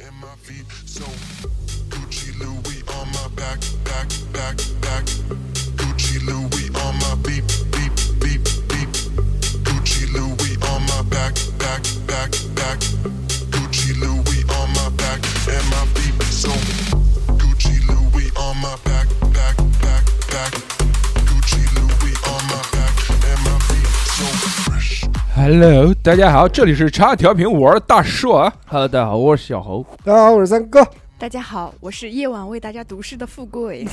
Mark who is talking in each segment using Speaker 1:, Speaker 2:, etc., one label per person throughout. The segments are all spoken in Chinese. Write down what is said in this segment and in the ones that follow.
Speaker 1: at my feet. So Gucci Louis on my back, back, back, back. Gucci Louis on my beep, beep, beep, beep. Gucci Louis on my back, back, back, back. Gucci Louis on my back and my beep. So Gucci Louis on my back, back, back, back. Gucci Louis on my back and my beep. So fresh.
Speaker 2: Hello，大家好，这里是叉调频，我是大硕啊。
Speaker 3: Hello，大家好，我是小猴。
Speaker 4: 大家好，我是三哥。
Speaker 5: 大家好，我是夜晚为大家读诗的富贵。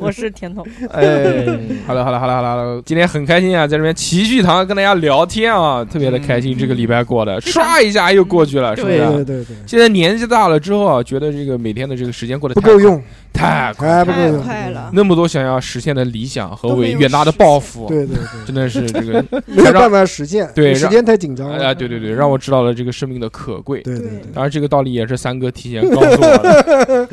Speaker 6: 我是甜筒，
Speaker 2: 哎，Hello Hello Hello Hello Hello，今天很开心啊，在这边齐聚堂跟大家聊天啊，特别的开心。这个礼拜过
Speaker 3: 嗯
Speaker 2: 的唰一下又过去了，是不是啊？
Speaker 4: 对对对，
Speaker 2: 现在年纪大了之后啊，觉得这个每天的这个时间过得
Speaker 4: 不
Speaker 2: 太
Speaker 4: 够，用，哎
Speaker 2: 太快，
Speaker 4: 还不够
Speaker 5: 太
Speaker 4: 用，
Speaker 5: 快了，
Speaker 2: 那么多想要实现的理想和
Speaker 5: 都没
Speaker 2: 伟
Speaker 5: 有
Speaker 2: 远大的
Speaker 5: 实现
Speaker 2: 抱负，
Speaker 4: 对对
Speaker 2: 真
Speaker 4: 对，
Speaker 2: 的是这个
Speaker 4: 没有办法实现，
Speaker 2: 嗯对
Speaker 4: 时间太紧张
Speaker 2: 啊，
Speaker 4: 了。
Speaker 2: 对对对，让我知道了这个生命的可贵。
Speaker 4: 对对对，
Speaker 2: 当然，这个道理也是三哥提前告诉我的。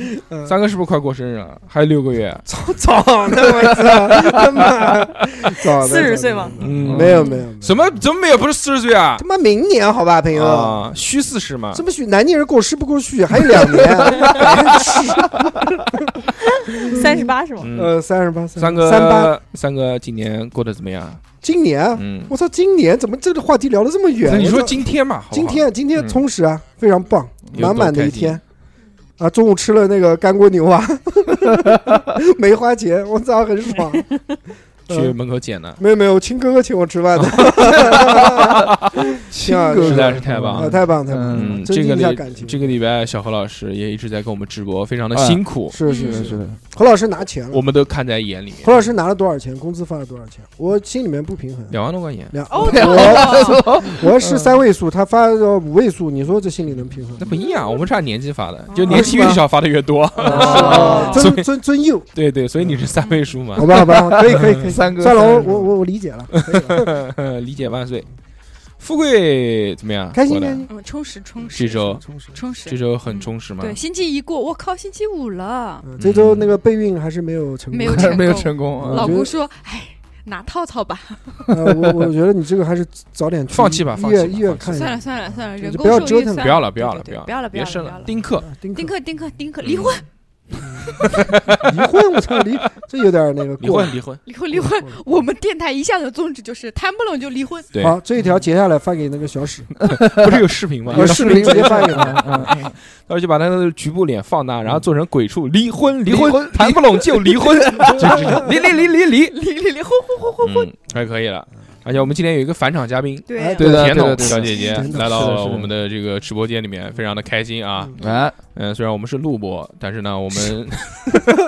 Speaker 2: 三哥是不是快过生日了？还有六个月。
Speaker 4: 早早的我操，他妈早的
Speaker 6: 40岁吗？
Speaker 2: 嗯
Speaker 4: 没有没有，没有
Speaker 2: 什么？怎么没有？不是四十岁啊
Speaker 4: 他？妈明年好吧，朋友，
Speaker 2: 啊，虚四十嘛
Speaker 4: 这。么许南京人过时不过续，还有 两年，
Speaker 6: 三十八是吗？
Speaker 2: 嗯，
Speaker 4: 呃，三十八，
Speaker 2: 三
Speaker 4: 哥，
Speaker 2: 哥，
Speaker 4: 三八，啊
Speaker 2: 三哥今年过得怎么样？
Speaker 4: 今年，
Speaker 2: 嗯，
Speaker 4: 我操，今年怎么这个话题聊得这么远？
Speaker 2: 你
Speaker 4: 我
Speaker 2: 说
Speaker 4: 操
Speaker 2: 今天嘛，好不
Speaker 4: 今
Speaker 2: 好
Speaker 4: 天今天
Speaker 2: 嗯
Speaker 4: 充实啊，非常棒，
Speaker 2: 有
Speaker 4: 满满
Speaker 2: 多
Speaker 4: 的
Speaker 2: 开
Speaker 4: 一
Speaker 2: 心
Speaker 4: 天。啊，中午吃了那个干锅牛蛙， 没花钱，我操，很爽。
Speaker 2: 去
Speaker 4: 嗯
Speaker 2: 门口捡的，
Speaker 4: 没有没有，亲哥哥请我 吃饭的，亲哥
Speaker 2: 实在是太棒
Speaker 4: 啊，
Speaker 2: 了。
Speaker 4: 太棒太棒
Speaker 2: 嗯，
Speaker 4: 了，增
Speaker 2: 这
Speaker 4: 进
Speaker 2: 个
Speaker 4: 一下
Speaker 2: 礼
Speaker 4: 感情。
Speaker 2: 这个礼拜，小何老师也一直在跟我们直播，非常的
Speaker 3: 哎
Speaker 2: 辛苦，
Speaker 4: 是
Speaker 5: 嗯
Speaker 4: 是
Speaker 3: 是的，
Speaker 4: 是，
Speaker 3: 是的，
Speaker 4: 何老师拿钱了
Speaker 2: 我，们都看在眼里面。
Speaker 4: 何老师拿了多少钱？工资发了多少钱？我心里面不平衡。
Speaker 2: 两嗯万多块钱，
Speaker 4: 两，
Speaker 5: 哦
Speaker 4: 我我是三位数，他发了五位数，你说这心里能平衡
Speaker 2: 那
Speaker 4: 吗？
Speaker 2: 不一样，我们是按年纪发的
Speaker 5: 哦，
Speaker 2: 就年纪越小发的越多。
Speaker 4: 啊
Speaker 2: 哦所
Speaker 4: 尊
Speaker 2: 以
Speaker 4: 尊尊幼，
Speaker 2: 对对，所以你是三位数嘛
Speaker 4: 好？吧好吧，可以可以可以。
Speaker 3: 三哥，
Speaker 4: 算了，我
Speaker 3: 三哥
Speaker 4: 我我我理解了，
Speaker 2: 理解万岁，富贵怎么样？
Speaker 4: 开心
Speaker 2: 过得
Speaker 4: 开心。
Speaker 5: 嗯，充实充实，
Speaker 2: 这周
Speaker 4: 充实
Speaker 5: 充
Speaker 2: 这
Speaker 5: 实。
Speaker 2: 周很充实吗？
Speaker 5: 对，星期一过，我靠，星期五了。
Speaker 4: 嗯这周那个备孕还是嗯 没有成功，
Speaker 5: 没有
Speaker 3: 没有成功
Speaker 4: 我
Speaker 3: 啊。
Speaker 5: 老
Speaker 4: 觉得
Speaker 5: 姑说：“哎，拿套套吧，
Speaker 4: 呃我我觉得你这个还是早点去
Speaker 2: 放弃吧
Speaker 4: 医
Speaker 2: 放弃
Speaker 4: 院
Speaker 2: 吧
Speaker 4: 医
Speaker 2: 放
Speaker 4: 院
Speaker 2: 弃
Speaker 4: 看一
Speaker 2: 吧
Speaker 4: 下
Speaker 5: 算了。算了算了，
Speaker 4: 哎就
Speaker 5: 人
Speaker 4: 是
Speaker 5: 工
Speaker 4: 不要
Speaker 5: 受
Speaker 4: 折
Speaker 5: 孕
Speaker 4: 腾
Speaker 5: 算
Speaker 2: 不要了，不要了，
Speaker 5: 对
Speaker 2: 要
Speaker 5: 对不要
Speaker 2: 了，
Speaker 5: 了，
Speaker 2: 别生
Speaker 5: 不要了。
Speaker 2: 丁克，
Speaker 4: 啊丁克
Speaker 5: 丁克丁克丁克，
Speaker 2: 嗯
Speaker 5: 离婚，
Speaker 4: 啊离婚，我操离，这有点那个
Speaker 2: 离
Speaker 4: 过
Speaker 2: 婚
Speaker 4: 了。
Speaker 2: 离婚，
Speaker 5: 离婚离 婚。我们电台一向的宗旨就是谈不拢就离婚。
Speaker 2: 对
Speaker 4: 好，这一条截下来发给那个小史，
Speaker 2: 不是有视频吗？
Speaker 4: 呃视频直接发给他。
Speaker 3: 嗯
Speaker 2: 到时候就把他的局部脸放大，然后做成鬼畜，离婚，离
Speaker 3: 离
Speaker 2: 婚，
Speaker 3: 婚
Speaker 2: 谈不拢就离婚，就是离离离离离，
Speaker 5: 离离离婚婚婚婚。
Speaker 2: 嗯，还可以了。而且我们今天有一个返场嘉宾，
Speaker 4: 哎
Speaker 5: 对
Speaker 3: 对的，
Speaker 2: 甜
Speaker 3: 对
Speaker 2: 筒
Speaker 3: 的，对
Speaker 2: 小
Speaker 3: 的
Speaker 2: 姐姐
Speaker 4: 甜筒
Speaker 2: 来
Speaker 3: 是的
Speaker 2: 到
Speaker 3: 是的
Speaker 2: 我们的这个直播间里面，非常的开心啊。
Speaker 4: 嗯
Speaker 3: 哎，
Speaker 2: 嗯，虽然我们是录播，但是呢，我们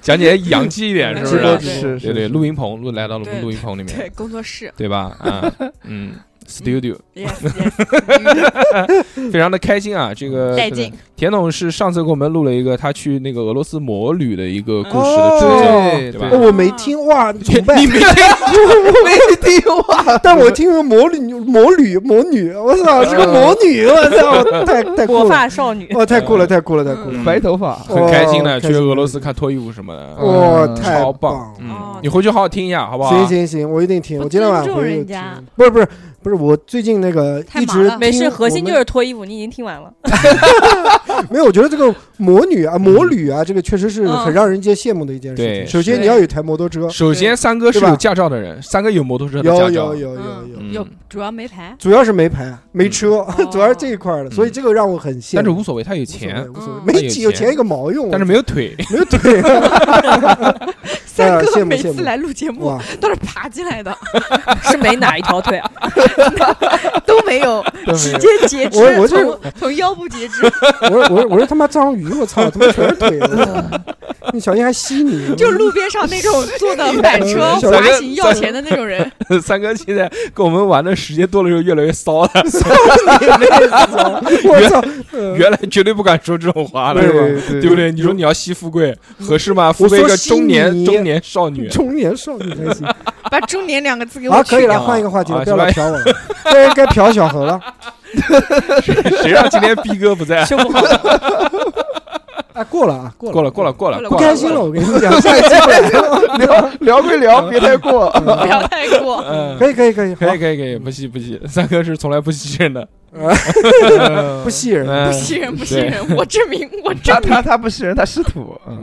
Speaker 2: 讲解洋气一点，是不
Speaker 4: 直
Speaker 2: 是？
Speaker 4: 播
Speaker 5: 直
Speaker 3: 是
Speaker 2: 对
Speaker 3: 是
Speaker 2: 对，
Speaker 3: 是，
Speaker 2: 录音棚，录来到了我们
Speaker 5: 对
Speaker 2: 录音棚里
Speaker 5: 对
Speaker 2: 面，，
Speaker 5: 工 作室。
Speaker 2: 对吧？ 啊，嗯，studio，
Speaker 5: Yes yes 嗯。
Speaker 2: 非常的开心啊。这
Speaker 4: 呃
Speaker 2: 个
Speaker 6: 带劲，
Speaker 2: 田总是上次给我们录了一个他去那个俄罗斯魔旅的一个故事的主角，
Speaker 4: 哦
Speaker 3: 对
Speaker 2: 对
Speaker 3: 对
Speaker 2: 吧
Speaker 4: 哦，我没听哇，崇拜
Speaker 2: 你。没听？
Speaker 3: 没听话，
Speaker 4: 但我听个魔女魔女魔女，我操，是个魔女，我操，太太酷
Speaker 6: 国
Speaker 4: 了，
Speaker 6: 发少女，
Speaker 4: 哇，太酷了，太酷了，太酷了，
Speaker 3: 白头 发，
Speaker 2: 很开心的，
Speaker 4: 哦
Speaker 2: 去
Speaker 4: 开心
Speaker 2: 俄罗斯看脱衣舞什么的，
Speaker 4: 哇，
Speaker 3: 嗯
Speaker 4: 太
Speaker 2: 超
Speaker 4: 棒
Speaker 2: 棒！
Speaker 4: 了。
Speaker 2: 嗯
Speaker 5: 哦，
Speaker 2: 你回去好好听一下，好不好？
Speaker 4: 行行行，我一定听，
Speaker 6: 不
Speaker 4: 我今天晚上
Speaker 6: 尊
Speaker 4: 回
Speaker 6: 重
Speaker 4: 去
Speaker 6: 人
Speaker 4: 听
Speaker 6: 家。
Speaker 4: 不是不是不是，我最近那个
Speaker 5: 太
Speaker 4: 一
Speaker 5: 忙
Speaker 4: 直
Speaker 5: 了
Speaker 6: 没事，
Speaker 4: 听
Speaker 6: 核心
Speaker 4: 我
Speaker 6: 就
Speaker 4: 们啊
Speaker 6: 是脱衣舞，你已经听完了。
Speaker 4: 没有，我觉得这个魔女啊、魔旅啊，这个确实是
Speaker 5: 嗯
Speaker 4: 很让人家羡慕的一件事
Speaker 2: 嗯对
Speaker 4: 情。首先，你要有台摩托车，
Speaker 2: 首先，三哥是
Speaker 4: 对吧
Speaker 2: 有驾照的人，三哥有摩托车的驾
Speaker 4: 有
Speaker 2: 照
Speaker 4: 哦有有，有呃有，
Speaker 2: 嗯
Speaker 5: 有主要没牌。
Speaker 4: 主要是没牌、没车，
Speaker 5: 嗯
Speaker 4: 主要是这一块儿的，所以这个让我很羡
Speaker 2: 但是
Speaker 4: 慕。
Speaker 2: 无所谓，他有
Speaker 4: 无所谓
Speaker 2: 钱，
Speaker 4: 无所谓，
Speaker 5: 嗯
Speaker 4: 没钱
Speaker 2: 有
Speaker 4: 有
Speaker 2: 钱
Speaker 4: 钱有个毛用啊！
Speaker 2: 但是没有腿。
Speaker 4: 没有腿，啊
Speaker 5: 三
Speaker 4: 羡
Speaker 5: 哥
Speaker 4: 慕
Speaker 5: 每
Speaker 4: 羡
Speaker 5: 次
Speaker 4: 慕
Speaker 5: 来录节目
Speaker 4: 哇，
Speaker 5: 都是爬进来的，
Speaker 6: 是没哪一条腿啊？
Speaker 5: 都没有
Speaker 2: 没
Speaker 5: 直
Speaker 2: 有
Speaker 5: 接截肢，
Speaker 4: 我我就是
Speaker 5: 从从腰部 截肢，
Speaker 4: 我说我说我是他妈章鱼，我操，他妈全是腿，我操你小心还吸你，
Speaker 5: 就路边上那种坐的板 车
Speaker 4: 小
Speaker 5: 滑行要钱的那种人，
Speaker 2: 三哥现在跟我们玩的时间多了之后，越来越骚了，
Speaker 4: 我操， 嗯
Speaker 2: 原来绝对不敢说这种话了，是吧？
Speaker 4: 对
Speaker 2: 对不对？你说你要吸富贵合适吗？富
Speaker 4: 我
Speaker 2: 贵一
Speaker 4: 说
Speaker 2: 个
Speaker 4: 吸
Speaker 2: 中年
Speaker 4: 你
Speaker 2: 中年少 女，
Speaker 4: 中年少女才行。
Speaker 5: 把“中年”两个字给
Speaker 4: 啊，
Speaker 5: 我
Speaker 4: 可以
Speaker 5: 去
Speaker 4: 了，
Speaker 5: 掉。
Speaker 4: 换一个话题
Speaker 2: 啊
Speaker 4: 了，不要老
Speaker 2: 是吧
Speaker 4: 瞟我了，该该瞟小何 了。
Speaker 2: 谁让今天逼哥不在？
Speaker 6: 胸不好，
Speaker 5: 哎
Speaker 4: 啊，过了啊，过了
Speaker 2: 过了过了过了，
Speaker 5: 过了
Speaker 2: 过
Speaker 4: 不
Speaker 2: 了
Speaker 5: 过了
Speaker 4: 开心了，我跟你 讲，下一期
Speaker 3: 聊 聊归聊，别太过。
Speaker 6: 不要太 过。
Speaker 2: 嗯，
Speaker 4: 可以可以可以，
Speaker 2: 可以可以可以，不吸不吸，三哥是从来不吸人 的，
Speaker 4: 好不吸人。
Speaker 2: 嗯
Speaker 5: 不吸人，不吸人，我证明，我证
Speaker 3: 他他他不是人，他是土。嗯，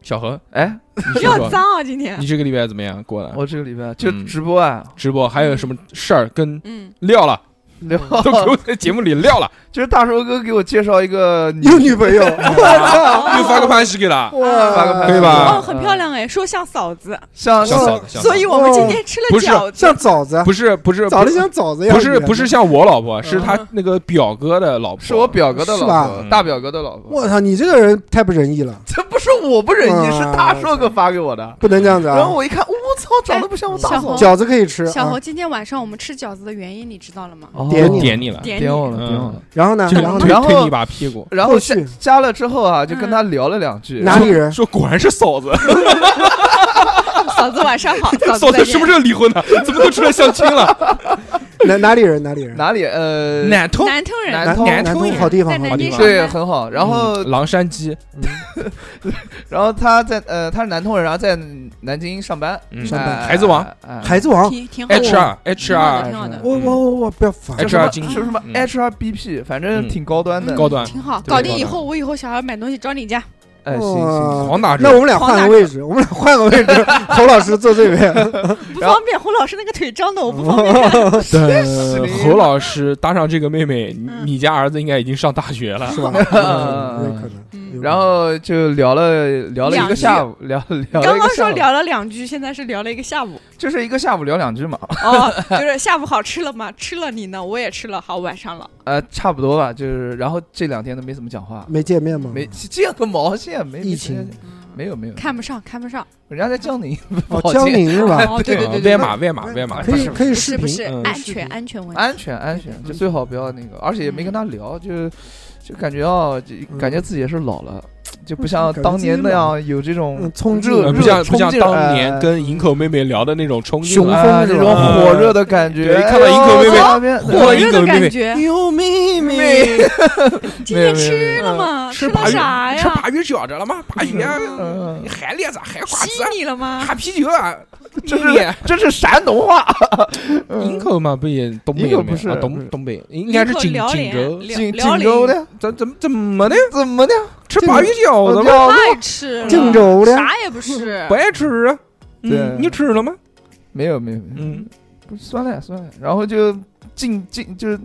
Speaker 2: 小何，
Speaker 3: 哎，
Speaker 2: 你
Speaker 5: 明，不
Speaker 2: 说
Speaker 5: 要
Speaker 2: 说，
Speaker 5: 脏啊！今天
Speaker 2: 你，这个礼拜怎么样过了？
Speaker 3: 我这个礼拜就
Speaker 2: 嗯
Speaker 3: 直播啊，
Speaker 2: 直播还有什么事儿跟
Speaker 5: 嗯，
Speaker 2: 撂 了？
Speaker 3: 聊
Speaker 2: 都给我在节目里撂了，
Speaker 3: 就是大叔哥给我介绍一个女
Speaker 4: 有女朋 友，啊
Speaker 2: 又发个潘西给 他，
Speaker 3: 发个
Speaker 4: 哇，
Speaker 2: 可以吧
Speaker 5: 哦，很漂亮哎，说像嫂子，
Speaker 3: 像
Speaker 2: 像嫂
Speaker 3: 像
Speaker 2: 子，像嫂
Speaker 5: 所以我们今天吃
Speaker 2: 不
Speaker 5: 了
Speaker 2: 是
Speaker 5: 饺子，
Speaker 4: 哦像枣子，
Speaker 2: 不是不是
Speaker 4: 长得像枣子一样
Speaker 2: 不
Speaker 4: 的
Speaker 2: 是
Speaker 4: 人
Speaker 2: 不是，像我老婆，是他那个表哥的老婆，
Speaker 3: 是我表哥的
Speaker 4: 是
Speaker 3: 老
Speaker 4: 吧
Speaker 3: 婆，大表哥的老婆。
Speaker 4: 我操，你这个人太不仁义了，
Speaker 3: 这不是我不忍心，
Speaker 4: 嗯
Speaker 3: 是大硕哥发给我的。
Speaker 4: 不能这样子
Speaker 3: 然
Speaker 4: 啊！
Speaker 3: 后我一看，我操，长得不像我大
Speaker 5: 小
Speaker 3: 嫂
Speaker 5: 红。
Speaker 4: 饺子可以吃，
Speaker 5: 小
Speaker 4: 啊
Speaker 5: 侯，今天晚上我们吃饺子的原因你知道了吗？
Speaker 3: 哦
Speaker 4: 点你
Speaker 2: 点你了，
Speaker 5: 点你
Speaker 3: 点我了，
Speaker 2: 嗯
Speaker 3: 点我了。
Speaker 4: 然后呢？
Speaker 2: 就
Speaker 4: 然后呢
Speaker 3: 然
Speaker 2: 推
Speaker 3: 后
Speaker 2: 推你一把屁股，
Speaker 3: 然后
Speaker 4: 后
Speaker 3: 加
Speaker 4: 续嗯
Speaker 3: 加了之后啊，就跟他聊了两句。
Speaker 4: 哪里人？
Speaker 2: 说果然是嫂子，
Speaker 5: 哦嫂子晚上好，
Speaker 2: 嫂
Speaker 5: 再
Speaker 2: 子是
Speaker 5: 见
Speaker 2: 不是离婚了？怎么都出来相亲了？
Speaker 4: 哪哪里人？哪里人？
Speaker 3: 哪里？呃，
Speaker 2: 南通
Speaker 5: 南通人？
Speaker 3: 南
Speaker 4: 通，
Speaker 2: 哦南
Speaker 4: 南
Speaker 2: 通
Speaker 4: 通
Speaker 2: 人
Speaker 4: 好地方，
Speaker 5: 在
Speaker 4: 好
Speaker 5: 南
Speaker 4: 地
Speaker 5: 京
Speaker 4: 方。
Speaker 5: 上
Speaker 3: 对，
Speaker 5: 班
Speaker 3: 很好。然后，
Speaker 2: 嗯狼山鸡，
Speaker 3: 然后他在呃，他是南通人，然后在南京上班。
Speaker 2: 嗯
Speaker 4: 上班
Speaker 3: 哎
Speaker 2: 孩子王，
Speaker 3: 哎
Speaker 4: 孩子王，
Speaker 5: 挺挺好的，
Speaker 2: ，HR
Speaker 5: 挺好的，
Speaker 2: HR
Speaker 5: 挺好的，
Speaker 4: 我我我我不要烦
Speaker 3: 叫
Speaker 2: 哎，HR
Speaker 3: 什么
Speaker 2: 经
Speaker 5: 济
Speaker 3: 是什么
Speaker 2: 嗯
Speaker 3: HRBP，反正挺高端的。
Speaker 2: 高端
Speaker 5: 嗯挺好。
Speaker 2: 对
Speaker 5: 搞
Speaker 2: 高
Speaker 5: 定以
Speaker 2: 端
Speaker 5: 后，我以后想要买东西找你家。
Speaker 3: 哎，行行。
Speaker 4: 哇
Speaker 2: 狂打折
Speaker 4: 那我们俩换个位置，我们俩换个位 置，侯老师坐这边。
Speaker 6: 不
Speaker 3: 然后
Speaker 6: 方便，侯老师那个腿张的，我不方便。
Speaker 2: 呃
Speaker 3: 是
Speaker 2: 侯老师搭上这个妹妹，你
Speaker 5: 嗯
Speaker 2: 你家儿子应该已经上大学了。
Speaker 4: 是吧？
Speaker 3: 嗯
Speaker 4: 有可能。有可能
Speaker 5: 嗯，
Speaker 3: 然后就聊了聊了一个下午，聊聊了
Speaker 6: 刚
Speaker 3: 一个
Speaker 6: 刚
Speaker 3: 下
Speaker 6: 说
Speaker 3: 午，
Speaker 6: 聊了两句，现在是聊了一个下午。
Speaker 3: 就是一个下午聊两句嘛，
Speaker 6: 哦，就是下午好吃了吗？吃了你呢，我也吃了。好，晚上了。
Speaker 3: 呃，差不多吧，就是然后这两天都没怎么讲话，
Speaker 4: 没见面吗？
Speaker 3: 没见个毛线，没
Speaker 4: 嗯疫情，
Speaker 3: 没有没有，
Speaker 5: 看不上，看不上。
Speaker 3: 人家在江宁，
Speaker 4: 哦
Speaker 3: 不，好
Speaker 4: 江
Speaker 3: 见
Speaker 4: 宁是 吧？
Speaker 5: 哦，对对对
Speaker 2: 啊外
Speaker 5: 对，
Speaker 2: 码外码外码，
Speaker 4: 可以
Speaker 3: 不是
Speaker 4: 可以视
Speaker 5: 不是不 是
Speaker 4: 频，
Speaker 2: 嗯
Speaker 5: 安
Speaker 4: 视
Speaker 5: 全
Speaker 4: 频
Speaker 5: 安全问题。
Speaker 3: 安全安全，就最好不要那个，而且也没跟他聊，就就感觉哦，就
Speaker 4: 嗯
Speaker 3: 感觉自己也是老了，就不像当年那样有这种
Speaker 4: 嗯冲劲
Speaker 3: 热
Speaker 2: 呃
Speaker 3: 热
Speaker 2: 不像不
Speaker 3: 冲
Speaker 2: 像
Speaker 3: 劲儿
Speaker 2: 当年
Speaker 3: 哎
Speaker 2: 跟营口妹妹聊的那种冲劲
Speaker 4: 雄
Speaker 2: 了。
Speaker 3: 啊
Speaker 4: 风是吧
Speaker 3: 这种火热的感觉，哎
Speaker 2: 对看到营口妹妹
Speaker 3: 妹
Speaker 2: 火
Speaker 5: 火
Speaker 2: 热
Speaker 5: 热
Speaker 2: 的
Speaker 5: 的
Speaker 2: 感
Speaker 5: 感觉。
Speaker 4: 有妹 妹，
Speaker 3: 妹，
Speaker 5: 今天啊吃了吗？
Speaker 2: 吃
Speaker 5: 了
Speaker 2: 鲅鱼
Speaker 5: 啥
Speaker 2: 吃
Speaker 5: 呀？
Speaker 2: 鲅鱼饺子了吗？鲅鱼啊，
Speaker 3: 嗯
Speaker 2: 你还列子，还瓜
Speaker 5: 吸
Speaker 2: 子啊，
Speaker 5: 你了吗？
Speaker 2: 还啤酒啊，
Speaker 3: 这
Speaker 2: 妹妹
Speaker 3: 是这是山东话，
Speaker 2: 营口嘛，不也东北
Speaker 3: 嗯营口
Speaker 2: 的吗
Speaker 3: 不是
Speaker 2: 啊
Speaker 3: 不是
Speaker 2: 东东北，应该是
Speaker 5: 营口
Speaker 2: 锦
Speaker 5: 辽
Speaker 2: 锦
Speaker 5: 宁
Speaker 2: 州，
Speaker 5: 辽
Speaker 3: 锦
Speaker 5: 辽
Speaker 3: 锦州
Speaker 5: 宁
Speaker 3: 的，
Speaker 2: 怎怎怎么的？
Speaker 3: 怎么的？
Speaker 2: 吃
Speaker 4: 这
Speaker 2: 鲅
Speaker 4: 个
Speaker 2: 鱼饺子吗？
Speaker 3: 叫
Speaker 5: 太吃了，
Speaker 4: 郑州的
Speaker 5: 啥也不是
Speaker 2: 不。爱吃啊？嗯
Speaker 3: 对，
Speaker 2: 你吃了吗？
Speaker 3: 没有没有，没有
Speaker 2: 嗯，
Speaker 3: 不是酸了酸了，然后就静静就是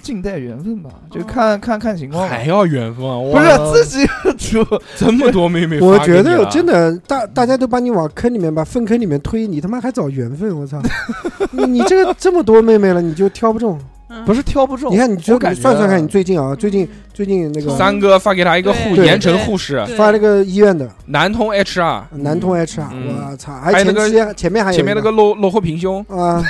Speaker 3: 静待缘分吧，
Speaker 5: 哦
Speaker 3: 就看看看情况吧。
Speaker 2: 还要缘分啊？
Speaker 3: 不
Speaker 2: 不
Speaker 3: 是自己主，
Speaker 2: 这么多妹妹发给你啊
Speaker 4: 我
Speaker 2: 了，
Speaker 4: 觉得真的，大大家都把你往坑里面、把粪坑里面推，你他妈还找缘分，我操！你你这个这么多妹妹了，你就挑不中。
Speaker 3: 不是挑不中
Speaker 4: 你，看，你就
Speaker 3: 我感
Speaker 4: 你
Speaker 3: 觉
Speaker 4: 算算看，你最近啊，最近最近那个
Speaker 2: 三哥发给他一个护
Speaker 4: 对
Speaker 2: 盐城护士，
Speaker 5: 对
Speaker 4: 发那个医院的
Speaker 2: 南通 HR，
Speaker 4: 南通 HR，
Speaker 2: 嗯
Speaker 4: 我操，
Speaker 2: 还
Speaker 4: 还
Speaker 2: 有那
Speaker 4: 前
Speaker 2: 个
Speaker 4: 期啊前面还有
Speaker 2: 前面
Speaker 4: 一
Speaker 2: 那个落落后平胸，
Speaker 4: 啊。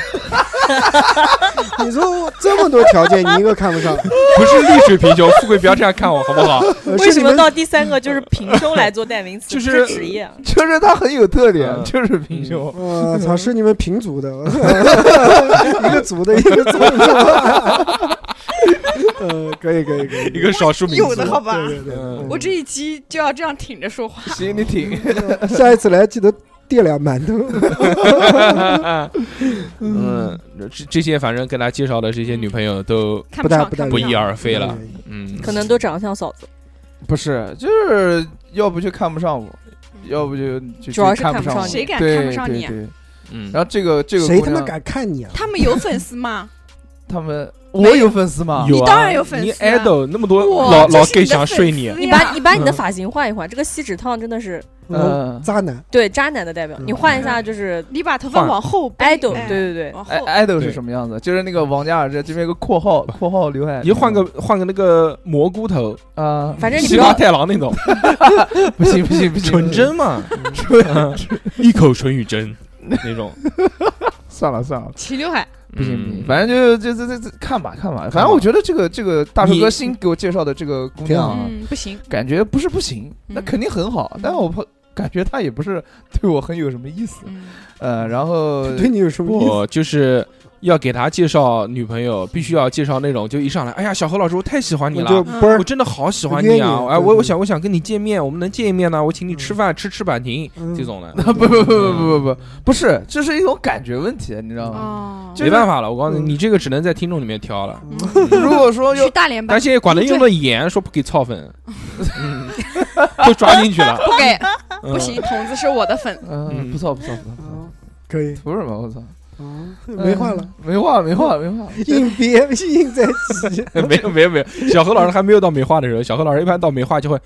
Speaker 4: 你说这么多条件，你一个看不上，
Speaker 2: 不是丽水平胸，富贵不要这样看我好不好？
Speaker 3: 嗯
Speaker 4: 呃
Speaker 6: 为
Speaker 4: 是
Speaker 6: 什
Speaker 4: 你
Speaker 6: 么
Speaker 4: 们
Speaker 6: 到第三个就是平胸来做代名 词，
Speaker 2: 就
Speaker 6: 不
Speaker 2: 是
Speaker 6: 是职业？
Speaker 3: 就是他很有特点，
Speaker 2: 嗯
Speaker 3: 就是平胸。
Speaker 4: 我操，是你们平族的， 一个族的，一个族的。 呃，可以可以可以，
Speaker 2: 一个少数民族，
Speaker 6: 有的好吧？
Speaker 4: 对对
Speaker 2: 嗯
Speaker 5: 我这一期就要这样挺着说话。
Speaker 3: 行，你挺
Speaker 4: 对，下一次来记得垫俩馒头。
Speaker 2: 嗯，这这些反正给他介绍的这些女朋友都
Speaker 5: 看
Speaker 4: 不大
Speaker 5: 上，
Speaker 4: 不大哎
Speaker 5: 看
Speaker 2: 不
Speaker 5: 不
Speaker 2: 翼
Speaker 5: 上。
Speaker 2: 而飞了，嗯，
Speaker 6: 可能都长得像嫂子，
Speaker 3: 不是， 就是要不就看不上我，要不就就
Speaker 6: 主要
Speaker 3: 就是看
Speaker 6: 看不
Speaker 3: 上
Speaker 6: 上
Speaker 3: 我
Speaker 6: 你
Speaker 5: 谁敢
Speaker 3: 对
Speaker 5: 看不上
Speaker 3: 对
Speaker 5: 你啊
Speaker 3: 对
Speaker 2: 嗯，
Speaker 3: 然后这个这个
Speaker 4: 谁
Speaker 3: 姑
Speaker 4: 他妈
Speaker 3: 娘
Speaker 4: 敢看你啊？
Speaker 5: 他们有粉丝吗？
Speaker 3: 他们我有粉丝吗？
Speaker 2: 有
Speaker 5: 你
Speaker 2: 啊
Speaker 5: 当然有粉丝
Speaker 2: 你
Speaker 5: 啊
Speaker 2: idol 那么多
Speaker 5: 哇
Speaker 2: 老
Speaker 5: 这
Speaker 2: 老
Speaker 5: 是你
Speaker 2: gay
Speaker 5: 的
Speaker 2: 想
Speaker 5: 粉
Speaker 2: 睡你
Speaker 5: 丝，
Speaker 6: 你
Speaker 5: 呀
Speaker 6: 把你把你的发型换一换，这个锡纸烫真的是
Speaker 4: 嗯
Speaker 3: 嗯，
Speaker 4: 渣男，
Speaker 6: 对渣男的代表。
Speaker 4: 嗯
Speaker 6: 你换一下就是
Speaker 5: 你把头发
Speaker 2: 换
Speaker 5: 往后掰
Speaker 6: idol，
Speaker 5: 哎
Speaker 6: 对对对，
Speaker 5: 往后
Speaker 3: 爱爱豆
Speaker 2: 对
Speaker 3: 是什么样子？就是那个王嘉尔这这边有个括号括号刘海，
Speaker 2: 嗯你换个换个那个蘑菇头，
Speaker 3: 啊，
Speaker 6: 反正你不
Speaker 2: 西马
Speaker 6: 要
Speaker 2: 太郎那种，
Speaker 3: 不行不行不行，
Speaker 2: 纯真嘛，嗯 一口唇语真那 种，
Speaker 3: 算了算了，
Speaker 5: 齐刘海，
Speaker 3: 不行不
Speaker 2: 嗯
Speaker 3: 行，反正就就这这这看吧看吧，反正我觉得这个这个大叔
Speaker 2: 你
Speaker 3: 哥新给我介绍的这个姑娘啊，
Speaker 5: 嗯，不行，
Speaker 3: 感觉不是不行，那
Speaker 5: 嗯
Speaker 3: 肯定很好，但我怕感觉她也不是对我很有什么意思，
Speaker 5: 嗯，
Speaker 3: 呃，然后
Speaker 4: 对你有什么意思？
Speaker 2: 我就是要给他介绍女朋友，必须要介绍那种就一上来，哎呀，小何老师，我太喜欢你
Speaker 4: 我
Speaker 2: 了
Speaker 4: 就。
Speaker 5: 嗯
Speaker 4: 不是
Speaker 2: 我真的好喜欢
Speaker 4: 约
Speaker 2: 你
Speaker 4: 你
Speaker 2: 啊！
Speaker 4: 对
Speaker 2: 哎，我
Speaker 4: 对
Speaker 2: 我想我想跟你见面，我们能见一面呢？我请你吃饭，吃吃板亭
Speaker 4: 嗯
Speaker 2: 这种的，
Speaker 3: 不不不不不不不，不是，这是一种感觉问题，你知道吗？
Speaker 5: 哦，
Speaker 3: 就
Speaker 2: 没
Speaker 3: 是
Speaker 2: 办法了。我告诉你，
Speaker 4: 嗯
Speaker 2: 你这个只能在听众里面挑了。
Speaker 3: 如果说
Speaker 5: 去
Speaker 3: 有
Speaker 5: 大连吧
Speaker 2: 但，现在管他用的严，说不给操粉，嗯， 都抓进去 了。
Speaker 6: 不给，
Speaker 2: 嗯
Speaker 6: 不行，筒子是我的粉。
Speaker 3: 嗯，不错不错不错不错，
Speaker 4: 嗯可以，
Speaker 3: 图什么？我操，
Speaker 4: 嗯没话了，
Speaker 3: 嗯，没话没话没话，
Speaker 4: 硬憋硬在挤，
Speaker 2: 嗯 没有没有没有，小何老师还没有到美化的时候，小何老师一般到美化就会，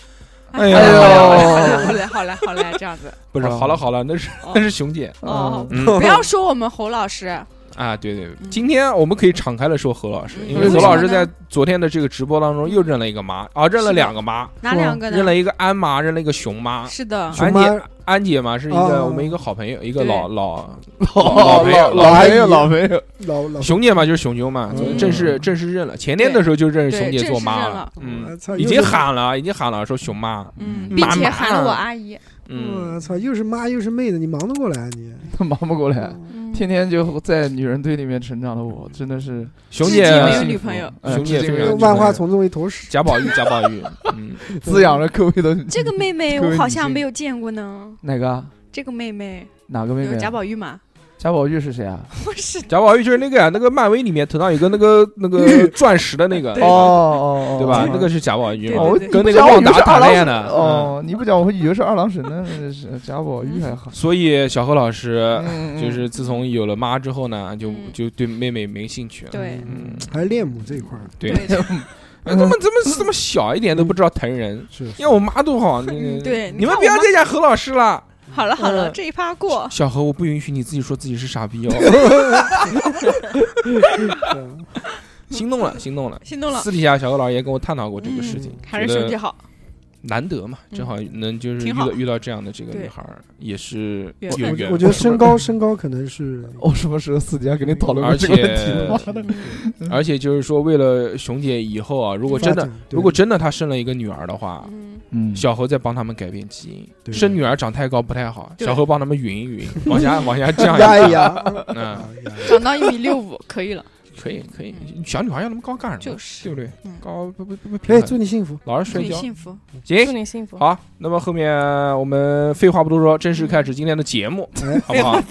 Speaker 2: 哎
Speaker 3: 哎呦
Speaker 2: 呀，
Speaker 6: 好嘞，好嘞，好嘞，这样子。
Speaker 2: 不是，好了好了，那是 那是熊姐
Speaker 6: 哦，
Speaker 2: 嗯
Speaker 6: 不要说我们侯老师，
Speaker 2: 啊，对对，今天我们可以敞开了说何老师，因为
Speaker 3: 嗯
Speaker 2: 何老师
Speaker 5: 为什么
Speaker 2: 在
Speaker 5: 呢
Speaker 2: 昨天的这个直播当中又认了一个妈，啊，认了两个妈，
Speaker 5: 哪两个呢？
Speaker 2: 认了一个安妈，认了一个熊妈。
Speaker 6: 是的，
Speaker 4: 熊
Speaker 2: 安
Speaker 4: 妈
Speaker 2: 姐，安姐嘛是一个
Speaker 4: 哦
Speaker 2: 我们一个好朋友，一个
Speaker 6: 对
Speaker 2: 老老
Speaker 3: 老
Speaker 2: 朋友
Speaker 3: 老
Speaker 4: 阿
Speaker 3: 朋
Speaker 4: 姨
Speaker 3: 友老朋友，
Speaker 4: 老老
Speaker 2: 熊姐嘛就是熊熊嘛，
Speaker 4: 嗯
Speaker 2: 正式正式认了。前天的时候就认识熊姐做妈
Speaker 4: 对
Speaker 2: 嗯
Speaker 4: 我啊操，
Speaker 2: 已
Speaker 4: 又
Speaker 2: 经
Speaker 4: 是
Speaker 2: 喊了，已经喊了，说熊妈，
Speaker 6: 嗯，
Speaker 5: 并
Speaker 2: 妈
Speaker 5: 且
Speaker 2: 妈
Speaker 5: 喊了我阿姨，
Speaker 2: 嗯，
Speaker 4: 我啊操，又是妈又是妹的，你忙得过来啊你？
Speaker 3: 忙不过来。
Speaker 4: 嗯
Speaker 5: 嗯
Speaker 3: 天天就在女人堆里面成长的我，真的是
Speaker 2: 熊
Speaker 6: 至
Speaker 2: 姐
Speaker 6: 今没有
Speaker 3: 幸福
Speaker 6: 女朋友
Speaker 3: 哎
Speaker 2: 熊姐
Speaker 3: 至今没
Speaker 2: 非
Speaker 3: 有
Speaker 2: 常
Speaker 3: 女
Speaker 4: 万
Speaker 3: 朋
Speaker 4: 花
Speaker 3: 友
Speaker 4: 丛中一头屎，
Speaker 2: 贾宝玉，贾宝玉，嗯，
Speaker 3: 滋养了各位的
Speaker 5: 这个妹妹
Speaker 3: 各位
Speaker 5: 我
Speaker 3: 女
Speaker 5: 好像
Speaker 3: 性
Speaker 5: 没有见过呢。
Speaker 3: 哪个啊
Speaker 5: 这个妹妹
Speaker 3: 哪个妹妹
Speaker 6: 有
Speaker 3: 啊？
Speaker 6: 贾宝玉嘛？
Speaker 3: 贾宝玉是谁 啊？
Speaker 6: 不是，
Speaker 2: 贾宝玉就是那个呀，那个漫威里面头上有个那个那个钻石的那个，
Speaker 3: 哦哦，哦
Speaker 2: 对吧？那个是贾宝玉嘛
Speaker 3: 哦，我，
Speaker 6: 对对对
Speaker 2: 跟那
Speaker 3: 你
Speaker 2: 个
Speaker 3: 不讲我
Speaker 2: 旺
Speaker 3: 以为
Speaker 2: 达
Speaker 3: 是
Speaker 2: 打
Speaker 3: 二郎
Speaker 2: 恋
Speaker 3: 神
Speaker 2: 的。嗯
Speaker 3: 哦，你不讲我会以为是二郎神呢，真的是贾宝玉还好，
Speaker 2: 所以小何老师
Speaker 3: 嗯嗯
Speaker 2: 就是自从有了妈之后呢，就
Speaker 6: 嗯
Speaker 2: 就对妹妹没兴趣了。
Speaker 6: 对
Speaker 2: 嗯，
Speaker 4: 还是恋母这一 块儿
Speaker 2: 对，
Speaker 6: 对
Speaker 2: 哎怎么怎么这么小一点都不知道疼人？
Speaker 4: 是
Speaker 2: 要我妈多好！你
Speaker 6: 嗯对
Speaker 2: 你们
Speaker 6: 看
Speaker 2: 不要
Speaker 6: 我妈
Speaker 2: 再讲何老师了。
Speaker 6: 好了好了，
Speaker 2: 嗯
Speaker 6: 这一趴
Speaker 5: 哦
Speaker 6: 过。
Speaker 2: 小何，我不允许你自己说自己是傻逼哦。
Speaker 4: 啊
Speaker 2: 心动了，心动了。
Speaker 6: 心动了，嗯
Speaker 2: 私底下小何老师也跟我探讨过这个事情，
Speaker 6: 还是熊姐
Speaker 2: 觉得
Speaker 6: 好，
Speaker 2: 难得嘛，正好能就是遇
Speaker 6: 挺
Speaker 2: 到
Speaker 6: 好
Speaker 2: 遇到这样的这个
Speaker 6: 对
Speaker 2: 女孩儿，也是
Speaker 6: 缘
Speaker 2: 有
Speaker 6: 分
Speaker 2: 缘。哦
Speaker 4: 我觉得身高身高可能是
Speaker 3: 我哦什么时候私底下跟你讨论过
Speaker 2: 而
Speaker 3: 这
Speaker 2: 且
Speaker 3: 个问题了？妈的，
Speaker 6: 嗯
Speaker 2: 而且就是说，为了熊姐以后啊，如果真的
Speaker 4: 发展对
Speaker 2: 如果真的她生了一个女儿的话，
Speaker 6: 嗯，
Speaker 3: 嗯
Speaker 2: 小何再帮他们改变基因，
Speaker 4: 对
Speaker 2: 生女儿长太高不太好，
Speaker 6: 对
Speaker 2: 小何帮他们匀一匀，往 下往下降
Speaker 4: 压
Speaker 2: 一
Speaker 4: 一压，
Speaker 2: 降，嗯，
Speaker 4: 啊压一压
Speaker 6: 长到一米六五 可以了，
Speaker 2: 可以可以，小女孩要那么高干什么？
Speaker 6: 就是
Speaker 2: 对不对
Speaker 6: 嗯？
Speaker 2: 高不不不不
Speaker 4: 可以
Speaker 2: 平衡，
Speaker 4: 哎祝你幸福，
Speaker 2: 老是
Speaker 6: 祝
Speaker 2: 摔
Speaker 6: 你
Speaker 2: 跤。
Speaker 6: 幸福，
Speaker 2: 行
Speaker 7: 祝，你幸福。
Speaker 2: 哎好，那么后面我们废话不多说，正式开始今天的节目，
Speaker 4: 哎
Speaker 2: 好不好？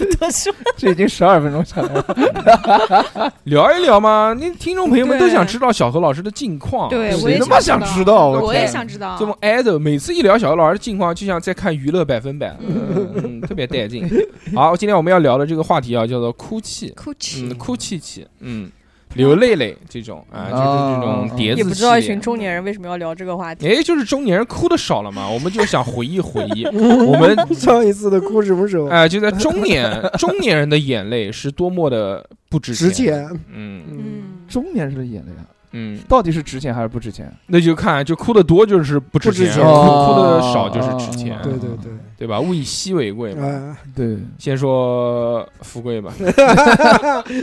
Speaker 3: 这已经十二分钟下来了，
Speaker 2: 聊一聊嘛，那听众朋友们都
Speaker 6: 对
Speaker 2: 想知道小何老师的近 况，
Speaker 6: 对
Speaker 2: 不
Speaker 6: 我也
Speaker 3: 谁他妈
Speaker 6: 想
Speaker 3: 想
Speaker 6: 知道
Speaker 3: 知道？
Speaker 6: 我也
Speaker 3: 天
Speaker 6: 想知道
Speaker 2: 这，么挨着，每次一聊小何老师的近况，就像在看娱乐百分 百，嗯，特别带劲。好，今天我们要聊的这个话题啊，叫做哭泣，
Speaker 6: 哭泣
Speaker 2: 嗯，哭泣泣，嗯，流泪泪这种啊，就是这种叠字系列
Speaker 7: 也不知道一群中年人为什么要聊这个话题。
Speaker 2: 哎，就是中年人哭的少了嘛，我们就想回忆回忆，我们
Speaker 4: 上一次的哭什么时候？
Speaker 2: 哎、就在中年中年人的眼泪是多么的不值
Speaker 4: 值钱，
Speaker 2: 嗯
Speaker 4: 嗯，
Speaker 6: 嗯，
Speaker 3: 中年人的眼泪啊，
Speaker 2: 嗯，
Speaker 3: 到底是值钱还是不值钱？
Speaker 2: 那就看就哭的多就是不值
Speaker 4: 不值
Speaker 2: 钱，
Speaker 4: 钱
Speaker 2: 哭
Speaker 3: 哦
Speaker 2: 哭的少就是值钱，
Speaker 3: 哦
Speaker 4: 对对对，
Speaker 2: 对吧？物以稀为贵嘛。
Speaker 4: 啊，
Speaker 3: 对，
Speaker 2: 先说富贵吧，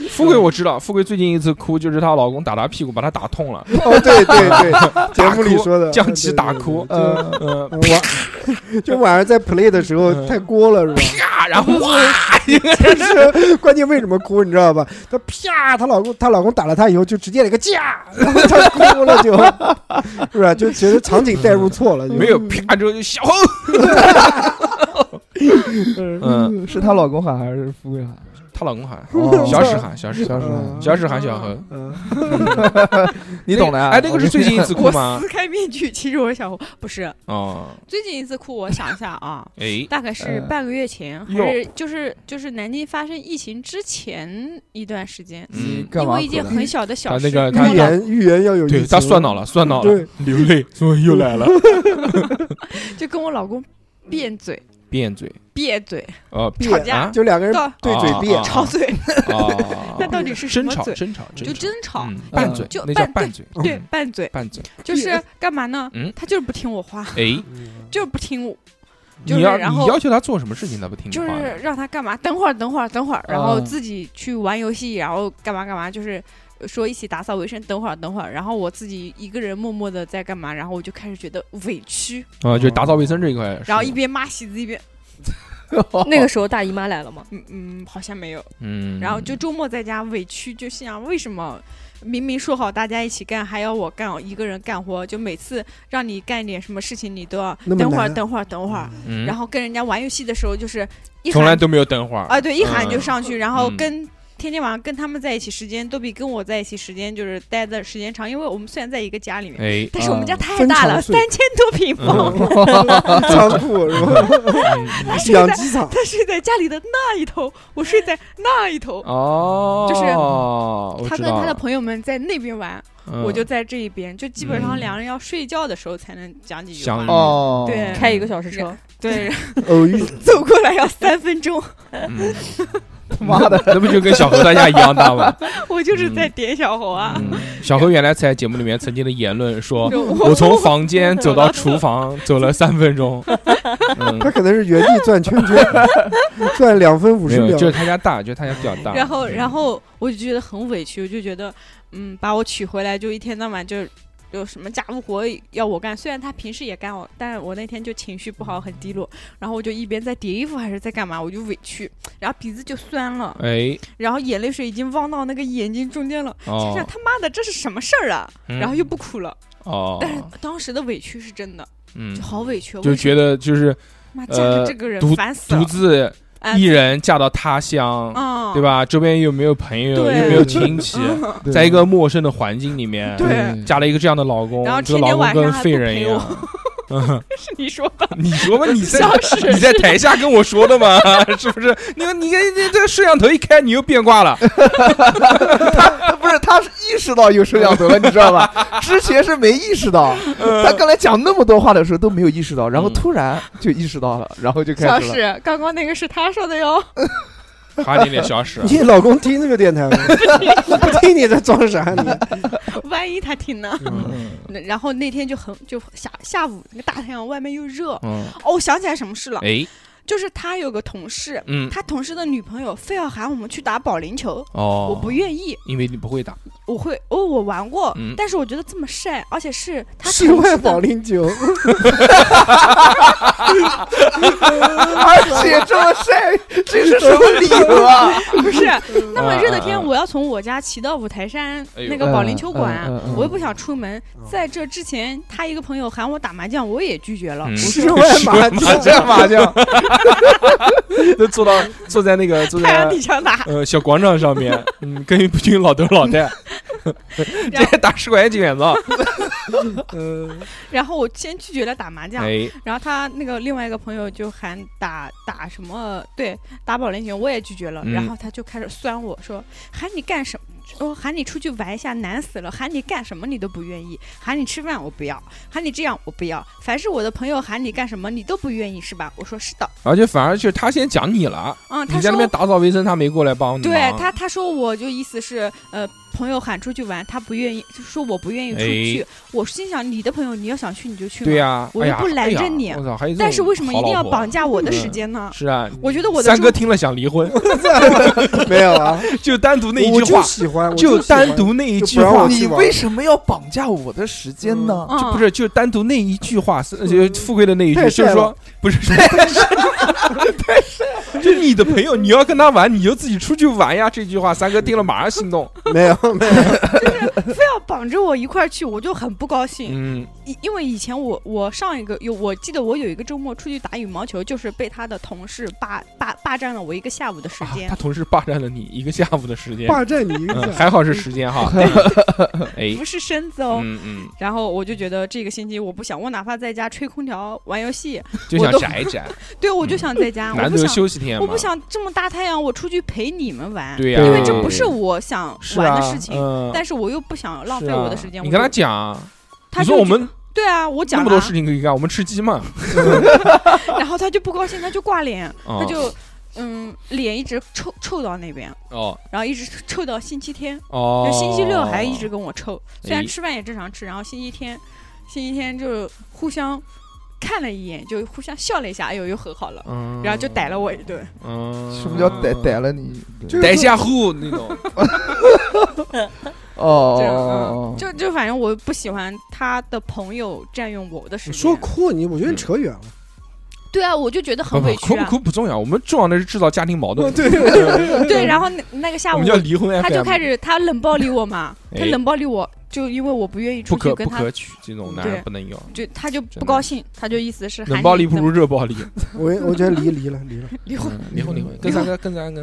Speaker 2: 富贵我知道，富贵最近一次哭就是她老公打她屁股，把她打痛了，
Speaker 4: 哦 对对对，节目里说的
Speaker 2: 降旗打哭，
Speaker 4: 对对对对
Speaker 3: 呃，
Speaker 2: 嗯、
Speaker 4: 嗯晚 就晚上在 play 的时候
Speaker 2: 嗯
Speaker 4: 太锅了是
Speaker 2: 啪，然后哇，
Speaker 4: 吧？就是关键为什么哭你知道吧？她啪，她老公她老公打了她以后就直接了个架，然后她哭了就，是吧？就觉得场景代入错了，就
Speaker 2: 没有啪之后就小红，嗯，
Speaker 3: 是她老公喊还是富贵喊？嗯
Speaker 2: 她老公喊，
Speaker 3: 哦
Speaker 2: 小史喊，小史
Speaker 3: 小
Speaker 2: 喊，
Speaker 3: 史喊，
Speaker 2: 小史喊小何，
Speaker 4: 嗯，
Speaker 3: 你懂的啊。
Speaker 2: 哎，那个是 最近一次哭
Speaker 6: 嗯我
Speaker 2: 吗？
Speaker 6: 撕开面具，其实我想，不是
Speaker 2: 哦，
Speaker 6: 最近一次哭，我想一下啊，
Speaker 2: 哎，
Speaker 6: 大概是
Speaker 3: 呃
Speaker 6: 半个月前，
Speaker 2: 哟
Speaker 6: 还是就是就是南京发生疫情之前一段时间，
Speaker 3: 你
Speaker 2: 嗯，
Speaker 3: 干
Speaker 6: 因
Speaker 3: 嘛
Speaker 6: 为
Speaker 3: 哭
Speaker 6: 一件
Speaker 3: 了？
Speaker 6: 很小的
Speaker 2: 他
Speaker 6: 小事，
Speaker 2: 那个
Speaker 6: 然
Speaker 2: 他
Speaker 6: 后
Speaker 4: 预
Speaker 6: 呢
Speaker 4: 言预言要有
Speaker 2: 对
Speaker 4: 疫
Speaker 2: 他
Speaker 4: 情
Speaker 2: 算到了，算到了，
Speaker 4: 对，
Speaker 2: 流泪，终于又来 了，
Speaker 6: 就跟我老公辩嘴，
Speaker 2: 辩嘴，
Speaker 6: 辩嘴，
Speaker 2: 呃，
Speaker 4: 别
Speaker 6: 吵架
Speaker 2: 啊
Speaker 4: 就两个人
Speaker 6: 到
Speaker 4: 对
Speaker 2: 啊
Speaker 4: 嘴
Speaker 2: 啊
Speaker 4: 辩，
Speaker 6: 吵嘴，
Speaker 2: 啊
Speaker 6: 那到底是什
Speaker 2: 争
Speaker 6: 么
Speaker 2: 吵，
Speaker 6: 嘴？
Speaker 2: 争吵，
Speaker 6: 就争吵，
Speaker 2: 嗯
Speaker 3: 嗯
Speaker 2: 拌嘴，
Speaker 6: 就
Speaker 2: 那叫
Speaker 6: 拌
Speaker 2: 拌嘴，
Speaker 6: 对
Speaker 2: 嗯，
Speaker 6: 拌嘴，
Speaker 2: 拌嘴。
Speaker 6: 就是干嘛呢
Speaker 2: 嗯？
Speaker 6: 他就是不听我话，
Speaker 2: 哎，
Speaker 6: 就是不听我，就是
Speaker 2: 你要
Speaker 6: 然
Speaker 2: 你
Speaker 6: 后
Speaker 2: 要求他做什么事情，他不听你
Speaker 6: 就
Speaker 2: 话
Speaker 6: 是
Speaker 2: 的。
Speaker 6: 让他干嘛？等会儿，等会儿，等会儿，然后
Speaker 3: 嗯
Speaker 6: 自己去玩游戏，然后干嘛干嘛，就是。
Speaker 5: 呃
Speaker 6: 说一起打扫卫生，等会儿等会儿，然后我自己一个人默默的在干嘛，然后我就开始觉得委屈，
Speaker 2: 啊，就打扫卫生这一块。
Speaker 6: 然后一边骂喜子一边，
Speaker 7: 那个时候大姨妈来了吗？
Speaker 5: 嗯嗯，好像没有。
Speaker 2: 嗯，
Speaker 5: 然后就周末在家委屈，就心想为什么明明说好大家一起干，还要我干一个人干活？就每次让你干点什么事情，你都要
Speaker 4: 那么
Speaker 5: 等会儿，
Speaker 4: 难
Speaker 5: 等会儿，等会儿。
Speaker 2: 嗯
Speaker 5: 然后跟人家玩游戏的时候，就是一
Speaker 2: 从来
Speaker 5: 喊
Speaker 2: 都没有等会儿
Speaker 5: 啊，对，一喊就
Speaker 2: 嗯
Speaker 5: 上去，然后
Speaker 2: 嗯
Speaker 5: 跟。天天晚上跟他们在一起时间都比跟我在一起时间就是待的时间长，因为我们虽然在一个家里面，
Speaker 2: 哎，
Speaker 5: 但是我们家
Speaker 4: 啊
Speaker 5: 太
Speaker 4: 分
Speaker 5: 大
Speaker 4: 床
Speaker 5: 了，
Speaker 4: 睡
Speaker 5: 三千多平 方，
Speaker 4: 仓库是吧？
Speaker 2: 嗯
Speaker 5: 睡
Speaker 4: 养
Speaker 5: 在
Speaker 4: 鸡场，
Speaker 5: 他睡在家里的那一头，我睡在那一头。
Speaker 2: 哦，
Speaker 5: 就是
Speaker 2: 我
Speaker 5: 他
Speaker 2: 知
Speaker 5: 跟
Speaker 2: 道
Speaker 5: 他的
Speaker 2: 了
Speaker 5: 朋友们在那边玩，
Speaker 2: 嗯
Speaker 5: 我就在这一边，就基本上
Speaker 2: 嗯
Speaker 5: 两人要睡觉的时候才能讲几句
Speaker 2: 相
Speaker 5: 话。
Speaker 2: 遇
Speaker 3: 哦，
Speaker 5: 对
Speaker 7: 开一个小时车，
Speaker 5: 对，
Speaker 4: 偶遇
Speaker 5: 走过来要三分钟，
Speaker 2: 嗯
Speaker 3: 他妈的，
Speaker 2: 那不就跟小何他家一样大吗？
Speaker 5: 我就是在点小猴啊。
Speaker 2: 嗯小何原来在节目里面曾经的言论 说，
Speaker 5: 就我
Speaker 2: 我从房间走到厨 房走了三分钟，嗯
Speaker 4: 他，可能是原地转圈圈，转两分五
Speaker 2: 没
Speaker 4: 十
Speaker 2: 有，
Speaker 4: 秒
Speaker 2: 就。是他家大，就是他家比较大。
Speaker 5: 然后，然
Speaker 2: 后
Speaker 5: 后我就觉得很委屈，我就觉得，嗯，把我娶回来就一天到晚就有什么家务活要我干，虽然他平时也干我，但我那天就情绪不好，很低落，然后我就一边在叠衣服还是在干嘛，我就委屈，然后鼻子就酸了，
Speaker 2: 哎，
Speaker 5: 然后眼泪水已经汪到那个眼睛中间了，想
Speaker 2: 哦
Speaker 5: 想，他妈的这是什么事儿啊，
Speaker 2: 嗯
Speaker 5: 然后又不哭了，
Speaker 2: 哦，
Speaker 5: 但是当时的委屈是真的，
Speaker 2: 嗯
Speaker 5: 就，好委屈，
Speaker 2: 就
Speaker 5: 为什
Speaker 2: 觉得就是
Speaker 5: 么妈嫁着这个
Speaker 2: 独
Speaker 5: 人烦死
Speaker 2: 独
Speaker 5: 了，
Speaker 2: 自
Speaker 5: 哎
Speaker 2: 一人嫁到他乡，
Speaker 5: 嗯，
Speaker 2: 对？吧？周边又没有朋友，
Speaker 5: 对
Speaker 2: 又没有亲 戚，
Speaker 5: 嗯，
Speaker 4: 对
Speaker 2: 在一个陌生的环境里面，
Speaker 5: 对
Speaker 2: 嫁了一个这样的老公
Speaker 5: 然后，
Speaker 2: 这个
Speaker 5: 天
Speaker 2: 老公
Speaker 5: 天晚上
Speaker 2: 跟
Speaker 5: 还
Speaker 2: 废
Speaker 5: 不
Speaker 2: 人一
Speaker 5: 陪我
Speaker 2: 样。嗯
Speaker 5: 是 你说的，
Speaker 2: 你说吧，你 在
Speaker 5: 像是
Speaker 2: 你在台下跟我说的嘛， 是不是？你你你这这摄像头一开，你又变卦了。
Speaker 3: 他不是，他是意识到有摄像头了，你知道 吧？之前是没意识到，他刚才讲那么多话的时候都没有意识到，然后
Speaker 2: 嗯
Speaker 3: 突然就意识 到了，然后就
Speaker 5: 小
Speaker 3: 开始了。
Speaker 5: 史，刚刚那个是他说的哟。
Speaker 2: 哈你脸小 史，
Speaker 4: 你老公听这个电 台吗？不听你在装啥？你
Speaker 5: 万一他听呢？
Speaker 3: 嗯
Speaker 5: 那然后那天就很就下下午那个大太阳，外面又热。
Speaker 2: 嗯，
Speaker 5: 哦，我想起来什么事了，
Speaker 2: 哎，
Speaker 5: 就是他有个同事，
Speaker 2: 嗯，
Speaker 5: 他同事的女朋友非要喊我们去打保龄球，我
Speaker 2: 哦
Speaker 5: 不，愿意，
Speaker 2: 因为你不会打，
Speaker 5: 我会哦，我玩过
Speaker 2: 嗯，
Speaker 5: 但是我觉得这么晒，而且是他
Speaker 4: 室
Speaker 5: 同
Speaker 4: 外
Speaker 5: 事
Speaker 4: 保
Speaker 5: 的，
Speaker 4: 龄球，
Speaker 3: 而且这么晒，这是什么理由啊？
Speaker 5: 不是那么热的
Speaker 2: 嗯
Speaker 5: 天，
Speaker 2: 嗯
Speaker 5: 我要从我家骑到五台山
Speaker 2: 哎呦
Speaker 5: 那个保龄球馆
Speaker 3: 嗯嗯嗯嗯嗯，
Speaker 5: 我又不想出门。在这之前，他一个朋友喊我打麻将，我也拒绝了。
Speaker 2: 嗯
Speaker 5: 我
Speaker 4: 室
Speaker 5: 说
Speaker 3: 啊
Speaker 4: 外 麻
Speaker 3: 麻
Speaker 4: 将，
Speaker 3: 将麻将，
Speaker 2: 就坐到坐在那个
Speaker 3: 啊
Speaker 2: 坐
Speaker 5: 太
Speaker 2: 在
Speaker 5: 阳底下打，
Speaker 2: 呃小广场上面，嗯，跟一群老头老 太，这打十块钱几元子，
Speaker 4: 嗯，
Speaker 5: 然后我先拒绝了打麻将，
Speaker 2: 哎，
Speaker 5: 然后他那个另外一个朋友就喊打打什么，对，打保龄球，我也拒绝了。
Speaker 2: 嗯
Speaker 5: 然后他就开始酸我说，喊你干什么？我喊你出去玩一下，难死了！喊你干什么你都不愿意，喊你吃饭我不要，喊你这样我不要，凡是我的朋友喊你干什么你都不愿意是吧？我说是的，
Speaker 2: 而且反而就是他先讲你了，
Speaker 5: 嗯，他
Speaker 2: 你在那边
Speaker 5: 说
Speaker 2: 打扫卫生，他没过来帮你忙，
Speaker 5: 对他他说我就意思是呃朋友喊出去玩，他不愿意，就说我不愿意出去。我心想你的朋友你要想去你就去嘛，
Speaker 2: 哎对呀，
Speaker 5: 我
Speaker 2: 哎
Speaker 5: 又
Speaker 2: 呀
Speaker 5: 不拦着
Speaker 2: 哎呀
Speaker 5: 你
Speaker 2: 我操，还有这种
Speaker 5: 但是为什么一定
Speaker 2: 好老
Speaker 5: 要
Speaker 2: 婆
Speaker 5: 绑架我的时间呢？
Speaker 2: 是啊，
Speaker 5: 我觉得我的
Speaker 2: 三
Speaker 5: 生
Speaker 2: 哥听了想离婚，
Speaker 4: 没有啊，
Speaker 2: 就单独那一
Speaker 4: 我
Speaker 2: 句
Speaker 4: 就
Speaker 2: 话，
Speaker 4: 喜欢，我
Speaker 2: 就
Speaker 4: 喜欢
Speaker 2: 单独那一
Speaker 4: 就
Speaker 2: 句
Speaker 4: 不让
Speaker 2: 话
Speaker 4: 我，
Speaker 3: 你
Speaker 4: 去玩
Speaker 3: 为什么要绑架我的时间呢？
Speaker 5: 嗯
Speaker 2: 不是，就单独那一句话，是呃就富贵的那一句，
Speaker 4: 太
Speaker 2: 就
Speaker 4: 帅
Speaker 2: 是说，不 是说，太帅了，就你的朋友，你要跟他玩，你就自己出去玩呀。这句话，三哥听了马上心动。
Speaker 4: 没 有没有，
Speaker 5: 要绑着我一块儿去，我就很不高兴。
Speaker 2: 嗯，
Speaker 5: 因因为以前我我上一个有，我记得我有一个周末出去打羽毛球，就是被他的同事霸霸霸占了我一个下午的时
Speaker 2: 啊
Speaker 5: 间。
Speaker 2: 他同时霸占了你一个下午的时间，
Speaker 4: 霸占你一个
Speaker 2: 嗯，
Speaker 4: 下，
Speaker 2: 还好是时间哈。哎，
Speaker 5: 嗯 不是身子哦，
Speaker 2: 嗯嗯，
Speaker 5: 然后我就觉得这个星期我不想，我哪怕在家吹空调、玩游戏，
Speaker 2: 就
Speaker 5: 我
Speaker 2: 想
Speaker 5: 都
Speaker 2: 宅一宅，
Speaker 5: 对我就想 在家，我
Speaker 2: 难
Speaker 5: 不
Speaker 2: 得
Speaker 5: 想，
Speaker 2: 休息天
Speaker 5: 我
Speaker 2: 嘛
Speaker 5: 不。想这么大太阳，我出去陪你们玩，
Speaker 2: 对呀，
Speaker 5: 因为这不
Speaker 2: 是
Speaker 5: 是我想
Speaker 2: 啊
Speaker 5: 玩的事情，
Speaker 2: 嗯
Speaker 5: 但是我又不想浪费
Speaker 2: 是啊
Speaker 5: 我的时间。
Speaker 2: 你
Speaker 5: 我
Speaker 2: 跟他
Speaker 5: 就
Speaker 2: 讲，
Speaker 5: 他
Speaker 2: 你
Speaker 5: 就
Speaker 2: 说我
Speaker 5: 觉
Speaker 2: 们
Speaker 5: 对啊，
Speaker 2: 那
Speaker 5: 我讲
Speaker 2: 么多
Speaker 5: 了
Speaker 2: 事情可以干，我们吃鸡嘛。
Speaker 5: 啊，然后他就不高兴，他就挂脸。
Speaker 2: 他
Speaker 5: 他就嗯脸一直臭臭到那边，
Speaker 2: 哦
Speaker 5: 然后一直臭到星期天，
Speaker 2: 哦，
Speaker 5: 就星期六还一直跟我臭，虽然
Speaker 2: 哎
Speaker 5: 吃饭也正常吃，然后星期天星期天就互相看了一眼，就互相笑了一下，哎呦又和好了，
Speaker 2: 嗯，
Speaker 5: 然后就逮了我一顿，
Speaker 2: 嗯，
Speaker 3: 什么叫逮逮了你？
Speaker 4: 就是
Speaker 2: 逮
Speaker 4: 说
Speaker 2: 下户那种？
Speaker 3: 哦哦
Speaker 5: 这样
Speaker 3: 哦
Speaker 5: 嗯，就就反正我不喜欢他的朋友占用我的时
Speaker 4: 说
Speaker 5: 间。
Speaker 4: 酷你，我觉得你扯远了。
Speaker 5: 对啊，我就觉得
Speaker 2: 不
Speaker 5: 很
Speaker 2: 不
Speaker 5: 委
Speaker 2: 哭
Speaker 5: 屈
Speaker 2: 不
Speaker 5: 啊。
Speaker 2: 哭不重要，我们重要的是制造家庭矛盾。 对，
Speaker 5: 对，然后那那个下
Speaker 2: 我
Speaker 5: 午
Speaker 2: 们叫离婚 FM。
Speaker 5: 啊他就开始他冷暴力我嘛，他
Speaker 2: 哎
Speaker 5: 冷暴力我，就因为我不愿意
Speaker 2: 不
Speaker 5: 出去
Speaker 2: 可
Speaker 5: 跟
Speaker 2: 不
Speaker 5: 他
Speaker 2: 可，取，这种男人
Speaker 5: 对
Speaker 2: 不能要。
Speaker 5: 就他就
Speaker 2: 真
Speaker 5: 不
Speaker 2: 的
Speaker 5: 高兴，他就意思是
Speaker 2: 冷
Speaker 5: 喊
Speaker 2: 暴
Speaker 5: 你
Speaker 2: 力不
Speaker 5: 怎
Speaker 2: 如
Speaker 5: 么
Speaker 2: 热 暴力，
Speaker 4: 我我觉得离离了离了，
Speaker 5: 离婚，
Speaker 2: 嗯离婚离婚，跟三哥跟三 哥，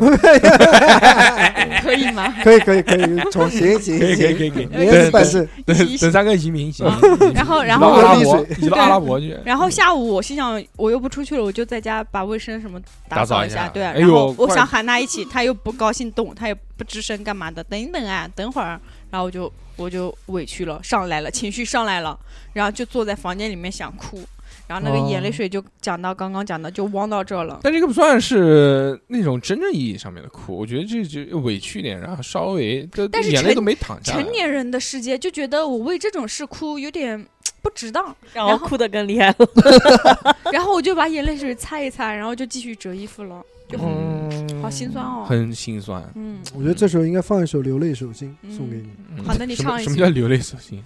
Speaker 5: 可以吗？
Speaker 4: 可以可以可以，从行行
Speaker 2: 可以可以
Speaker 4: 行，
Speaker 2: 可以可以，
Speaker 4: 没事办
Speaker 2: 等
Speaker 4: 事，
Speaker 2: 等等三哥移民移民，
Speaker 5: 然后嗯然
Speaker 2: 移到
Speaker 5: 后
Speaker 2: 阿拉
Speaker 4: 我
Speaker 2: 伯
Speaker 4: 滴
Speaker 2: 移到阿拉伯去，
Speaker 5: 然后下午我心想，我又不出去了，我就在家把卫生什么
Speaker 2: 打扫
Speaker 5: 扫
Speaker 2: 一下
Speaker 5: 下，对啊。
Speaker 2: 哎
Speaker 5: 然后
Speaker 2: 呦
Speaker 5: 我
Speaker 2: 怪
Speaker 5: 想喊他一起，他又不高兴动，他也不吱声，干嘛的？等一等啊，等会儿。然后我就我就委屈了，上来了，情绪上来了，然后就坐在房间里面想哭，然后那
Speaker 2: 哦
Speaker 5: 个眼泪水就讲到刚刚讲的，就汪到这了。
Speaker 2: 但这个不算是那种真正意义上面的哭，我觉得这就委屈一点，然后稍微都
Speaker 5: 但是
Speaker 2: 眼泪
Speaker 5: 成
Speaker 2: 都没淌下来。
Speaker 5: 成年人的世界就觉得我为这种事哭有点不值当，
Speaker 7: 然
Speaker 5: 后
Speaker 7: 后哭的更厉害了。
Speaker 5: 然后我就把眼泪水擦一擦，然后就继续折衣服了，就很、
Speaker 2: 嗯，
Speaker 5: 好心酸哦。
Speaker 2: 很心酸。
Speaker 5: 嗯，
Speaker 4: 我觉得这时候应该放一首《流泪手心》送给你，
Speaker 2: 嗯
Speaker 5: 好的你
Speaker 2: 什么
Speaker 5: 唱一
Speaker 2: 什么
Speaker 5: 句
Speaker 2: 叫流泪手心？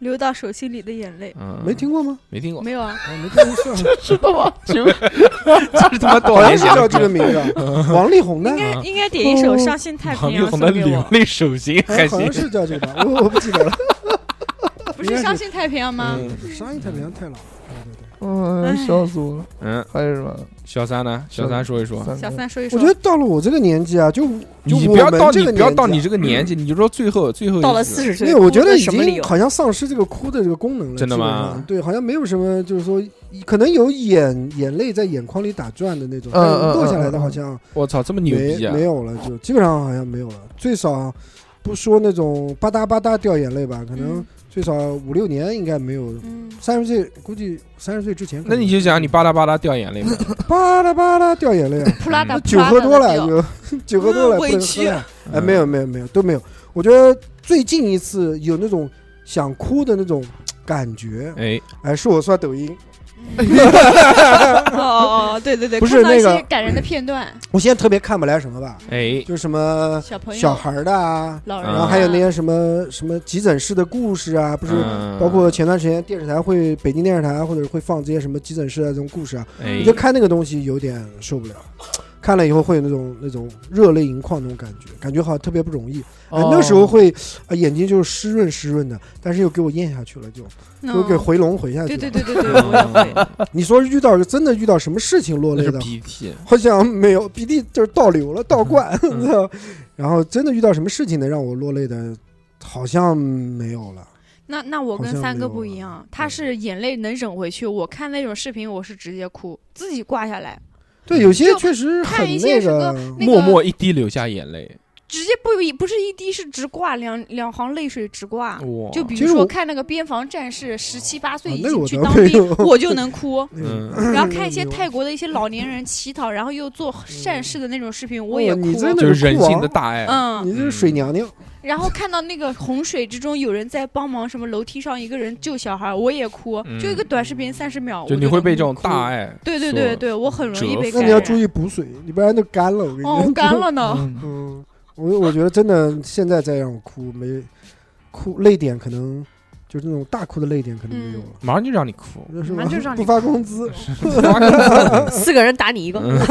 Speaker 5: 流到手心里的眼泪。
Speaker 2: 嗯，哦
Speaker 4: 没听过吗？
Speaker 2: 没听过，
Speaker 5: 没有啊，
Speaker 4: 啊，没听过算了，
Speaker 2: 这是他妈多
Speaker 4: 好
Speaker 2: 少年
Speaker 4: 像是
Speaker 2: 前的
Speaker 4: 叫这个
Speaker 2: 歌？
Speaker 4: 名字 啊，王力宏的
Speaker 5: 应。
Speaker 2: 啊
Speaker 5: 该应该点一首
Speaker 4: 嗯
Speaker 5: 《伤心太
Speaker 2: 王
Speaker 5: 平
Speaker 2: 力
Speaker 5: 洋》
Speaker 2: 宏
Speaker 5: 送
Speaker 2: 的
Speaker 5: 给
Speaker 2: 流
Speaker 5: 我，
Speaker 2: 泪手心
Speaker 4: 好
Speaker 2: 还
Speaker 4: 哎像好
Speaker 2: 行
Speaker 4: 像。是叫这个吧，我我不记得了。
Speaker 5: 啊不是《伤心太平洋》吗？
Speaker 2: 嗯
Speaker 4: 商业太平洋太老了，对对对。
Speaker 3: 嗯，
Speaker 5: 哎
Speaker 3: 笑死我了。
Speaker 2: 嗯，
Speaker 3: 还有什么？
Speaker 2: 小三呢？
Speaker 4: 嗯
Speaker 2: 小三说一说。
Speaker 5: 小三说一
Speaker 4: 我
Speaker 5: 说
Speaker 4: 觉，得到了我这个年纪啊，就就
Speaker 2: 你
Speaker 4: 我
Speaker 2: 不要
Speaker 4: 们
Speaker 2: 到
Speaker 4: 这
Speaker 2: 你
Speaker 4: 个
Speaker 2: 不要
Speaker 4: 年
Speaker 2: 到
Speaker 4: 纪啊啊
Speaker 2: 你这个年纪，你就说最后最后一
Speaker 7: 到了
Speaker 2: 次
Speaker 7: 四十岁，
Speaker 4: 对，我觉得
Speaker 7: 哭
Speaker 4: 已
Speaker 7: 的什么理
Speaker 4: 经
Speaker 7: 由？
Speaker 4: 好像丧失这个哭的这个功能了。
Speaker 2: 真的
Speaker 4: 基本
Speaker 2: 吗
Speaker 4: 上对，好像没有什么，就是说，可能有眼眼泪在眼眶里打转的那种，
Speaker 3: 嗯
Speaker 4: 但是
Speaker 3: 嗯
Speaker 4: 落
Speaker 3: 嗯
Speaker 4: 下来的
Speaker 3: 嗯
Speaker 4: 好像
Speaker 2: 我操，这么牛
Speaker 4: 没
Speaker 2: 逼啊
Speaker 4: 没！有了，就基本上好像没有了。最少不说那种吧嗒吧嗒掉眼泪吧，可能
Speaker 5: 嗯
Speaker 4: 最少五六年应该没有。
Speaker 5: 嗯，
Speaker 4: 三十岁估计三十岁之前可
Speaker 2: 那
Speaker 4: 能，
Speaker 2: 你就讲你吧嗒吧嗒掉眼 泪嘛，
Speaker 4: 吧嗒吧嗒掉眼泪啊，
Speaker 5: 普拉达
Speaker 2: 嗯
Speaker 5: 普
Speaker 4: 酒
Speaker 5: 拉
Speaker 4: 喝
Speaker 5: 达
Speaker 4: 多
Speaker 5: 的
Speaker 4: 了
Speaker 5: 调，
Speaker 4: 就 酒喝多了
Speaker 5: 嗯
Speaker 4: 不
Speaker 5: 委
Speaker 4: 能喝
Speaker 5: 屈
Speaker 4: 了。哎，
Speaker 2: 嗯
Speaker 4: 没有没有没有都没有。我觉得最近一次有那种想哭的那种感觉，
Speaker 2: 哎，
Speaker 4: 哎，是我刷抖音，
Speaker 5: 哦哦哦，对对对，
Speaker 4: 不是
Speaker 5: 看到
Speaker 4: 那
Speaker 5: 一
Speaker 4: 个
Speaker 5: 些感人的片段，
Speaker 4: 我现在特别看不来什么吧，
Speaker 2: 哎，
Speaker 4: 就什么
Speaker 5: 小朋友、
Speaker 4: 小孩儿的啊，
Speaker 5: 老人
Speaker 2: 嗯
Speaker 5: 啊，
Speaker 4: 然后还有那些什么什么急诊室的故事啊，不是。
Speaker 2: 嗯
Speaker 4: 包括前段时间电视台会北京电视台或者会放这些什么急诊室啊这种故事啊，
Speaker 2: 哎
Speaker 4: 我就看那个东西有点受不了，看了以后会有那种那种热泪盈眶那种感觉，感觉好像特别不容易。哎，那时候
Speaker 2: 哦
Speaker 4: 会呃眼睛就是湿润湿润的，但是又给我咽下去了，就
Speaker 5: 嗯
Speaker 4: 就给回笼回下去
Speaker 5: 对
Speaker 4: 了。嗯
Speaker 5: 对对对对，我也 会。
Speaker 4: 你说遇到真的遇到什么事情落
Speaker 2: 那
Speaker 4: 泪
Speaker 2: 是
Speaker 4: 的，
Speaker 2: BT，
Speaker 4: 好像没有鼻涕就是倒流了倒灌，
Speaker 2: 嗯
Speaker 4: 然后真的遇到什么事情能让我落泪的，好像没有了。
Speaker 5: 那那我
Speaker 4: 好
Speaker 5: 跟
Speaker 4: 像
Speaker 5: 三
Speaker 4: 没
Speaker 5: 哥
Speaker 4: 有啊
Speaker 5: 不
Speaker 4: 了
Speaker 5: 一样，他是眼泪能忍回去，我看那种视频我是直接哭，自己挂下来，
Speaker 2: 嗯
Speaker 4: 对，有些
Speaker 5: 就
Speaker 4: 确实
Speaker 5: 看
Speaker 4: 很
Speaker 5: 一些
Speaker 4: 那
Speaker 5: 什么
Speaker 4: 个，
Speaker 5: 那
Speaker 2: 默
Speaker 5: 个
Speaker 2: 默一滴流下眼泪，
Speaker 5: 直接不一不是一滴，是直挂两两行泪水直挂。
Speaker 2: 哇，
Speaker 5: 啊就比
Speaker 4: 其
Speaker 5: 如
Speaker 4: 实
Speaker 5: 说
Speaker 4: 我
Speaker 5: 看那个边防战士，十七八岁
Speaker 4: 啊
Speaker 5: 已
Speaker 4: 那个
Speaker 5: 经
Speaker 4: 我
Speaker 5: 去
Speaker 4: 倒
Speaker 5: 当
Speaker 4: 没
Speaker 5: 兵
Speaker 4: 有，
Speaker 5: 我就能哭。
Speaker 2: 嗯，
Speaker 5: 然后看一些
Speaker 4: 那个嗯
Speaker 5: 泰国的一些老年人乞讨，然后又做善事的那种视频，我也
Speaker 4: 哦
Speaker 5: 哭。
Speaker 4: 你真的
Speaker 2: 就是
Speaker 4: 是
Speaker 2: 人
Speaker 4: 酷
Speaker 2: 性
Speaker 4: 王
Speaker 2: 的大爱，
Speaker 5: 嗯，
Speaker 4: 你这是水娘娘，
Speaker 5: 然后看到那个洪水之中有人在帮忙，什么楼梯上一个人救小孩，我也哭。就一个短视频三十秒，
Speaker 2: 嗯就
Speaker 5: 我
Speaker 2: 你会被这种
Speaker 5: 能哭
Speaker 2: 大。爱，
Speaker 5: 对对对，对，我很容易
Speaker 2: 折
Speaker 5: 被
Speaker 4: 那
Speaker 2: 服
Speaker 5: 感
Speaker 4: 你要注
Speaker 5: 染。
Speaker 4: 意补水，你不然就干了。我跟你
Speaker 5: 哦
Speaker 4: 讲，，
Speaker 5: 干 了呢。
Speaker 4: 嗯，我我觉得真的现在再让我哭，没哭泪点可能就是那种大哭的泪点可能没有了。
Speaker 2: 马上就让你哭，
Speaker 4: 就是
Speaker 5: 马上就让你
Speaker 4: 不发工资，
Speaker 7: 四个人打你一
Speaker 5: 嗯
Speaker 7: 个，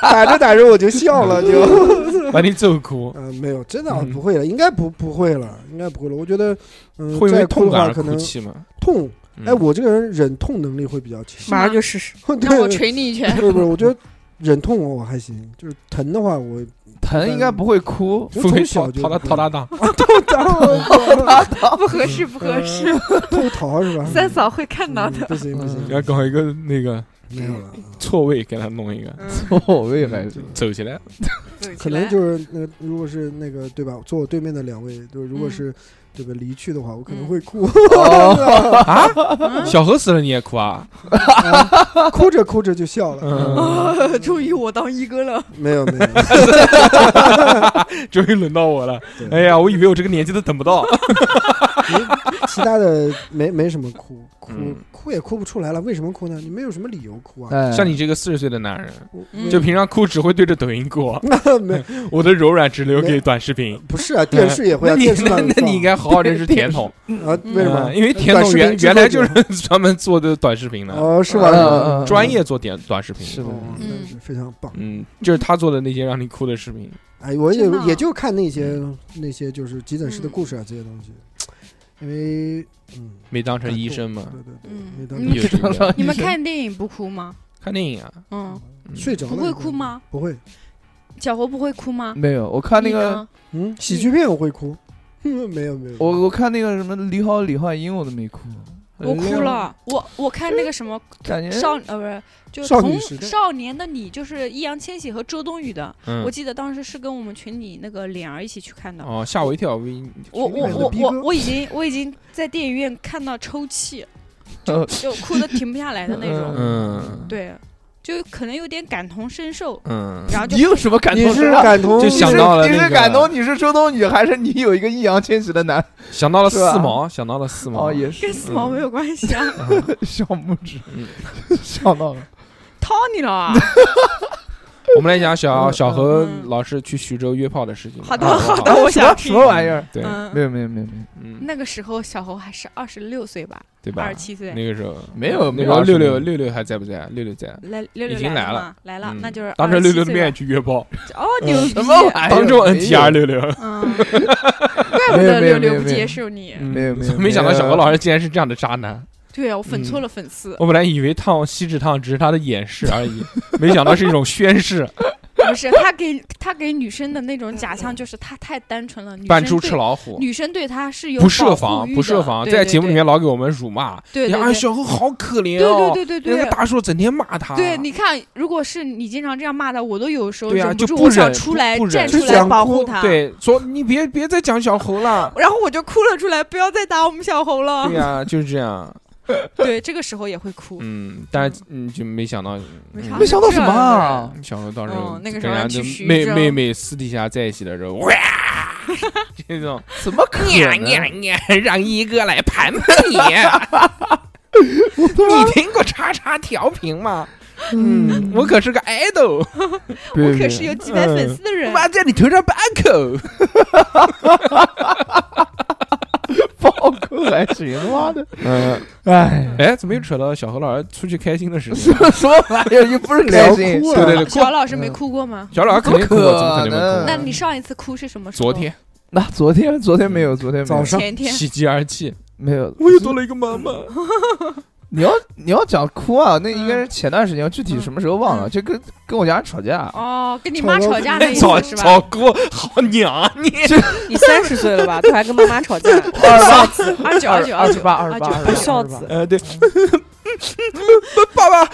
Speaker 4: 打着打着我就笑了，就
Speaker 2: 把你揍哭，
Speaker 4: 嗯没有，真的啊
Speaker 2: 嗯
Speaker 4: 不会了，应该不不会了，应该不会了。我觉得，嗯，
Speaker 2: 会因为
Speaker 4: 再哭
Speaker 2: 痛
Speaker 4: 的
Speaker 2: 感
Speaker 4: 话
Speaker 2: 而
Speaker 4: 可
Speaker 2: 哭
Speaker 4: 能
Speaker 2: 泣吗？
Speaker 4: 痛，
Speaker 2: 嗯
Speaker 4: 哎，我这个人忍痛能力会比较强。
Speaker 7: 马上就试试。
Speaker 5: 让我
Speaker 4: 对，
Speaker 5: 捶你一拳。
Speaker 4: 不是不是，我觉得忍痛我还行，就是疼的话我
Speaker 2: 疼应该不会哭，
Speaker 4: 就
Speaker 2: 不会
Speaker 4: 从小
Speaker 2: 掏掏他
Speaker 4: 就不会
Speaker 2: 掏他当，
Speaker 5: 不合适，不合适。
Speaker 4: 偷逃是吧？
Speaker 5: 三嫂会看到
Speaker 4: 嗯
Speaker 5: 的。
Speaker 4: 不行不行，
Speaker 2: 要搞一个那个
Speaker 4: 没有了。
Speaker 2: 错位给他弄一个，
Speaker 4: 嗯
Speaker 3: 错位哦还是
Speaker 2: 走起来，
Speaker 4: 可能就是那个，如果是那个对吧，坐我对面的两位，就是如果
Speaker 5: 嗯
Speaker 4: 是对吧离去的话，我可能
Speaker 5: 嗯
Speaker 4: 会哭， 哦
Speaker 2: 小何死了你也哭啊？
Speaker 4: 哭着哭着就笑了。
Speaker 2: 嗯，
Speaker 5: 终于我当一哥了。
Speaker 4: 没有没有，
Speaker 2: 终于轮到我了，
Speaker 4: 对嗯
Speaker 2: 哎哎呀，我以为我这个年纪都等不到，
Speaker 4: 其他的没没什么哭，哭
Speaker 2: 嗯
Speaker 4: 哭也哭不出来了。为什么哭呢？你没有什么理由哭啊。
Speaker 3: 哎，
Speaker 2: 像你这个四十岁的男人，
Speaker 4: 我
Speaker 5: 嗯
Speaker 2: 就平常哭只会对着抖音 哭，
Speaker 4: 那 没
Speaker 2: 我的柔软只留给短视频。
Speaker 4: 不是啊，电视 也会
Speaker 2: 那
Speaker 4: 啊，
Speaker 2: 你
Speaker 4: 电视
Speaker 2: 那
Speaker 4: 上
Speaker 2: 那你应该好好认识甜 筒，
Speaker 4: 啊？为什么
Speaker 2: 嗯？因为甜筒原
Speaker 4: 短视频制作
Speaker 2: 原来就是专门做的短视频的，
Speaker 4: 哦，是
Speaker 3: 嗯
Speaker 4: 吧？
Speaker 3: 嗯嗯嗯
Speaker 2: 专业做点短视
Speaker 3: 是
Speaker 2: 频。
Speaker 3: 的，
Speaker 4: 哦，
Speaker 5: 嗯
Speaker 4: 那是非常棒。
Speaker 2: 嗯，就是他做的那些让你哭的视频。
Speaker 4: 哎，我也
Speaker 5: 真嗯的啊
Speaker 4: 也就看那些
Speaker 2: 嗯
Speaker 4: 那些就是急诊室的故事啊，这些东西，因为嗯，
Speaker 2: 没当成医生嘛
Speaker 4: 对，对对，
Speaker 5: 嗯
Speaker 4: 没 当
Speaker 5: 你们
Speaker 2: 也是一 样
Speaker 5: 你们看电影不哭吗？
Speaker 2: 看电影啊，
Speaker 5: 嗯，
Speaker 4: 睡着了
Speaker 5: 不会哭？吗？
Speaker 4: 不会，
Speaker 5: 小侯不会哭吗？
Speaker 3: 没有，我看那
Speaker 5: 你
Speaker 3: 个
Speaker 5: 呢
Speaker 4: 嗯，喜剧片我会哭， 嗯没有没有，
Speaker 3: 我我看那个什么《李好李焕英》，我都没哭，哎
Speaker 5: 我哭，了，我我看那个什么
Speaker 3: 感觉
Speaker 5: 少呃不是就是
Speaker 4: 少女
Speaker 5: 同
Speaker 4: 时代
Speaker 5: 少年的你，就是易烊千玺和周冬雨的。
Speaker 2: 嗯
Speaker 5: 我，记得当时是跟我们群里那个脸儿一起去看的。
Speaker 2: 哦，吓我一跳，我以为
Speaker 4: 群里
Speaker 5: 我我
Speaker 4: 面的
Speaker 5: 我
Speaker 4: 逼哥
Speaker 5: 我我已经我已经在电影院看到抽泣，就就哭的停不下来的那种。
Speaker 2: 嗯
Speaker 5: 对，就可能有点感同身受，
Speaker 2: 嗯，
Speaker 5: 然后就
Speaker 3: 你有什么感
Speaker 4: 你
Speaker 3: 动
Speaker 4: 是
Speaker 3: 的话？
Speaker 4: 感同
Speaker 2: 就想到了
Speaker 3: 你是
Speaker 2: 那
Speaker 3: 你
Speaker 2: 个
Speaker 3: 是感动你是周冬雨，还是你有一个易烊千玺的男？
Speaker 2: 想到了
Speaker 3: 是吧
Speaker 2: 四毛，想到了四毛
Speaker 3: 哦，，也是
Speaker 5: 跟死亡没有关系啊，
Speaker 3: 小拇指
Speaker 2: 嗯，
Speaker 3: 想到了，
Speaker 5: 掏你了啊！
Speaker 2: 我们来讲小
Speaker 3: 嗯
Speaker 2: 小何
Speaker 5: 嗯
Speaker 2: 老师去徐州约炮的事情。
Speaker 5: 好的
Speaker 2: 啊
Speaker 5: 好的，我
Speaker 3: 什么
Speaker 5: 想
Speaker 3: 什
Speaker 5: 听。
Speaker 3: 么玩意儿？
Speaker 2: 对，
Speaker 3: 没
Speaker 5: 嗯，
Speaker 3: 有没有没有没有，
Speaker 2: 嗯，
Speaker 5: 那个时候小侯还是二十六岁吧，
Speaker 2: 对吧
Speaker 5: 二十？七岁，
Speaker 2: 那个时候
Speaker 3: 没有
Speaker 2: 那
Speaker 3: 没
Speaker 2: 时
Speaker 3: 有
Speaker 2: 候
Speaker 3: 二十
Speaker 2: 六六
Speaker 3: 年
Speaker 2: 六六还在不在？六六在。
Speaker 5: 来六
Speaker 2: 已
Speaker 5: 六
Speaker 2: 经来
Speaker 5: 了
Speaker 2: 了
Speaker 5: 嘛，来了，
Speaker 2: 嗯
Speaker 5: 那就是
Speaker 2: 当着
Speaker 5: 27
Speaker 2: 六六的
Speaker 5: 岁
Speaker 2: 面
Speaker 5: 吧
Speaker 2: 去约炮，嗯
Speaker 5: 哦，牛逼！
Speaker 3: 什么玩意儿？
Speaker 2: 当众
Speaker 3: 没有
Speaker 2: NTR 六六。
Speaker 5: 嗯， 怪不
Speaker 3: 没有
Speaker 5: 得
Speaker 3: 没
Speaker 5: 六
Speaker 3: 有没
Speaker 5: 六
Speaker 3: 有
Speaker 5: 不
Speaker 3: 没有
Speaker 5: 接受你。
Speaker 2: 嗯
Speaker 3: 没有没有
Speaker 2: 没想到
Speaker 3: 没有
Speaker 2: 小何老师竟然是这样的渣男。
Speaker 5: 对啊，我粉错
Speaker 2: 嗯
Speaker 5: 了粉丝，
Speaker 2: 我本来以为烫锡纸烫只是他的掩饰而已，没想到是一种宣誓，
Speaker 5: 不是他给他给女生的那种假象，就是他太单纯了，女
Speaker 2: 扮
Speaker 5: 生
Speaker 2: 猪吃
Speaker 5: 对
Speaker 2: 老虎，
Speaker 5: 女生对他是有
Speaker 2: 不设
Speaker 5: 保护
Speaker 2: 防，
Speaker 5: 欲
Speaker 2: 不设
Speaker 5: 的
Speaker 2: 防，
Speaker 5: 对
Speaker 2: 在
Speaker 5: 对
Speaker 2: 节目里
Speaker 5: 对
Speaker 2: 面老给我们辱骂，哎
Speaker 5: 对对
Speaker 2: 呀，
Speaker 5: 对
Speaker 2: 小何好可怜哦，
Speaker 5: 对对对对
Speaker 2: 那个
Speaker 5: 对。
Speaker 2: 大叔整天骂他，
Speaker 5: 对，你看，如果是你经常这样骂他，我都有时候
Speaker 2: 对啊
Speaker 5: 忍
Speaker 2: 就
Speaker 5: 住，
Speaker 2: 不
Speaker 5: 我想
Speaker 2: 忍
Speaker 5: 出
Speaker 2: 不
Speaker 5: 来
Speaker 2: 不忍
Speaker 5: 站
Speaker 4: 就
Speaker 5: 出来
Speaker 4: 想
Speaker 5: 保
Speaker 4: 哭
Speaker 5: 护他。，
Speaker 2: 对说你别别再讲小猴 了，
Speaker 5: 然后我就哭了出来，不要再打我们小猴了
Speaker 2: 对。呀，就是这样，
Speaker 5: 对，这个时候也会哭，
Speaker 2: 嗯，但是嗯就没想到，
Speaker 5: 没
Speaker 2: 嗯
Speaker 5: 啥
Speaker 3: 没想到什么啊？
Speaker 2: 小何到时候
Speaker 5: 嗯那个
Speaker 2: 跟
Speaker 5: 时候
Speaker 2: 人家
Speaker 5: 还去
Speaker 2: 就
Speaker 5: 徐
Speaker 2: 妹
Speaker 5: 州
Speaker 2: 妹妹私底下在一起的时候，哇， 这种
Speaker 3: 怎么可能？
Speaker 2: 你，让一哥来盘盘 你。你听过叉叉调频吗？嗯，我可是个 idol，
Speaker 3: 我
Speaker 5: 我可是有几百粉丝的人。
Speaker 3: 在你头上八口，暴扣还 行，妈的！
Speaker 2: 嗯，
Speaker 3: 哎，
Speaker 2: 哎，怎么又扯到小何老师出去开心的事情？
Speaker 3: 什么玩意儿？又不是开心
Speaker 4: 聊，哭
Speaker 2: 对
Speaker 4: 了
Speaker 2: 对对，哎过
Speaker 5: 小老师没哭过吗？
Speaker 2: 小老师肯定哭过，怎么可能没
Speaker 3: 怎么可
Speaker 5: 那
Speaker 3: 能
Speaker 2: 哭？
Speaker 5: 你上一次哭是什么时
Speaker 2: 昨
Speaker 5: 候？
Speaker 2: 天
Speaker 3: 那昨天昨天没有，昨天没有
Speaker 4: 早上
Speaker 5: 前天。
Speaker 2: 喜极而泣，
Speaker 3: 没有。
Speaker 2: 我又多了一个妈 妈。
Speaker 3: 你要你要讲哭啊，那应该是前段时间，具体什么时候忘
Speaker 2: 嗯
Speaker 3: 了，就跟跟我家人 吵架。
Speaker 5: 哦，跟你
Speaker 4: 吵
Speaker 5: 妈
Speaker 4: 到
Speaker 5: 吵架那一
Speaker 2: 哎早
Speaker 5: 次是吧？
Speaker 2: 早哭，好娘啊你！
Speaker 7: 你三十岁了吧？都还跟妈妈吵架？
Speaker 3: 二十八，
Speaker 5: 二九二九
Speaker 3: 二
Speaker 5: 二
Speaker 3: 十
Speaker 5: 九
Speaker 3: 八，二十八，
Speaker 5: 二
Speaker 3: 二
Speaker 5: 九
Speaker 3: 十
Speaker 7: 不
Speaker 3: 八，
Speaker 7: 孝子。
Speaker 2: 呃，对，爸爸，爸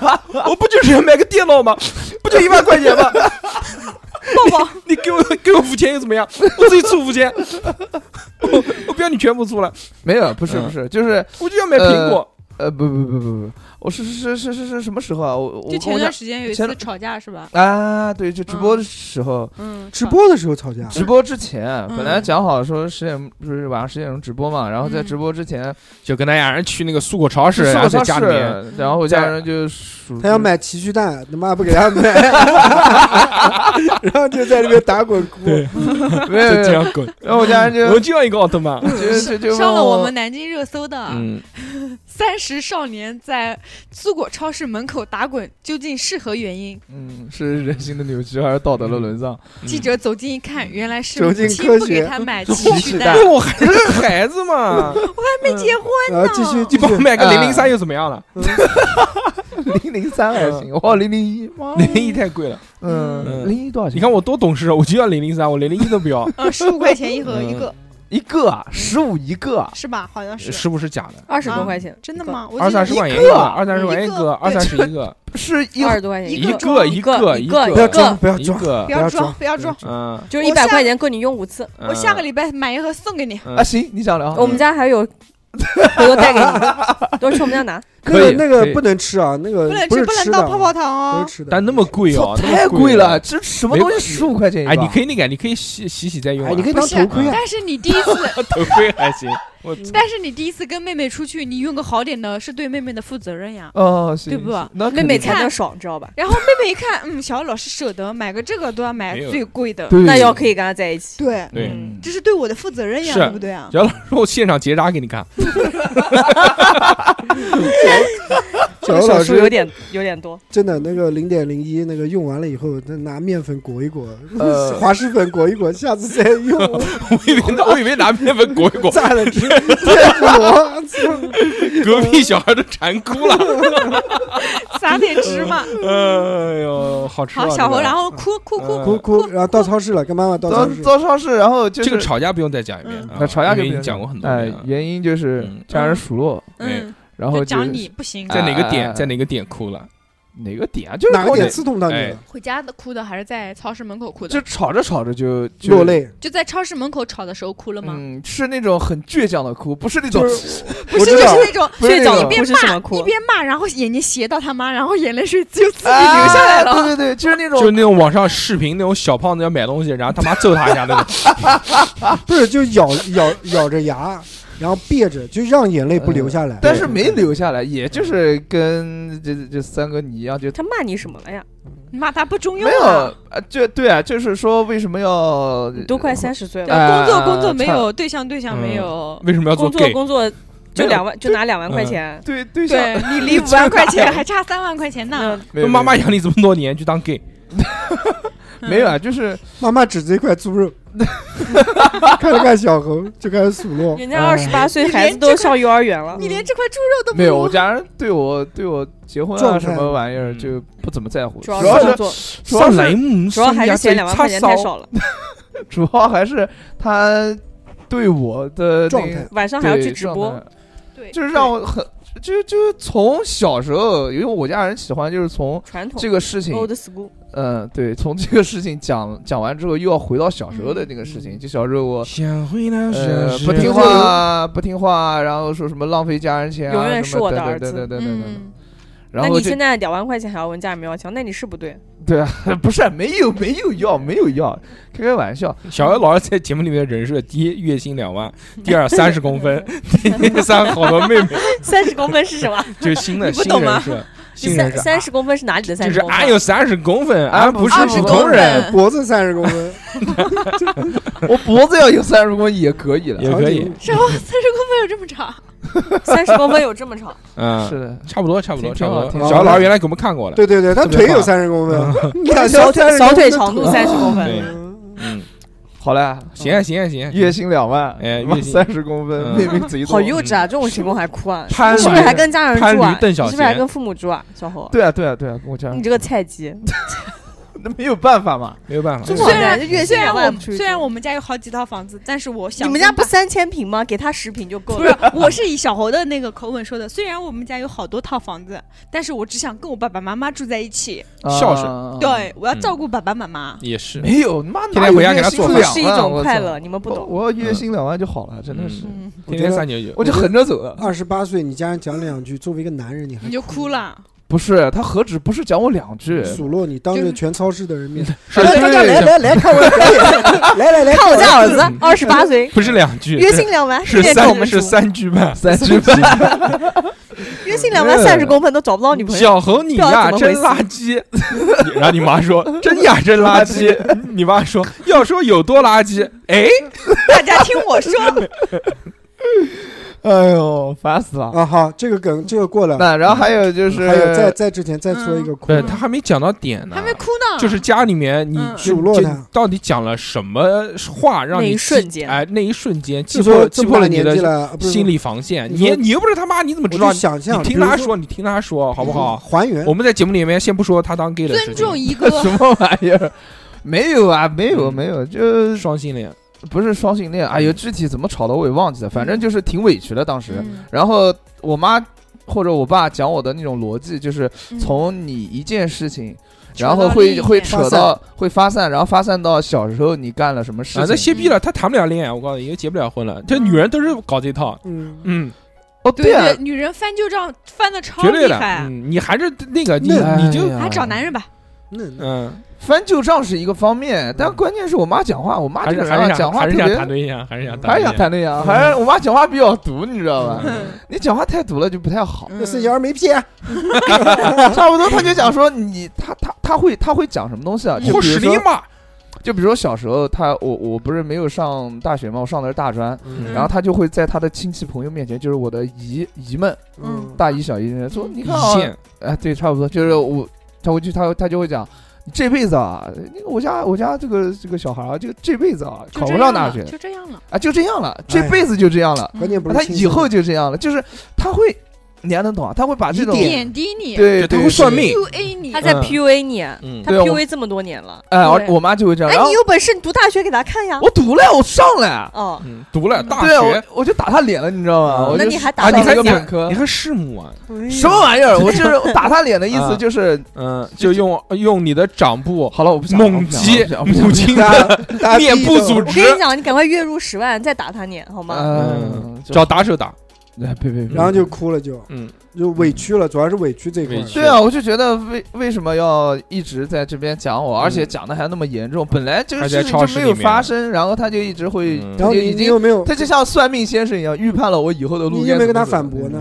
Speaker 2: 爸，我不就只能买个电脑吗？ 不就一万块钱吗？
Speaker 5: 抱抱，
Speaker 2: 你给我给我五千又怎么样？我自己出五千，我 我不要你全部出了，
Speaker 3: 没有，不是
Speaker 2: 嗯
Speaker 3: 不是，就是
Speaker 2: 我就要买苹果。
Speaker 3: 呃，不不不不不，我是是是是是什么时候啊？我我
Speaker 5: 就
Speaker 3: 跟
Speaker 5: 前
Speaker 3: 我家
Speaker 5: 段时间有一
Speaker 3: 前
Speaker 5: 次吵架是吧？
Speaker 3: 啊，对，就直播的时候，
Speaker 5: 嗯，
Speaker 4: 直
Speaker 5: 吵
Speaker 4: 播的时候吵架，
Speaker 3: 直播之前
Speaker 5: 嗯
Speaker 3: 本来讲好说十点不是晚上十点钟直播嘛，然后在
Speaker 5: 嗯
Speaker 3: 直播之前
Speaker 2: 就跟大家人去那个苏果超市，
Speaker 3: 去
Speaker 2: 然后
Speaker 3: 我
Speaker 2: 在
Speaker 3: 超
Speaker 2: 家
Speaker 3: 市
Speaker 2: 里面，，
Speaker 3: 然后我家人就数
Speaker 4: 他要买奇趣蛋，他妈不给 他买，然后就在那边打滚哭。
Speaker 3: 没有，
Speaker 2: 就
Speaker 3: 没
Speaker 2: 这
Speaker 3: 有
Speaker 2: 样滚。
Speaker 3: 然后我家人
Speaker 2: 我
Speaker 3: 就
Speaker 2: 就要一个奥特曼。
Speaker 3: 就就 就
Speaker 5: 上
Speaker 3: 问
Speaker 5: 了我们南京热搜的
Speaker 2: 嗯，
Speaker 5: 三十少年在苏果超市门口打滚，究竟是何原因？
Speaker 3: 嗯，是人性的扭曲还是道德的沦 丧？
Speaker 5: 记者走近一看，原来是
Speaker 4: 走
Speaker 5: 母
Speaker 4: 进
Speaker 5: 亲
Speaker 4: 科
Speaker 5: 不给
Speaker 4: 学
Speaker 5: 他买奇趣蛋
Speaker 2: 因，为我还是个孩子嘛，
Speaker 5: 没结婚，
Speaker 4: 然后继续
Speaker 2: 你
Speaker 4: 继
Speaker 2: 帮我
Speaker 4: 续，
Speaker 2: 买个零零三又怎么样了？
Speaker 3: 零零三还行，我零零一，妈
Speaker 2: 零零一太贵了，
Speaker 3: 嗯，零一多少钱？
Speaker 2: 你看我多懂事，啊我就要零零三，我零零一都不要，
Speaker 5: 嗯，十五块钱一盒
Speaker 2: 嗯
Speaker 5: 一个，
Speaker 3: 一个啊，十五一个啊，
Speaker 5: 是吧？好像是，
Speaker 2: 是不是假的？
Speaker 7: 二十
Speaker 5: 啊
Speaker 7: 多块钱，
Speaker 5: 真的？吗？我
Speaker 2: 二
Speaker 5: 记得
Speaker 2: 三十块钱
Speaker 3: 一个
Speaker 2: 个，二三十块钱一
Speaker 5: 一
Speaker 2: 个，
Speaker 5: 个
Speaker 2: 二三十一个，
Speaker 3: 是一
Speaker 7: 二十多块钱
Speaker 2: 一
Speaker 7: 个，
Speaker 2: 一
Speaker 7: 一
Speaker 2: 个
Speaker 7: 一
Speaker 2: 个
Speaker 7: 个，
Speaker 4: 不要
Speaker 7: 一
Speaker 4: 装，
Speaker 7: 个，
Speaker 4: 不要
Speaker 2: 一
Speaker 4: 装，
Speaker 2: 个
Speaker 5: 不，
Speaker 4: 不
Speaker 5: 要
Speaker 4: 要
Speaker 5: 装
Speaker 4: 装，
Speaker 5: 不要装，
Speaker 2: 嗯，
Speaker 7: 就是
Speaker 5: 我
Speaker 7: 一
Speaker 5: 下
Speaker 7: 百块钱够你用五次。
Speaker 5: 我下个礼拜买一盒送给你。
Speaker 2: 嗯
Speaker 7: 哦
Speaker 3: 啊，行，你想聊
Speaker 7: 我们家还有回头带给你，都去我们家拿。
Speaker 4: 那
Speaker 2: 可
Speaker 4: 个
Speaker 2: 以
Speaker 4: 那
Speaker 2: 可以
Speaker 4: 个不能吃啊，那个
Speaker 5: 不能
Speaker 4: 是
Speaker 5: 吃，不能
Speaker 4: 吃的
Speaker 5: 当
Speaker 4: 啊，
Speaker 5: 泡泡糖
Speaker 4: 不
Speaker 5: 哦
Speaker 4: 是。吃的。
Speaker 2: 但那么贵
Speaker 3: 操
Speaker 2: 哦，
Speaker 3: 太
Speaker 2: 贵
Speaker 3: 贵了，。这什么东西十五块钱一个？啊
Speaker 2: 哎，你可以那个，你可以洗洗洗再用啊。
Speaker 4: 哎，你可以
Speaker 5: 不
Speaker 4: 当
Speaker 5: 是
Speaker 4: 头盔啊，
Speaker 5: 但是你第一 次，
Speaker 2: 头盔还行，我
Speaker 5: 但是你第一次跟妹妹出去，你用个好点的，是对妹妹的负责任呀。
Speaker 3: 哦，行
Speaker 5: 对不
Speaker 3: 行那
Speaker 7: 妹
Speaker 3: 肯定
Speaker 7: 妹才能爽，知道吧？
Speaker 5: 然后妹妹一看， 嗯，小老师舍得买个这个，都要买
Speaker 2: 没有
Speaker 5: 最贵的。
Speaker 3: 对
Speaker 7: 那要可以跟他在一起。
Speaker 5: 对，
Speaker 2: 对
Speaker 7: 嗯
Speaker 5: 这是对我的负责任呀，
Speaker 2: 是
Speaker 5: 对不对啊？
Speaker 2: 小老师，我现场结扎给你看。
Speaker 4: 小
Speaker 7: 这
Speaker 4: 欧老
Speaker 7: 手术有
Speaker 4: 师
Speaker 7: 点有点多，
Speaker 4: 真的那个零点零一那个用完了以后，那拿面粉裹一裹，
Speaker 3: 呃
Speaker 4: 滑石粉裹一裹，下次 再用，
Speaker 2: 我以为我以为拿面粉裹一 裹，
Speaker 4: 炸了吃，再 裹。
Speaker 2: 隔壁小孩都馋哭了。
Speaker 5: 撒点芝麻，
Speaker 2: 哎呦，好吃啊。
Speaker 5: 好，小
Speaker 2: 这
Speaker 5: 猴，
Speaker 2: 个
Speaker 5: 然后哭哭哭，
Speaker 4: 哭哭，然后到超市了，跟妈妈到
Speaker 3: 到
Speaker 4: 超市。
Speaker 3: 到超市，然后就
Speaker 2: 这个
Speaker 3: 是
Speaker 2: 吵架不用再讲一
Speaker 7: 嗯
Speaker 2: 遍，啊
Speaker 3: 那吵架就
Speaker 2: 因为
Speaker 3: 不
Speaker 2: 你
Speaker 3: 用
Speaker 2: 讲过很多
Speaker 3: 哎
Speaker 2: 遍啊了，。
Speaker 3: 原因就是
Speaker 2: 嗯
Speaker 3: 家人数落，
Speaker 2: 哎
Speaker 5: 嗯，
Speaker 3: 然后
Speaker 5: 就
Speaker 3: 就
Speaker 5: 讲你
Speaker 3: 是
Speaker 5: 不行，啊
Speaker 2: 在哪个点，
Speaker 3: 哎
Speaker 2: 在哪个点哭了？
Speaker 3: 哪个点啊，就是
Speaker 4: 哪个
Speaker 3: 我
Speaker 4: 点
Speaker 3: 得
Speaker 4: 刺痛到你
Speaker 2: 哎
Speaker 4: 了？
Speaker 5: 回家的哭的还是在超市门口哭
Speaker 3: 就
Speaker 5: 的？
Speaker 3: 吵着吵着就就
Speaker 4: 落泪。
Speaker 5: 就在超市门口吵的时候哭了吗？
Speaker 3: 嗯，是那种很倔强的哭，不是那种
Speaker 4: 就是
Speaker 5: 不
Speaker 4: 嗯我
Speaker 5: 是，
Speaker 4: 知
Speaker 5: 就是
Speaker 4: 道
Speaker 5: 那种
Speaker 3: 不是
Speaker 7: 倔
Speaker 3: 那
Speaker 7: 强
Speaker 3: 种
Speaker 7: 不是什么哭
Speaker 5: 一，边骂，然后眼睛斜到他妈，然后眼泪水就自己流
Speaker 3: 啊
Speaker 5: 下来了。
Speaker 3: 对对对，就是那
Speaker 2: 就是
Speaker 3: 种
Speaker 2: 那种网上视频那种小胖子要买东西，然后他妈揍他一下那种。
Speaker 4: 不是就咬咬咬着牙，然后憋着，就让眼泪不流下来。
Speaker 3: 嗯但是没流下来，也就是跟这这三哥你一样，就
Speaker 7: 他骂你什么了呀？
Speaker 5: 骂他不中用
Speaker 3: 没有
Speaker 5: 啊！
Speaker 3: 啊，就对啊，就是说为什么要
Speaker 7: 你都快三十岁
Speaker 5: 对
Speaker 7: 了，
Speaker 3: 哎
Speaker 5: 工作工作
Speaker 3: 差嗯
Speaker 5: 没有，对象对象没有。
Speaker 2: 为什么要做
Speaker 7: 工作
Speaker 2: gay？
Speaker 7: 工作就两万，就拿两万块
Speaker 2: 嗯
Speaker 7: 钱。
Speaker 3: 对对象
Speaker 5: 对你离五万 块钱还差三万块钱呢，
Speaker 3: 没有
Speaker 2: 妈妈养你这么多年，就当 gay。
Speaker 3: 没有啊，就是
Speaker 4: 妈妈指着一块猪 肉，看了看小猴，就开始数 落。
Speaker 7: 人家二十八岁，
Speaker 5: 你
Speaker 7: 孩
Speaker 5: 连
Speaker 7: 子
Speaker 5: 这
Speaker 7: 都
Speaker 5: 个
Speaker 7: 上幼儿园了。
Speaker 5: 你连这块猪肉都不
Speaker 3: 没有，我
Speaker 5: 如
Speaker 3: 家人对我对我结婚啊
Speaker 4: 状态
Speaker 3: 什么玩意儿
Speaker 2: 嗯
Speaker 3: 就不怎么在乎，
Speaker 7: 主
Speaker 3: 主要
Speaker 7: 要是工
Speaker 3: 是
Speaker 7: 作，
Speaker 3: 主要
Speaker 2: 来
Speaker 3: 是
Speaker 2: 母
Speaker 7: 主要还是嫌两万块钱太少了，
Speaker 3: 主要还是他对我的
Speaker 4: 状
Speaker 3: 那个
Speaker 4: 态
Speaker 7: 晚上还要
Speaker 3: 对
Speaker 7: 去直
Speaker 3: 状
Speaker 7: 播
Speaker 3: 态，
Speaker 5: 对，
Speaker 3: 就是让我很就就从小时候，因为我家人喜欢就是从
Speaker 7: 传统
Speaker 3: 这个事情，
Speaker 7: old school。
Speaker 3: 嗯，对，从这个事情讲讲完之后，又要回到小时候的
Speaker 7: 嗯
Speaker 3: 那个事情，就小时候我。
Speaker 2: 想回到
Speaker 3: 呃，不听
Speaker 4: 听
Speaker 3: 话
Speaker 4: 话
Speaker 3: 啊，不听话啊，然后说什么浪费家人钱啊，
Speaker 7: 永远
Speaker 3: 什
Speaker 7: 是
Speaker 3: 么
Speaker 7: 我的
Speaker 3: 等
Speaker 7: 儿
Speaker 3: 等
Speaker 7: 子
Speaker 3: 等等等等等等
Speaker 5: 嗯，
Speaker 3: 然
Speaker 7: 那
Speaker 3: 后
Speaker 7: 你
Speaker 3: 就
Speaker 7: 现在两万块钱还要问家里面要钱，那你是不 对。
Speaker 3: 对啊，不是没有没有要没有要，开开玩笑，
Speaker 2: 小姚老师在节目里面的人设：第一，月薪两万；第二，三十公 分；第三，好多妹妹。
Speaker 7: 三十公分是什么？
Speaker 2: 就是新的
Speaker 7: 你不
Speaker 2: 新
Speaker 7: 懂
Speaker 2: 人
Speaker 7: 吗
Speaker 2: 设，新人
Speaker 7: 三
Speaker 2: 设啊
Speaker 7: 三十公分是哪里的三
Speaker 2: 就是哎
Speaker 7: 十公分？啊
Speaker 2: 俺有三十公分，
Speaker 3: 俺
Speaker 2: 俺不是
Speaker 3: 不是
Speaker 2: 普
Speaker 3: 普
Speaker 2: 通
Speaker 5: 通
Speaker 2: 人
Speaker 5: 人。
Speaker 4: 脖子三十公分，
Speaker 3: 我脖子要有三十公分也可以
Speaker 2: 也
Speaker 3: 了，
Speaker 4: 长
Speaker 2: 可以
Speaker 4: 颈鹿
Speaker 5: 然后三十公分有这么长，
Speaker 7: 三十公分有这么长？
Speaker 2: 嗯，
Speaker 3: 是的，
Speaker 2: 差不多，差不多，
Speaker 3: 挺
Speaker 2: 差不
Speaker 3: 挺
Speaker 2: 多。小
Speaker 4: 好挺好
Speaker 2: 老师原来给我们看过了，
Speaker 4: 对对对，他
Speaker 2: 特别
Speaker 4: 腿有
Speaker 2: 棒
Speaker 4: 三十公分，两条
Speaker 7: 小腿
Speaker 4: 30公
Speaker 7: 小
Speaker 4: 分
Speaker 7: 腿
Speaker 4: 的
Speaker 7: 长度
Speaker 4: 腿
Speaker 7: 三十公分，
Speaker 2: 对， 嗯，
Speaker 3: 好了，嗯
Speaker 2: 行啊行啊行啊，
Speaker 3: 月薪两万，
Speaker 2: 哎月薪
Speaker 3: 三十公分，
Speaker 2: 嗯
Speaker 3: 妹妹贼多，
Speaker 7: 好幼稚啊！这种情况还哭啊？
Speaker 2: 潘
Speaker 7: 你是不是
Speaker 2: 驴
Speaker 7: 还跟家人
Speaker 2: 潘
Speaker 7: 住啊
Speaker 2: 驴？
Speaker 7: 你
Speaker 2: 邓
Speaker 7: 是
Speaker 2: 小
Speaker 7: 不是还
Speaker 2: 贤
Speaker 7: 跟，父母住啊？小侯，
Speaker 3: 对啊对啊对啊，跟我家人
Speaker 7: 你，这个菜鸡，
Speaker 3: 那没有办法嘛，
Speaker 2: 嗯没有办法
Speaker 7: 中，
Speaker 5: 国
Speaker 7: 国
Speaker 5: 虽然
Speaker 7: 男人月薪
Speaker 5: 虽然
Speaker 7: 两
Speaker 5: 我
Speaker 7: 万
Speaker 5: 们
Speaker 7: 不出去
Speaker 5: 虽然我们家有好几套房子，但是我想
Speaker 7: 你们家不
Speaker 5: 跟
Speaker 7: 三千平吗？给他十平就够
Speaker 5: 不是
Speaker 7: 了。，
Speaker 5: 我是以小侯的那个口吻说的。虽然我们家有好多套房子，但是我只想跟我爸爸妈妈住在一起。
Speaker 2: 孝顺
Speaker 3: 啊，
Speaker 5: 对，我要照顾爸爸妈妈。
Speaker 3: 嗯
Speaker 2: 也是。
Speaker 3: 没有，妈哪
Speaker 2: 天天回家给
Speaker 3: 有
Speaker 2: 他
Speaker 3: 月
Speaker 2: 做饭
Speaker 3: 薪
Speaker 7: 这
Speaker 3: 两
Speaker 7: 是一
Speaker 3: 万
Speaker 7: 种
Speaker 3: 我
Speaker 7: 快
Speaker 3: 操
Speaker 7: 乐，你们不
Speaker 3: 我
Speaker 7: 懂。
Speaker 3: 我要月薪两万就好了，真的是，
Speaker 7: 嗯，
Speaker 2: 天天三九九，
Speaker 3: 我就横着走啊了。
Speaker 4: 二十八岁，你家人讲两句，作为一个男人，你还
Speaker 5: 你就哭了，
Speaker 3: 不是，他何止不是讲我两句，
Speaker 4: 数落你，当着全超市的人面，
Speaker 2: 是
Speaker 4: 来来来来来， 看我的表演，来来来，
Speaker 7: 看我家儿子二十八岁，
Speaker 2: 不是两句，
Speaker 7: 月薪两万，
Speaker 2: 是
Speaker 7: 这
Speaker 2: 是
Speaker 7: 点跟我
Speaker 2: 三
Speaker 7: 们
Speaker 2: 是
Speaker 7: 说，
Speaker 2: 三句半。
Speaker 3: 三句半，
Speaker 7: 月薪
Speaker 3: 嗯
Speaker 7: 两万三十公分都找不到女朋友。
Speaker 2: 小猴，你
Speaker 7: 不知
Speaker 2: 呀
Speaker 7: 道怎
Speaker 2: 真
Speaker 7: 么回事
Speaker 2: 垃圾！然后你妈说：“真呀真垃圾。”你妈说：“要说有多垃圾，哎，
Speaker 7: 大家听我说，
Speaker 3: 哎呦，烦死了。
Speaker 4: 啊，好，这个梗这个过了。啊
Speaker 3: 那然后嗯还有就是，。
Speaker 4: 还有在在之前再说一个哭
Speaker 2: 不，，他还没讲到点呢，
Speaker 5: 还没哭
Speaker 7: 啊
Speaker 5: 呢，
Speaker 2: 就是家里面你
Speaker 5: 嗯
Speaker 2: 就
Speaker 4: 数落
Speaker 2: 就
Speaker 4: 他
Speaker 2: 到底讲了什么话，让
Speaker 7: 那
Speaker 2: 你
Speaker 7: 一
Speaker 2: 击
Speaker 7: 瞬间
Speaker 2: 哎，那一瞬间击
Speaker 4: 就说
Speaker 2: 破击
Speaker 4: 这
Speaker 2: 破
Speaker 4: 么大
Speaker 2: 了你
Speaker 4: 年纪
Speaker 2: 的
Speaker 4: 了，啊不是
Speaker 2: 心理防线。
Speaker 4: 你
Speaker 2: 你
Speaker 4: 说
Speaker 2: 你又不是他妈，你怎么知
Speaker 4: 我
Speaker 2: 道
Speaker 4: 就？想象，
Speaker 2: 你听
Speaker 4: 比如
Speaker 2: 他说，你听他说，好不好？
Speaker 4: 还原
Speaker 2: 我们在节目里面先不说他当 gay 的事情，
Speaker 5: 尊重一哥
Speaker 3: 什么玩意儿？没有啊，没有
Speaker 2: 嗯
Speaker 3: 没有，就
Speaker 2: 双性恋，
Speaker 3: 不是双性恋。哎呦，具体怎么吵的我也忘记了，反正就是挺委屈的当时。
Speaker 5: 嗯
Speaker 3: 然后我妈或者我爸讲我的那种逻辑，就是从你一件事情。
Speaker 5: 嗯扯到
Speaker 3: 然后会
Speaker 5: 另一
Speaker 3: 会
Speaker 5: 件
Speaker 3: 扯到会发散，然后发散到小时候你干了什么事
Speaker 2: 啊，那
Speaker 3: 情，
Speaker 2: 歇逼了，他谈不了恋爱，我告诉你，也结不了婚了。这女人都是搞这套，
Speaker 4: 嗯，
Speaker 2: 嗯，
Speaker 3: 哦，
Speaker 5: 对
Speaker 3: 啊，
Speaker 5: 女人翻旧账翻的超
Speaker 2: 绝对
Speaker 5: 厉
Speaker 2: 的，
Speaker 5: 害，
Speaker 2: 嗯，你还是那个你
Speaker 4: 那
Speaker 2: 你就
Speaker 3: 哎呀
Speaker 5: 还找男人吧，
Speaker 4: 那
Speaker 2: 嗯，
Speaker 3: 翻旧账是一个方面，但关键是我妈讲话，我妈
Speaker 2: 还是
Speaker 3: 这个人
Speaker 2: 还
Speaker 3: 啊
Speaker 2: 是
Speaker 3: 讲
Speaker 2: 想
Speaker 3: 话
Speaker 2: 还
Speaker 3: 特
Speaker 2: 是
Speaker 3: 别
Speaker 2: 想，谈对象，还是想
Speaker 3: 还
Speaker 2: 谈
Speaker 3: 是想
Speaker 2: 对象。
Speaker 3: 谈对象，
Speaker 2: 嗯
Speaker 3: 还是我妈讲话比较毒，你知道吧？
Speaker 5: 嗯
Speaker 3: 你讲话太毒了就不太好。
Speaker 4: 那四小二没啊骗，
Speaker 2: 嗯
Speaker 3: 差不多，他就讲说你他他他会他会讲什么东西啊？就
Speaker 2: 或
Speaker 3: 比
Speaker 2: 实
Speaker 3: 如
Speaker 2: 力
Speaker 3: 说，
Speaker 2: 嘛，
Speaker 3: 就比如说小时候他我我不是没有上大学嘛，我上的是大专，
Speaker 2: 嗯
Speaker 3: 然后他就会在他的亲戚朋友面前，就是我的姨姨们，
Speaker 4: 嗯，
Speaker 3: 大姨小姨说你看
Speaker 2: 一
Speaker 3: 啊，
Speaker 2: 线
Speaker 3: 哎对，差不多，就是我他会去他他就会讲。你这辈子啊，那个我家我家这个这个小孩啊，这个这辈子啊
Speaker 5: 就
Speaker 3: 考
Speaker 5: 这
Speaker 3: 不上
Speaker 5: 样
Speaker 3: 大
Speaker 5: 了
Speaker 3: 学
Speaker 5: 就这样了，嗯
Speaker 3: 啊，就这样了，
Speaker 4: 哎
Speaker 3: 这辈子就这样了，
Speaker 4: 关键不是
Speaker 3: 他
Speaker 4: 亲
Speaker 3: 以
Speaker 4: 戚
Speaker 3: 后就这样了，就是他会，你还能懂啊？他会把这种
Speaker 4: 疑点
Speaker 5: 贬低你
Speaker 3: 对，
Speaker 2: 就他
Speaker 3: 对
Speaker 2: 会算命，
Speaker 5: ，PUA 你
Speaker 7: 他，在
Speaker 2: 嗯
Speaker 7: PUA 你，啊
Speaker 2: 嗯
Speaker 7: 他
Speaker 3: 对啊我
Speaker 7: PUA 这么多年了。
Speaker 3: 哎，而
Speaker 5: 对
Speaker 3: 我妈就会这样，
Speaker 7: 哎
Speaker 3: 然，后
Speaker 7: 你有本事你读大学给他看呀。
Speaker 3: 我读了，我上了，
Speaker 7: 哦，
Speaker 2: 嗯，读了大
Speaker 3: 对，我
Speaker 2: 学，
Speaker 3: 我就打他脸了，你知道吗？
Speaker 2: 嗯
Speaker 3: 我
Speaker 7: 那
Speaker 3: 就
Speaker 7: 你还
Speaker 3: 啊
Speaker 7: 打
Speaker 3: 你
Speaker 7: 到
Speaker 3: 还
Speaker 7: 了
Speaker 3: 有
Speaker 2: 你
Speaker 7: 个
Speaker 2: 还
Speaker 3: 本科
Speaker 2: 你还弑母啊？
Speaker 7: 哎
Speaker 3: 什么玩意儿？我就是 我打他脸的意思
Speaker 2: 啊
Speaker 3: 就是，
Speaker 2: 嗯，就用用你的掌部
Speaker 3: 好了，我不想了啊
Speaker 2: 猛击母亲
Speaker 4: 大
Speaker 2: 的
Speaker 4: 家大家
Speaker 2: 面部组
Speaker 7: 我跟你
Speaker 2: 织，
Speaker 7: 讲，你赶快月入十万，再打他脸好吗？
Speaker 3: 嗯，就
Speaker 2: 找打手打。
Speaker 3: 哎，别别
Speaker 4: 嗯
Speaker 3: 别
Speaker 4: 然后就哭了就，
Speaker 2: 嗯
Speaker 4: 就委屈了，主要是委屈这一块
Speaker 2: 委
Speaker 4: 儿。
Speaker 2: 屈
Speaker 3: 对啊，我就觉得为为什么要一直在这边讲我，而且
Speaker 2: 嗯
Speaker 3: 讲的还那么严重？本来这个
Speaker 2: 还在
Speaker 3: 事情
Speaker 2: 超
Speaker 3: 就
Speaker 2: 市
Speaker 3: 没
Speaker 2: 里
Speaker 3: 有
Speaker 2: 面
Speaker 3: 发生，然后他就一直会
Speaker 2: 嗯，
Speaker 4: 然后
Speaker 3: 就
Speaker 4: 你
Speaker 3: 已
Speaker 4: 你
Speaker 3: 经
Speaker 4: 有没有
Speaker 3: 他就像算命先生一样预判了我以后的路。
Speaker 4: 你有没有跟他反驳？呢？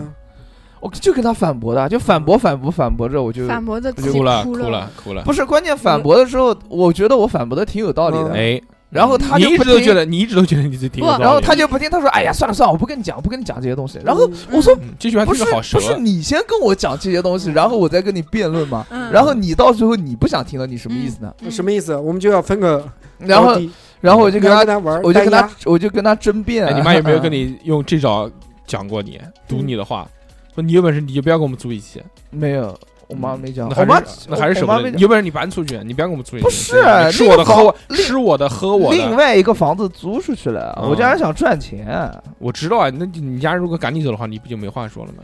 Speaker 3: 我就跟他反驳的，就反驳反驳反驳着，我就
Speaker 5: 反驳的自己
Speaker 2: 哭了哭
Speaker 5: 了，
Speaker 2: 了哭了
Speaker 3: 不。是关键反驳的时候，我觉得我反驳的挺有道理的。
Speaker 4: 嗯
Speaker 2: 哎，
Speaker 3: 然后他
Speaker 2: 你
Speaker 3: 就
Speaker 2: 一
Speaker 3: 不
Speaker 2: 直都
Speaker 3: 听
Speaker 2: 觉得你一直都觉得你自己挺有道理的
Speaker 3: 然后他就不听，他说：“哎呀，算了算了，我不跟你讲，我不跟你讲这些东西。”然后我说
Speaker 2: 嗯这句话：“
Speaker 3: 不
Speaker 2: 听
Speaker 3: 是
Speaker 2: 着好熟
Speaker 3: 不是
Speaker 2: 啊。
Speaker 3: 你先跟我讲这些东西，然后我再跟你辩论吗？
Speaker 5: 嗯
Speaker 3: 然后你到时候你不想听了，你什么意思呢？”
Speaker 5: 嗯
Speaker 4: 什么意思？我们就要分个
Speaker 3: 然
Speaker 4: 高
Speaker 3: 后
Speaker 4: 低
Speaker 3: 然后我就
Speaker 4: 你
Speaker 3: 跟
Speaker 4: 要
Speaker 3: 他
Speaker 4: 跟，他玩，
Speaker 3: 我就跟
Speaker 4: 单
Speaker 3: 他
Speaker 4: 压，
Speaker 3: 我就跟他争辩
Speaker 2: 哎，。你妈有没有跟
Speaker 3: 嗯？
Speaker 2: 你用这招讲过你读你的话？说你有本事你就不要跟我们住一起，
Speaker 3: 没有，我妈没讲。
Speaker 2: 那
Speaker 3: 我
Speaker 2: 还
Speaker 3: 妈
Speaker 2: 是那还是舍
Speaker 3: 我
Speaker 2: 不
Speaker 3: 妈
Speaker 2: 得
Speaker 3: 没
Speaker 2: 你。
Speaker 3: 讲。
Speaker 2: 有本事你搬出去，你不要跟我们住一起。
Speaker 3: 不是
Speaker 2: 对吃我的
Speaker 3: 那个
Speaker 2: 喝我，
Speaker 3: 另
Speaker 2: 吃我的喝我
Speaker 3: 另
Speaker 2: 的。
Speaker 3: 外一个房子租出去了，
Speaker 2: 嗯
Speaker 3: 我家人想赚钱，
Speaker 2: 我知道啊，那你你家如果赶你走的话，你不就没话说了吗？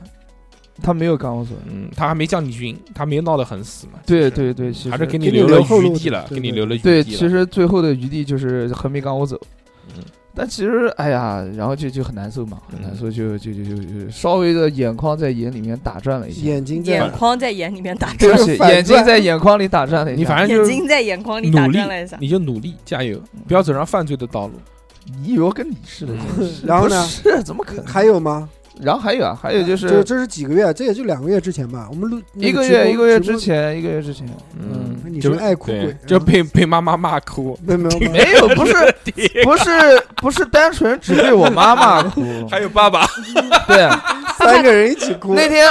Speaker 3: 他没有告诉我。
Speaker 2: 嗯，他还没叫你晕，他没闹得很死嘛。其
Speaker 3: 对
Speaker 2: 实
Speaker 3: 对对，其
Speaker 2: 还是
Speaker 3: 实
Speaker 2: 给
Speaker 4: 给你
Speaker 2: 留
Speaker 4: 留
Speaker 2: 了
Speaker 4: 后
Speaker 2: 余
Speaker 4: 路
Speaker 2: 地了，
Speaker 4: 对
Speaker 2: 给你
Speaker 4: 对
Speaker 2: 留了余地
Speaker 3: 对，
Speaker 2: 了。
Speaker 3: 其实最后的余地就是横没赶我走。
Speaker 2: 嗯
Speaker 3: 但其实哎呀，然后就就很难受嘛，很难受，就就就就就稍微的眼眶在眼里面打转了一下，
Speaker 4: 眼睛
Speaker 7: 眼
Speaker 4: 在
Speaker 7: 眶在眼里面打转
Speaker 3: 对，不
Speaker 4: 就是
Speaker 3: 起，
Speaker 4: 反
Speaker 3: 眼睛
Speaker 4: 转
Speaker 3: 在眼眶里打转了一下。
Speaker 2: 你反正
Speaker 7: 眼
Speaker 2: 就是
Speaker 7: 睛在眼眶里打
Speaker 2: 努力
Speaker 7: 转了一下，。
Speaker 2: 你就努力加油，
Speaker 3: 嗯
Speaker 2: 不要走上犯罪的道路。
Speaker 3: 你以为我跟你似的，真是
Speaker 4: 然后呢
Speaker 3: 不是怎么可能？
Speaker 4: 还有吗？
Speaker 3: 然后还有啊，还有就
Speaker 4: 这
Speaker 3: 是
Speaker 4: 这是几个月？这也就两个月之前吧。我们录那
Speaker 3: 一个
Speaker 4: 直播
Speaker 3: 月一个月
Speaker 4: 直
Speaker 3: 之
Speaker 4: 播
Speaker 3: 前，一个月之前，
Speaker 2: 嗯
Speaker 3: 嗯，
Speaker 4: 你
Speaker 2: 就是
Speaker 4: 爱哭
Speaker 2: 对
Speaker 4: 鬼，，
Speaker 2: 就
Speaker 4: 嗯
Speaker 2: 被被妈妈骂哭。
Speaker 4: 没有没有没有
Speaker 3: 没有， 不是不是不是单纯只对我妈妈 哭，
Speaker 2: 有爸爸，
Speaker 3: 对，
Speaker 2: 啊
Speaker 4: 三个人一起哭，
Speaker 3: 那天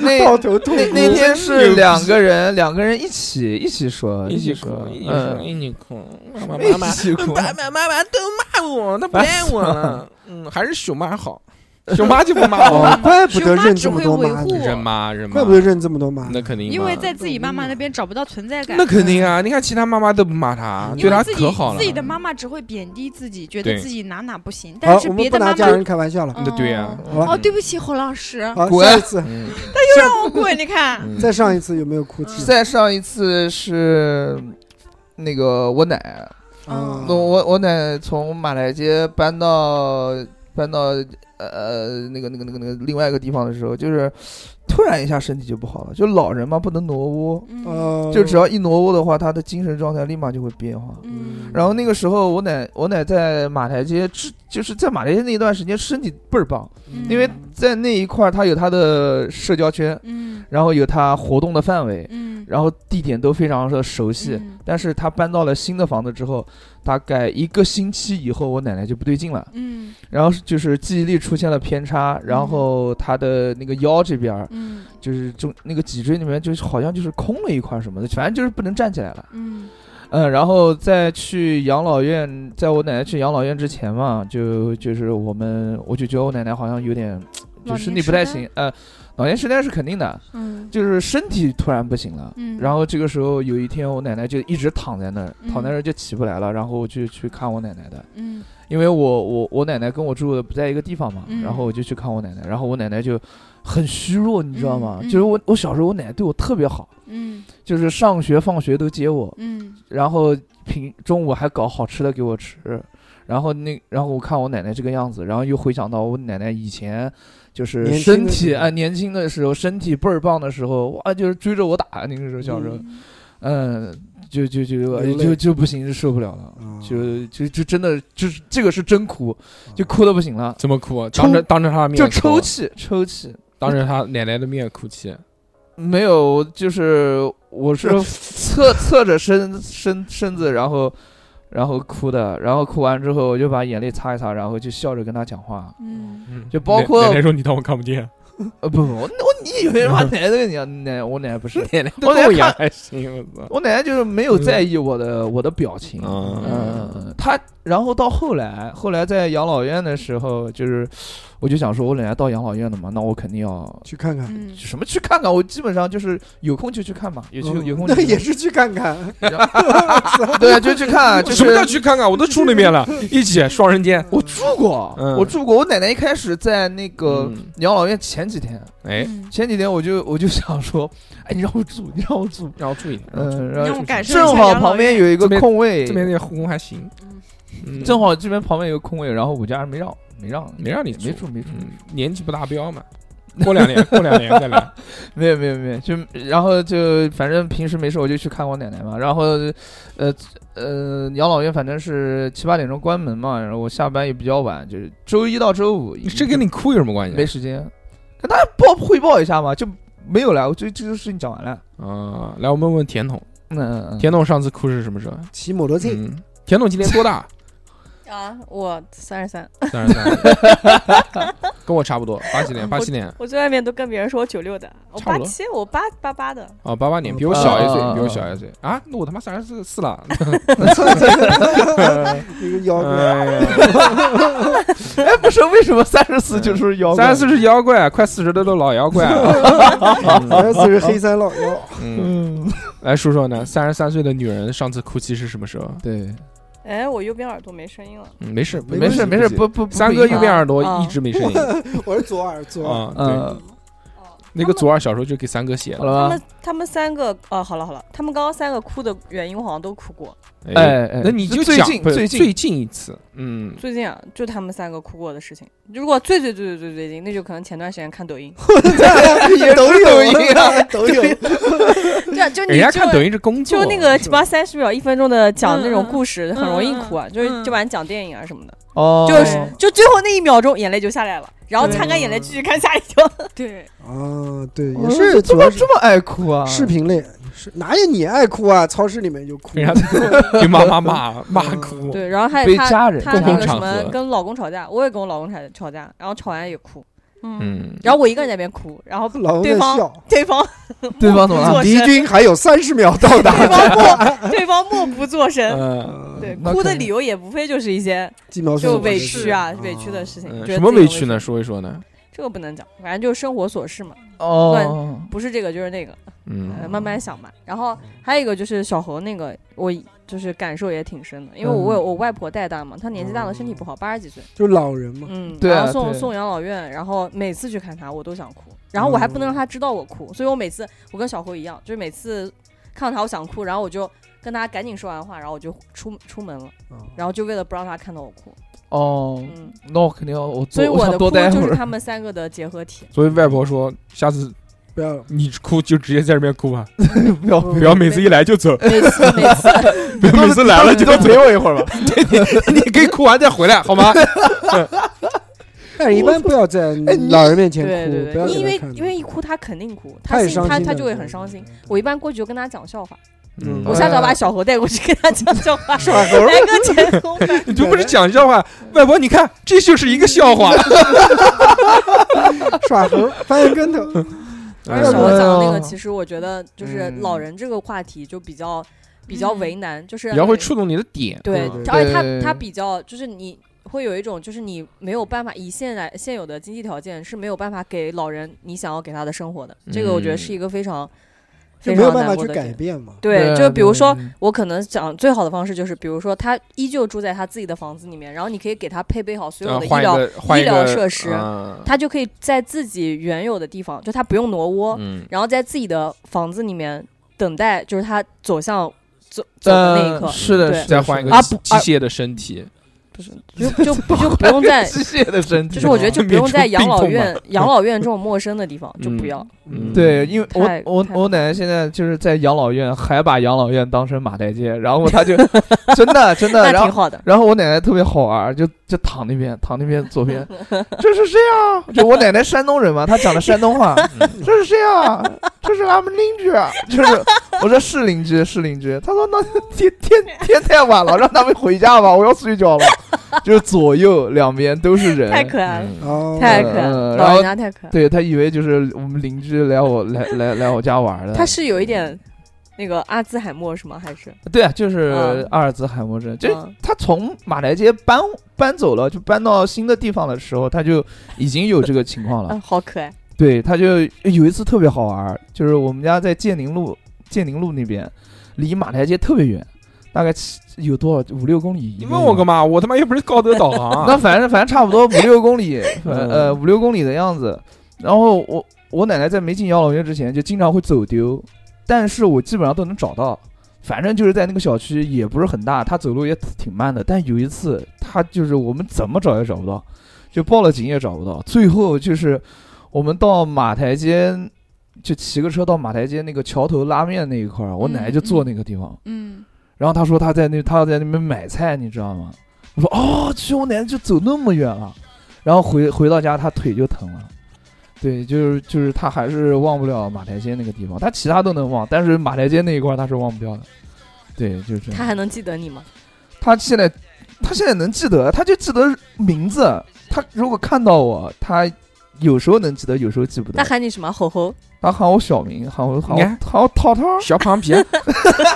Speaker 3: 那
Speaker 4: 抱头痛哭
Speaker 3: 那。那天是两个人，两个人一起一起说，
Speaker 2: 一起
Speaker 3: 说
Speaker 2: 哭，，一起哭，
Speaker 3: 嗯，
Speaker 2: 一起哭。妈妈妈妈
Speaker 3: 一起 哭。
Speaker 2: 爸爸妈妈都骂我，他不爱我了。嗯，还是熊妈好，熊妈就不骂
Speaker 4: 哦
Speaker 2: 我，，
Speaker 4: 怪不
Speaker 5: 熊
Speaker 4: 得
Speaker 5: 妈
Speaker 4: 认
Speaker 5: 只
Speaker 4: 这么
Speaker 5: 会
Speaker 4: 多
Speaker 5: 维
Speaker 4: 妈
Speaker 5: 护
Speaker 4: 呢，
Speaker 2: 认妈认妈
Speaker 4: 怪不，得认这么多妈呢。
Speaker 2: 那肯定嘛，
Speaker 5: 因为在自己妈妈那边找不到存在感
Speaker 2: 那。肯定啊。你看其他妈妈都不骂他，
Speaker 5: 因
Speaker 2: 对他
Speaker 5: 为自己
Speaker 2: 可好了。
Speaker 5: 自己的妈妈只会贬低自己，觉
Speaker 2: 对
Speaker 5: 得自己哪哪不行，
Speaker 4: 好
Speaker 5: 但，是
Speaker 4: 我们
Speaker 5: 别
Speaker 4: 不
Speaker 5: 的
Speaker 4: 拿
Speaker 5: 妈
Speaker 4: 家人
Speaker 5: 妈，
Speaker 4: 开玩笑了。
Speaker 5: 嗯
Speaker 2: 那对呀
Speaker 5: 哦，
Speaker 4: 好了
Speaker 5: 哦，对不起，侯老师，
Speaker 4: 好，
Speaker 3: 滚
Speaker 4: 下一次，
Speaker 2: 嗯
Speaker 5: 又让我滚，你看，
Speaker 2: 嗯
Speaker 4: 再上一次有没有哭泣？
Speaker 3: 再上一次是那个我奶，
Speaker 4: 啊，
Speaker 3: 嗯我我我奶从马来街搬到搬到呃那个那个那个那个另外一个地方的时候，就是突然一下身体就不好了，就老人嘛不能挪窝，
Speaker 5: 嗯
Speaker 4: 呃，
Speaker 3: 就只要一挪窝的话，他的精神状态立马就会变化。
Speaker 5: 嗯，
Speaker 3: 然后那个时候，我奶我奶在马台街，之就是在马台街那一段时间，身体倍儿棒，因为在那一块儿，她有她的社交圈，
Speaker 5: 嗯
Speaker 3: 然后有她活动的范围，
Speaker 5: 嗯，
Speaker 3: 然后地点都非常的熟悉。
Speaker 5: 嗯
Speaker 3: 但是她搬到了新的房子之后，大概一个星期以后，我奶奶就不对劲了，
Speaker 5: 嗯
Speaker 3: 然后就是记忆力出现了偏差，然后她的那个腰这边儿，
Speaker 5: 嗯
Speaker 3: 就是中那个脊椎那边，就是好像就是空了一块儿什么的，反正就是不能站起来了。
Speaker 5: 嗯
Speaker 3: 嗯，然后在去养老院，在我奶奶去养老院之前嘛，就就是我们，我就觉得我奶奶好像有点，就
Speaker 5: 老
Speaker 3: 身
Speaker 5: 年
Speaker 3: 体不
Speaker 5: 痴呆
Speaker 3: 太行，呃，老年痴呆是肯定的，
Speaker 5: 嗯
Speaker 3: 就是身体突然不行了。
Speaker 5: 嗯，
Speaker 3: 然
Speaker 5: 后
Speaker 3: 后这个时候有一天，我奶奶就一直躺在那儿，躺在
Speaker 5: 嗯
Speaker 3: 那儿就起不来了。然后我就去看我奶奶的，
Speaker 5: 嗯
Speaker 3: 因为我我我奶奶跟我住的不在一个地方嘛，然后
Speaker 5: 嗯
Speaker 3: 我就去看我奶奶。然后我奶奶就很虚弱，你知道吗？
Speaker 5: 嗯
Speaker 3: 就是我我小时候我奶奶对我特别好，
Speaker 5: 嗯
Speaker 3: 就是上学放学都接我，
Speaker 5: 嗯
Speaker 3: 然后平中午还搞好吃的给我吃，然后那然后我看我奶奶这个样子，然后又回想到我奶奶以前就是
Speaker 4: 年轻
Speaker 3: 身
Speaker 4: 的
Speaker 3: 体
Speaker 4: 时候
Speaker 3: 啊年轻的时候身体倍儿棒的时候，哇就是追着我打，那个时候小时候，嗯，就就就
Speaker 4: 流泪
Speaker 3: 就就不行，就受不了了。
Speaker 4: 啊
Speaker 3: 就就就真的就是这个是真哭，就哭的不行
Speaker 4: 哦
Speaker 3: 了，
Speaker 2: 怎么哭？啊
Speaker 3: 抽
Speaker 2: 当着当着他的面
Speaker 3: 就
Speaker 2: 哭
Speaker 3: 抽泣抽泣。
Speaker 2: 当着他奶奶的面哭泣。
Speaker 3: 没有，就是我 是侧侧着身身身子，然后然后哭的，然后哭完之后我就把眼泪擦一擦，然后就笑着跟他讲话。
Speaker 5: 嗯，
Speaker 2: 嗯
Speaker 3: 就包括
Speaker 2: 奶奶奶说你当我看不见，
Speaker 3: 呃，不不，我我你以为妈奶奶跟你讲奶，我奶奶 不是，
Speaker 2: 奶奶都
Speaker 3: 我奶奶
Speaker 2: 跟我一样
Speaker 3: 看
Speaker 2: 还行，我操。
Speaker 3: 我奶奶就是没有在意我的我的表情。
Speaker 2: 嗯
Speaker 3: 嗯，她然后到后来，后来在养老院的时候，就是我就想说，我奶奶到养老院了嘛，那我肯定要。
Speaker 4: 去看看，
Speaker 5: 嗯，
Speaker 3: 什么去看看？我基本上就是有空就去看嘛，有去
Speaker 4: 嗯
Speaker 3: 有空就
Speaker 4: 那
Speaker 3: 去看嗯
Speaker 4: 也是去看看，
Speaker 3: 对啊，就去看啊，就
Speaker 2: 什么叫
Speaker 3: 是
Speaker 2: 去看看？我都住那边 了，一起双人间。
Speaker 3: 我住过，
Speaker 2: 嗯
Speaker 3: 我住过。我奶奶一开始在那个
Speaker 2: 嗯
Speaker 3: 养老院前几天，
Speaker 2: 哎，
Speaker 5: 嗯
Speaker 3: 前几天我就我就想 说，哎，你让我住，你让我住，
Speaker 2: 让我注意点。
Speaker 3: 嗯，
Speaker 5: 让
Speaker 3: 然后
Speaker 5: 我感受一下
Speaker 3: 正好
Speaker 5: 养老
Speaker 3: 旁边
Speaker 5: 院
Speaker 3: 有一个
Speaker 2: 这边
Speaker 3: 空位，
Speaker 2: 这边那个护工还行，嗯，
Speaker 3: 正好这边旁边有个空位，然后我家人没让，没让，
Speaker 2: 没让你
Speaker 3: 没住，没住，
Speaker 2: 嗯，年纪不达标嘛， 过两年，过两年再来。
Speaker 3: 没有没有没有，就然后就反正平时没事我就去看我奶奶嘛，然后呃呃养老院反正是七八点钟关门嘛，然后我下班也比较晚，就是周一到周五，
Speaker 2: 这 跟你哭有什么关
Speaker 3: 没
Speaker 2: 系？啊
Speaker 3: 时间，跟大家报汇报一下嘛，就没有了。我这这个事情讲完了。
Speaker 2: 啊，来，我们问甜筒，
Speaker 3: 嗯嗯嗯，
Speaker 2: 甜筒上次哭是什么时候？啊
Speaker 4: 骑摩托车，
Speaker 2: 嗯，甜筒今年多 大？
Speaker 7: 啊，我三十三，
Speaker 2: 三 十三，跟我差不多，八几年，八七年
Speaker 7: 我在外面都跟别人说我九六的，我
Speaker 2: 差
Speaker 7: 八
Speaker 2: 不多
Speaker 7: 七，我八八八的，
Speaker 2: 哦，八八年，比我小一岁，
Speaker 3: 啊
Speaker 2: 比我小一岁啊！那我他妈三十四四了，
Speaker 4: 一个
Speaker 3: 嗯
Speaker 4: 妖怪，
Speaker 2: 哎
Speaker 3: 哎，不是为什么三十四就是摇滚？
Speaker 2: 三十四是妖怪，快四十的都老妖怪了。
Speaker 4: 好像是黑三老妖，
Speaker 2: 嗯，
Speaker 3: 嗯，
Speaker 2: 来说说呢，三十三岁的女人上次哭泣是什么时候？
Speaker 3: 对，
Speaker 7: 哎，我右边耳朵没声音了，
Speaker 2: 嗯，没事，
Speaker 4: 没
Speaker 3: 没
Speaker 2: 关系
Speaker 3: 事没事，不不，不
Speaker 2: 三哥右边耳朵
Speaker 7: 啊
Speaker 2: 一直没声音
Speaker 4: 我是左耳左 耳，
Speaker 2: 啊。对，
Speaker 3: 嗯，
Speaker 2: 那个左耳小时候就给三哥写
Speaker 3: 好
Speaker 2: 了。
Speaker 3: 了
Speaker 7: 他
Speaker 3: 吧
Speaker 7: 们？他们三个，哦，好了好了，他们刚刚三个哭的原因我好像都哭过，
Speaker 3: 哎哎，
Speaker 2: 那你就
Speaker 3: 最
Speaker 2: 讲
Speaker 3: 近
Speaker 2: 不是
Speaker 3: 最近
Speaker 2: 最近一次，嗯，
Speaker 7: 最近啊，就他们三个哭过的事情，如果最最最最最最近，那就可能前段时间看抖音，
Speaker 3: 也
Speaker 4: 抖
Speaker 3: 是抖音
Speaker 4: 啊，抖音，
Speaker 7: 对啊，就你
Speaker 2: 人家
Speaker 7: 就
Speaker 2: 看抖音是工作，
Speaker 7: 就那个什么三十秒、一分钟的讲那种
Speaker 5: 嗯嗯
Speaker 7: 故事，很容易
Speaker 5: 嗯
Speaker 7: 哭啊，就是
Speaker 5: 嗯
Speaker 7: 就晚讲电影啊什么的，
Speaker 3: 哦，
Speaker 7: 就是就最后那一秒钟眼泪就下来了，然后
Speaker 5: 对
Speaker 7: 擦干眼泪继续看下一条。
Speaker 5: 对，
Speaker 4: 啊，对，也
Speaker 3: 我
Speaker 4: 是
Speaker 3: 这
Speaker 4: 主
Speaker 3: 么
Speaker 4: 要是
Speaker 3: 这么爱哭啊？
Speaker 4: 视频类，是哪有你爱哭啊？超市里面就哭，
Speaker 2: 人家给妈妈骂骂哭，
Speaker 7: 对，然后还有
Speaker 3: 被
Speaker 7: 他
Speaker 3: 家人
Speaker 7: 他那
Speaker 2: 公共
Speaker 7: 个什
Speaker 2: 场
Speaker 7: 么
Speaker 2: 合
Speaker 7: 跟老公吵架，我也跟我老公吵吵架，然后吵完也哭，
Speaker 2: 嗯，
Speaker 7: 然后我一个人在那边哭，然后
Speaker 4: 老公在
Speaker 7: 对方
Speaker 4: 笑。啊
Speaker 7: 对方
Speaker 3: 对方怎么了
Speaker 7: 做？
Speaker 4: 敌军还有三十秒到达，
Speaker 7: 对方默 对方默不作声。
Speaker 2: 呃，
Speaker 7: 对，
Speaker 3: 那
Speaker 7: 哭
Speaker 3: 可
Speaker 7: 的
Speaker 3: 能
Speaker 7: 理由也无非就是一些
Speaker 4: 鸡毛
Speaker 7: 就
Speaker 4: 蒜
Speaker 7: 委
Speaker 4: 皮
Speaker 7: 屈啊、委屈的事情。
Speaker 2: 嗯
Speaker 7: 觉得
Speaker 2: 什么
Speaker 7: 自己
Speaker 2: 委
Speaker 7: 委
Speaker 2: 屈呢？？说一说呢？
Speaker 7: 这个不能讲，反正就是生活琐事嘛，
Speaker 3: 哦，
Speaker 7: 不是这个就是那个。呃，
Speaker 2: 嗯，
Speaker 7: 慢慢想吧。然后还有一个就是小猴那个，我就是感受也挺深的，因为我我我外婆带大嘛，她年纪大了，身体不好，八十几岁，
Speaker 4: 就老人嘛，
Speaker 7: 嗯，
Speaker 3: 对啊
Speaker 7: 然后送
Speaker 3: 对
Speaker 7: 送养老院，然后每次去看她，我都想哭，然后我还
Speaker 4: 嗯
Speaker 7: 不能让她知道我哭，所以我每次我跟小猴一样，就是每次看到她我想哭，然后我就跟她赶紧说完话，然后我就出出门了，
Speaker 4: 啊
Speaker 7: 然后就为了不让她看到我哭，
Speaker 3: 哦，
Speaker 7: 嗯，
Speaker 3: 那我肯定要我
Speaker 7: 所以
Speaker 3: 多我
Speaker 7: 我
Speaker 3: 想
Speaker 7: 的
Speaker 3: 多
Speaker 7: 哭
Speaker 3: 待
Speaker 7: 就
Speaker 3: 会
Speaker 7: 是
Speaker 3: 儿。
Speaker 7: 他们三个的结合 体。
Speaker 2: 所以外婆说，下次
Speaker 4: 不要嗯
Speaker 2: 你哭就直接在这边哭吧，
Speaker 3: 不要
Speaker 2: 不要每次一来就走，
Speaker 7: 每次每次
Speaker 2: 不要每次来了就
Speaker 3: 都
Speaker 2: 走，
Speaker 3: 陪我一会儿吧。
Speaker 2: 你可以哭完再回来好
Speaker 7: 嗯
Speaker 2: 吗？
Speaker 4: 但是一般不要在老人面前
Speaker 7: 对
Speaker 4: 哭，
Speaker 7: 对
Speaker 4: 不要
Speaker 7: 对，
Speaker 4: 给
Speaker 7: 因为
Speaker 4: 他看到
Speaker 7: 因为一哭他肯定哭，
Speaker 4: 他
Speaker 7: 他
Speaker 4: 也
Speaker 7: 心
Speaker 4: 伤
Speaker 7: 他
Speaker 4: 心
Speaker 7: 他
Speaker 4: 的
Speaker 7: 就会
Speaker 4: 对
Speaker 7: 很
Speaker 4: 对
Speaker 7: 伤心
Speaker 4: 对。哎
Speaker 7: 我一般过去就跟他讲笑话，
Speaker 2: 嗯
Speaker 7: 我，下次要把小猴带过去跟他讲笑话，
Speaker 4: 耍猴
Speaker 7: 来个前后吧
Speaker 2: 你就不是讲笑话，外婆，你看这就是一个笑话。
Speaker 4: 耍猴翻跟 头，
Speaker 7: 但是
Speaker 3: 小
Speaker 7: 我
Speaker 2: 嗯
Speaker 3: 猴
Speaker 7: 讲的那
Speaker 3: 哎
Speaker 4: 啊
Speaker 7: 个，
Speaker 3: 呦
Speaker 7: 其实我觉得就是老
Speaker 3: 嗯
Speaker 7: 人这个话题就比较比较为
Speaker 4: 嗯
Speaker 7: 难，就是
Speaker 2: 比较会触动你的点，
Speaker 7: 对
Speaker 4: 对，
Speaker 7: 而且他
Speaker 3: 对
Speaker 7: 他比较就是你。会有一种，就是你没有办法以现在现有的经济条件是没有办法给老人你想要给他的生活的，这个我觉得是一个非常
Speaker 4: 就
Speaker 7: 非
Speaker 4: 没有
Speaker 7: 常
Speaker 4: 办法
Speaker 7: 难过
Speaker 4: 去
Speaker 7: 的
Speaker 4: 改
Speaker 7: 点。
Speaker 4: 变嘛。
Speaker 7: 对，就比如说，
Speaker 3: 嗯
Speaker 7: 我可能讲最好的方式就是，比如说他依旧住在他自己的房子里面，然后你可以给他配备好所有
Speaker 2: 啊
Speaker 7: 的医
Speaker 2: 换一
Speaker 7: 疗，
Speaker 2: 个换一
Speaker 7: 医疗
Speaker 2: 个
Speaker 7: 设施
Speaker 2: 嗯
Speaker 7: 他就可以在自己原有的地方，就他不用挪窝，
Speaker 2: 嗯，
Speaker 7: 然后在自己的房子里面等待， 就是他走向走走的那一刻
Speaker 3: 呃。是的，
Speaker 7: 对
Speaker 3: 是的
Speaker 2: 再换一个
Speaker 7: 啊
Speaker 2: 机
Speaker 7: 不啊
Speaker 2: 机械的身体，
Speaker 7: 不是，就就就不用 再，
Speaker 3: 机械的身体，
Speaker 7: 就是我觉得就不用在养老
Speaker 2: 命
Speaker 7: 院、养老院这种陌生的地方，就
Speaker 2: 嗯
Speaker 7: 不要。
Speaker 2: 嗯，
Speaker 3: 对，因为
Speaker 7: 太
Speaker 3: 我我
Speaker 7: 太
Speaker 3: 我奶奶现在就是在养老院，还把养老院当成马台街，然后她 就真的真的，
Speaker 7: 那
Speaker 3: 呃然
Speaker 7: 挺
Speaker 3: 后
Speaker 7: 好的。
Speaker 3: 然后我奶奶特别好玩儿，就就躺那边躺那边左 边，这是谁啊？就我奶奶山东人嘛，她讲的山东话， 这是谁啊？这是俺们邻居啊，就是我说是邻居是邻居，她说那天天天太晚了，让他们回家吧，我要睡觉了。就是左右两边都是人，
Speaker 7: 太可爱了，
Speaker 2: 嗯
Speaker 4: 哦，
Speaker 7: 太可爱
Speaker 3: 呃嗯
Speaker 7: 了，
Speaker 3: 然
Speaker 7: 老
Speaker 3: 后
Speaker 7: 人家太可爱了。
Speaker 3: 对她以为就是我们邻居来我来来来我家玩儿的，
Speaker 7: 他是有一点那个阿兹海默是吗？还是
Speaker 3: 对啊，就是
Speaker 7: 嗯
Speaker 3: 阿尔兹海默症，就
Speaker 7: 嗯
Speaker 3: 他从马来街搬搬走了，就搬到新的地方的时候，他就已经有这个情况了
Speaker 7: 嗯，。好可爱。
Speaker 3: 对，他就有一次特别好玩儿，就是我们家在建宁路，建宁路那边，离马来街特别远，大概七有多少五六公里。
Speaker 2: 你问我干
Speaker 3: 嘛？
Speaker 2: 嘛？我他妈又不是高德导航。
Speaker 3: 那反正反正差不多五六公里，反呃五六公里的样子。然后我我奶奶在没进养老院之前就经常会走丢，但是我基本上都能找到。反正就是在那个小区也不是很大，她走路也挺慢的。但有一次，她就是我们怎么找也找不到，就报了警也找不到。最后就是我们到马台街，就骑个车到马台街那个桥头拉面那一块儿，我奶奶就坐那个地方。
Speaker 5: 嗯，
Speaker 3: 然后他说他在那他在那边买菜，你知道吗？我说哦，去我奶奶就走那么远了，然后回回到家他腿就疼了。对，就是就是他还是忘不了马台街那个地方，他其他都能忘，但是马台街那一块儿他是忘不掉的。对，就是这
Speaker 7: 他
Speaker 3: 样。
Speaker 7: 还能记得你吗？
Speaker 3: 他现在他现在能记得，他就记得名字。他如果看到我，他有时候能记得，有时候记不
Speaker 7: 他
Speaker 3: 得。
Speaker 7: 喊你什么？吼吼！
Speaker 3: 他喊我小名，喊我喊
Speaker 2: 你
Speaker 3: 我
Speaker 2: 看
Speaker 3: 喊我涛涛，
Speaker 2: 小胖皮，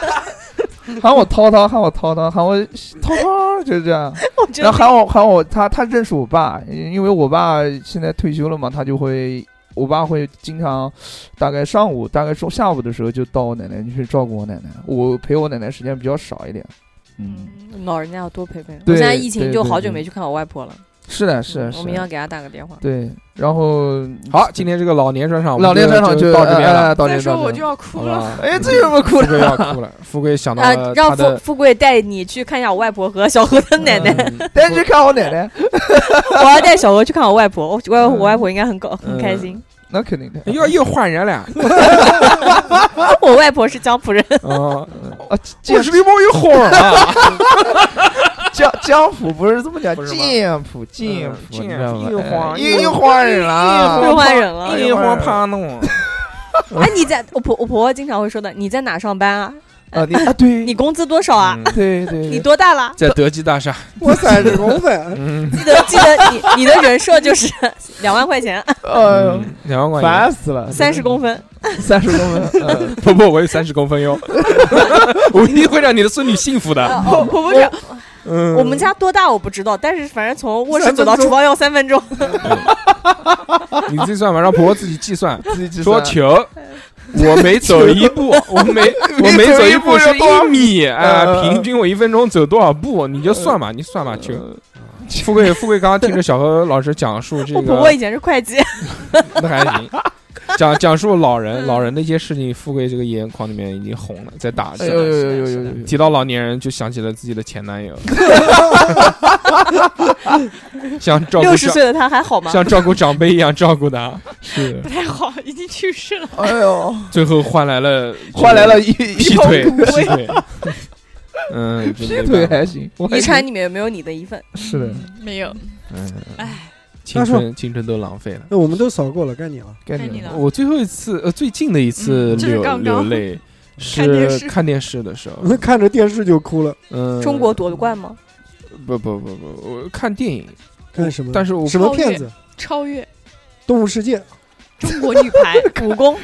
Speaker 3: 喊我涛涛，喊我涛涛， 喊我涛涛，就是这样。
Speaker 7: 我觉
Speaker 3: 然后
Speaker 7: 得
Speaker 3: 喊我喊我他他认识我爸，因为我爸现在退休了嘛，他就会我爸会经常大概上午大概中下午的时候就到我奶奶去照顾我奶奶，我陪我奶奶时间比较少一点。嗯，
Speaker 7: 嗯老人家要多陪陪。我
Speaker 3: 对
Speaker 7: 现在疫情
Speaker 3: 对
Speaker 7: 就
Speaker 3: 对
Speaker 7: 好久
Speaker 3: 对
Speaker 7: 没去看我外婆了，
Speaker 3: 是的，是的，
Speaker 7: 嗯
Speaker 3: 是
Speaker 7: 我们要
Speaker 3: 的，
Speaker 7: 给她打个电话。
Speaker 3: 对。然后
Speaker 2: 好，今天这个老年专场，
Speaker 3: 老年专场
Speaker 2: 就到这边
Speaker 3: 哎哎
Speaker 2: 了
Speaker 3: 哎，到
Speaker 5: 再
Speaker 3: 这边
Speaker 5: 说
Speaker 3: 到
Speaker 5: 我
Speaker 3: 这
Speaker 5: 就
Speaker 3: 边
Speaker 5: 要哭
Speaker 2: 好
Speaker 5: 了。
Speaker 2: 吧？
Speaker 3: 哎，这有没有哭
Speaker 2: 富贵
Speaker 3: 了？
Speaker 2: 要哭了，富贵想到
Speaker 7: 啊，
Speaker 2: 了
Speaker 7: 让
Speaker 2: 他
Speaker 7: 富
Speaker 2: 的
Speaker 7: 富贵带你去看一下我外婆和小何的奶奶，
Speaker 2: 嗯
Speaker 3: 带 你去看我奶奶，
Speaker 7: 我要带小何去看我外婆，我外
Speaker 2: 嗯
Speaker 7: 我外婆应该很高很开心。
Speaker 3: 那肯定的。
Speaker 2: 又又换人 了，
Speaker 7: 我外婆是江浦人，
Speaker 2: 嗯，
Speaker 3: 啊，
Speaker 2: 我
Speaker 3: 江
Speaker 2: 是你妈又好 了，
Speaker 3: 江江浦不是这么讲，
Speaker 2: 不是吗嗯
Speaker 3: 剑浦剑浦，
Speaker 2: 剑
Speaker 3: 你知道
Speaker 2: 浦
Speaker 3: 吗
Speaker 2: 又
Speaker 3: 哎
Speaker 2: 晃
Speaker 3: 又
Speaker 2: 又
Speaker 3: 又换人
Speaker 2: 啊
Speaker 3: 了，
Speaker 7: 又换人了。
Speaker 2: 一会儿怕弄，
Speaker 7: 哎，你在我婆我婆婆经常会说的，你在哪上班啊？
Speaker 3: 啊，你啊，对，
Speaker 7: 你工资多少啊？
Speaker 2: 嗯
Speaker 3: 对对，
Speaker 7: 你多大了？
Speaker 2: 在德基大厦，
Speaker 4: 我三十公分，
Speaker 2: 嗯，
Speaker 7: 记得记得你你的人设就是 两万块钱，
Speaker 3: 哎呦，
Speaker 2: 两万块钱，
Speaker 3: 烦死了，
Speaker 7: 三十公分，
Speaker 3: 三十公分，呃
Speaker 2: 不不，我有三十公分哟， 我一定会让你的孙女幸福 的。
Speaker 7: 哦，婆婆讲，
Speaker 2: 嗯，
Speaker 7: 我们家多大我不知道，但是反正从卧室走到厨房要三分钟。
Speaker 2: 你自己算吧，让婆婆自己计算。
Speaker 3: 自己计
Speaker 2: 说
Speaker 3: 算
Speaker 2: 球，我每走一步，我每我每走一步是一米，哎，
Speaker 3: 嗯
Speaker 2: 平均我一分钟走多少步，你就算吧，你算吧，球。
Speaker 3: 嗯
Speaker 2: 富贵，富贵刚刚听着小何老师讲述这
Speaker 7: 我婆婆
Speaker 2: 个，
Speaker 7: 以前是会计，
Speaker 2: 那还行。讲讲述老人老人的一些事情，富贵这个眼眶里面已经红了，在打字。
Speaker 3: 哎呦呦呦呦呦呦呦，
Speaker 2: 提到老年人，就想起了自己的前男友，像照顾
Speaker 7: 六十
Speaker 2: 长
Speaker 7: 岁的她还好吗？
Speaker 2: 像照顾长辈一样照顾他，
Speaker 3: 是
Speaker 5: 不，太好，已经去世 了。
Speaker 3: 哎呦，
Speaker 2: 最后换来了
Speaker 3: 换来了一
Speaker 2: 劈
Speaker 3: 劈
Speaker 2: 腿， 劈腿，嗯，
Speaker 3: 劈腿还行，我还
Speaker 7: 遗产里面有没有你的一份？
Speaker 3: 是的，
Speaker 5: 没有，
Speaker 2: 青春青春都浪费了。
Speaker 4: 那我们都扫过了，该你了。
Speaker 3: 该
Speaker 5: 该
Speaker 3: 你
Speaker 5: 你了
Speaker 2: 我最后一次呃最近的一次
Speaker 5: 嗯就是
Speaker 2: 流
Speaker 5: 刚
Speaker 2: 流
Speaker 5: 刚
Speaker 2: 泪
Speaker 5: 看电
Speaker 2: 是
Speaker 5: 视
Speaker 2: 看电视的时候，
Speaker 4: 看着电视就哭了，
Speaker 2: 嗯，
Speaker 7: 中国夺冠吗？
Speaker 2: 不不不不，我看电影，
Speaker 4: 看什么？
Speaker 2: 但是我
Speaker 4: 什么片子？
Speaker 5: 超越
Speaker 4: 《动物世界》
Speaker 2: 哦
Speaker 5: 中国女排 武功，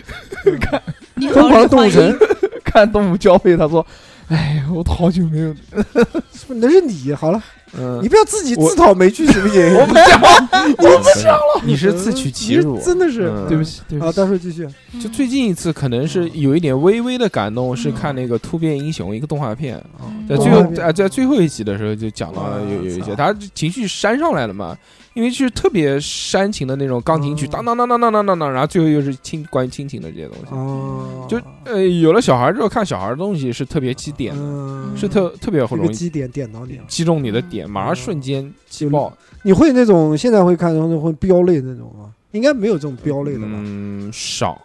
Speaker 5: 你
Speaker 4: 《疯
Speaker 5: 好，
Speaker 4: 狂
Speaker 5: 李
Speaker 4: 动物
Speaker 5: 焕
Speaker 4: 城
Speaker 5: 英，》，
Speaker 3: 看动物交配，他说，哎，我好久没有，
Speaker 4: 嗯是不是那是你？好了，
Speaker 2: 嗯
Speaker 4: 你，不要自己
Speaker 2: 我
Speaker 4: 自讨没趣行不行？
Speaker 3: 我不讲，
Speaker 2: 我不想了，你是自取其辱
Speaker 4: 你，真的是
Speaker 2: 嗯哦
Speaker 3: 对不起，对
Speaker 4: 啊！
Speaker 3: 不起
Speaker 4: 到，时候继续。
Speaker 2: 就最近一次可能是
Speaker 4: 嗯
Speaker 2: 有一点微微的感动，是看那个《突变英雄》一个动画片，在最后
Speaker 4: 动画片
Speaker 2: 啊，在最后一集的时候就讲到了有有一些，
Speaker 4: 哇
Speaker 2: 他情绪煽上来了嘛，因为是特别煽情的那种钢琴曲，
Speaker 4: 嗯
Speaker 2: 当当当当当当当当，然后最后又是亲关于亲情的这些东西，
Speaker 4: 哦，
Speaker 2: 就呃有了小孩之后看小孩的东西是特别起点的，
Speaker 4: 嗯
Speaker 2: 是特特别
Speaker 4: 这
Speaker 2: 容
Speaker 4: 个
Speaker 2: 易
Speaker 4: 基点点到你了。
Speaker 2: 击中你的点点，马
Speaker 4: 嗯
Speaker 2: 上瞬间气
Speaker 4: 就
Speaker 2: 爆。
Speaker 4: 你会那种现在会看那种会飙泪那种吗？应该没有这种飙泪的吧？
Speaker 2: 嗯，少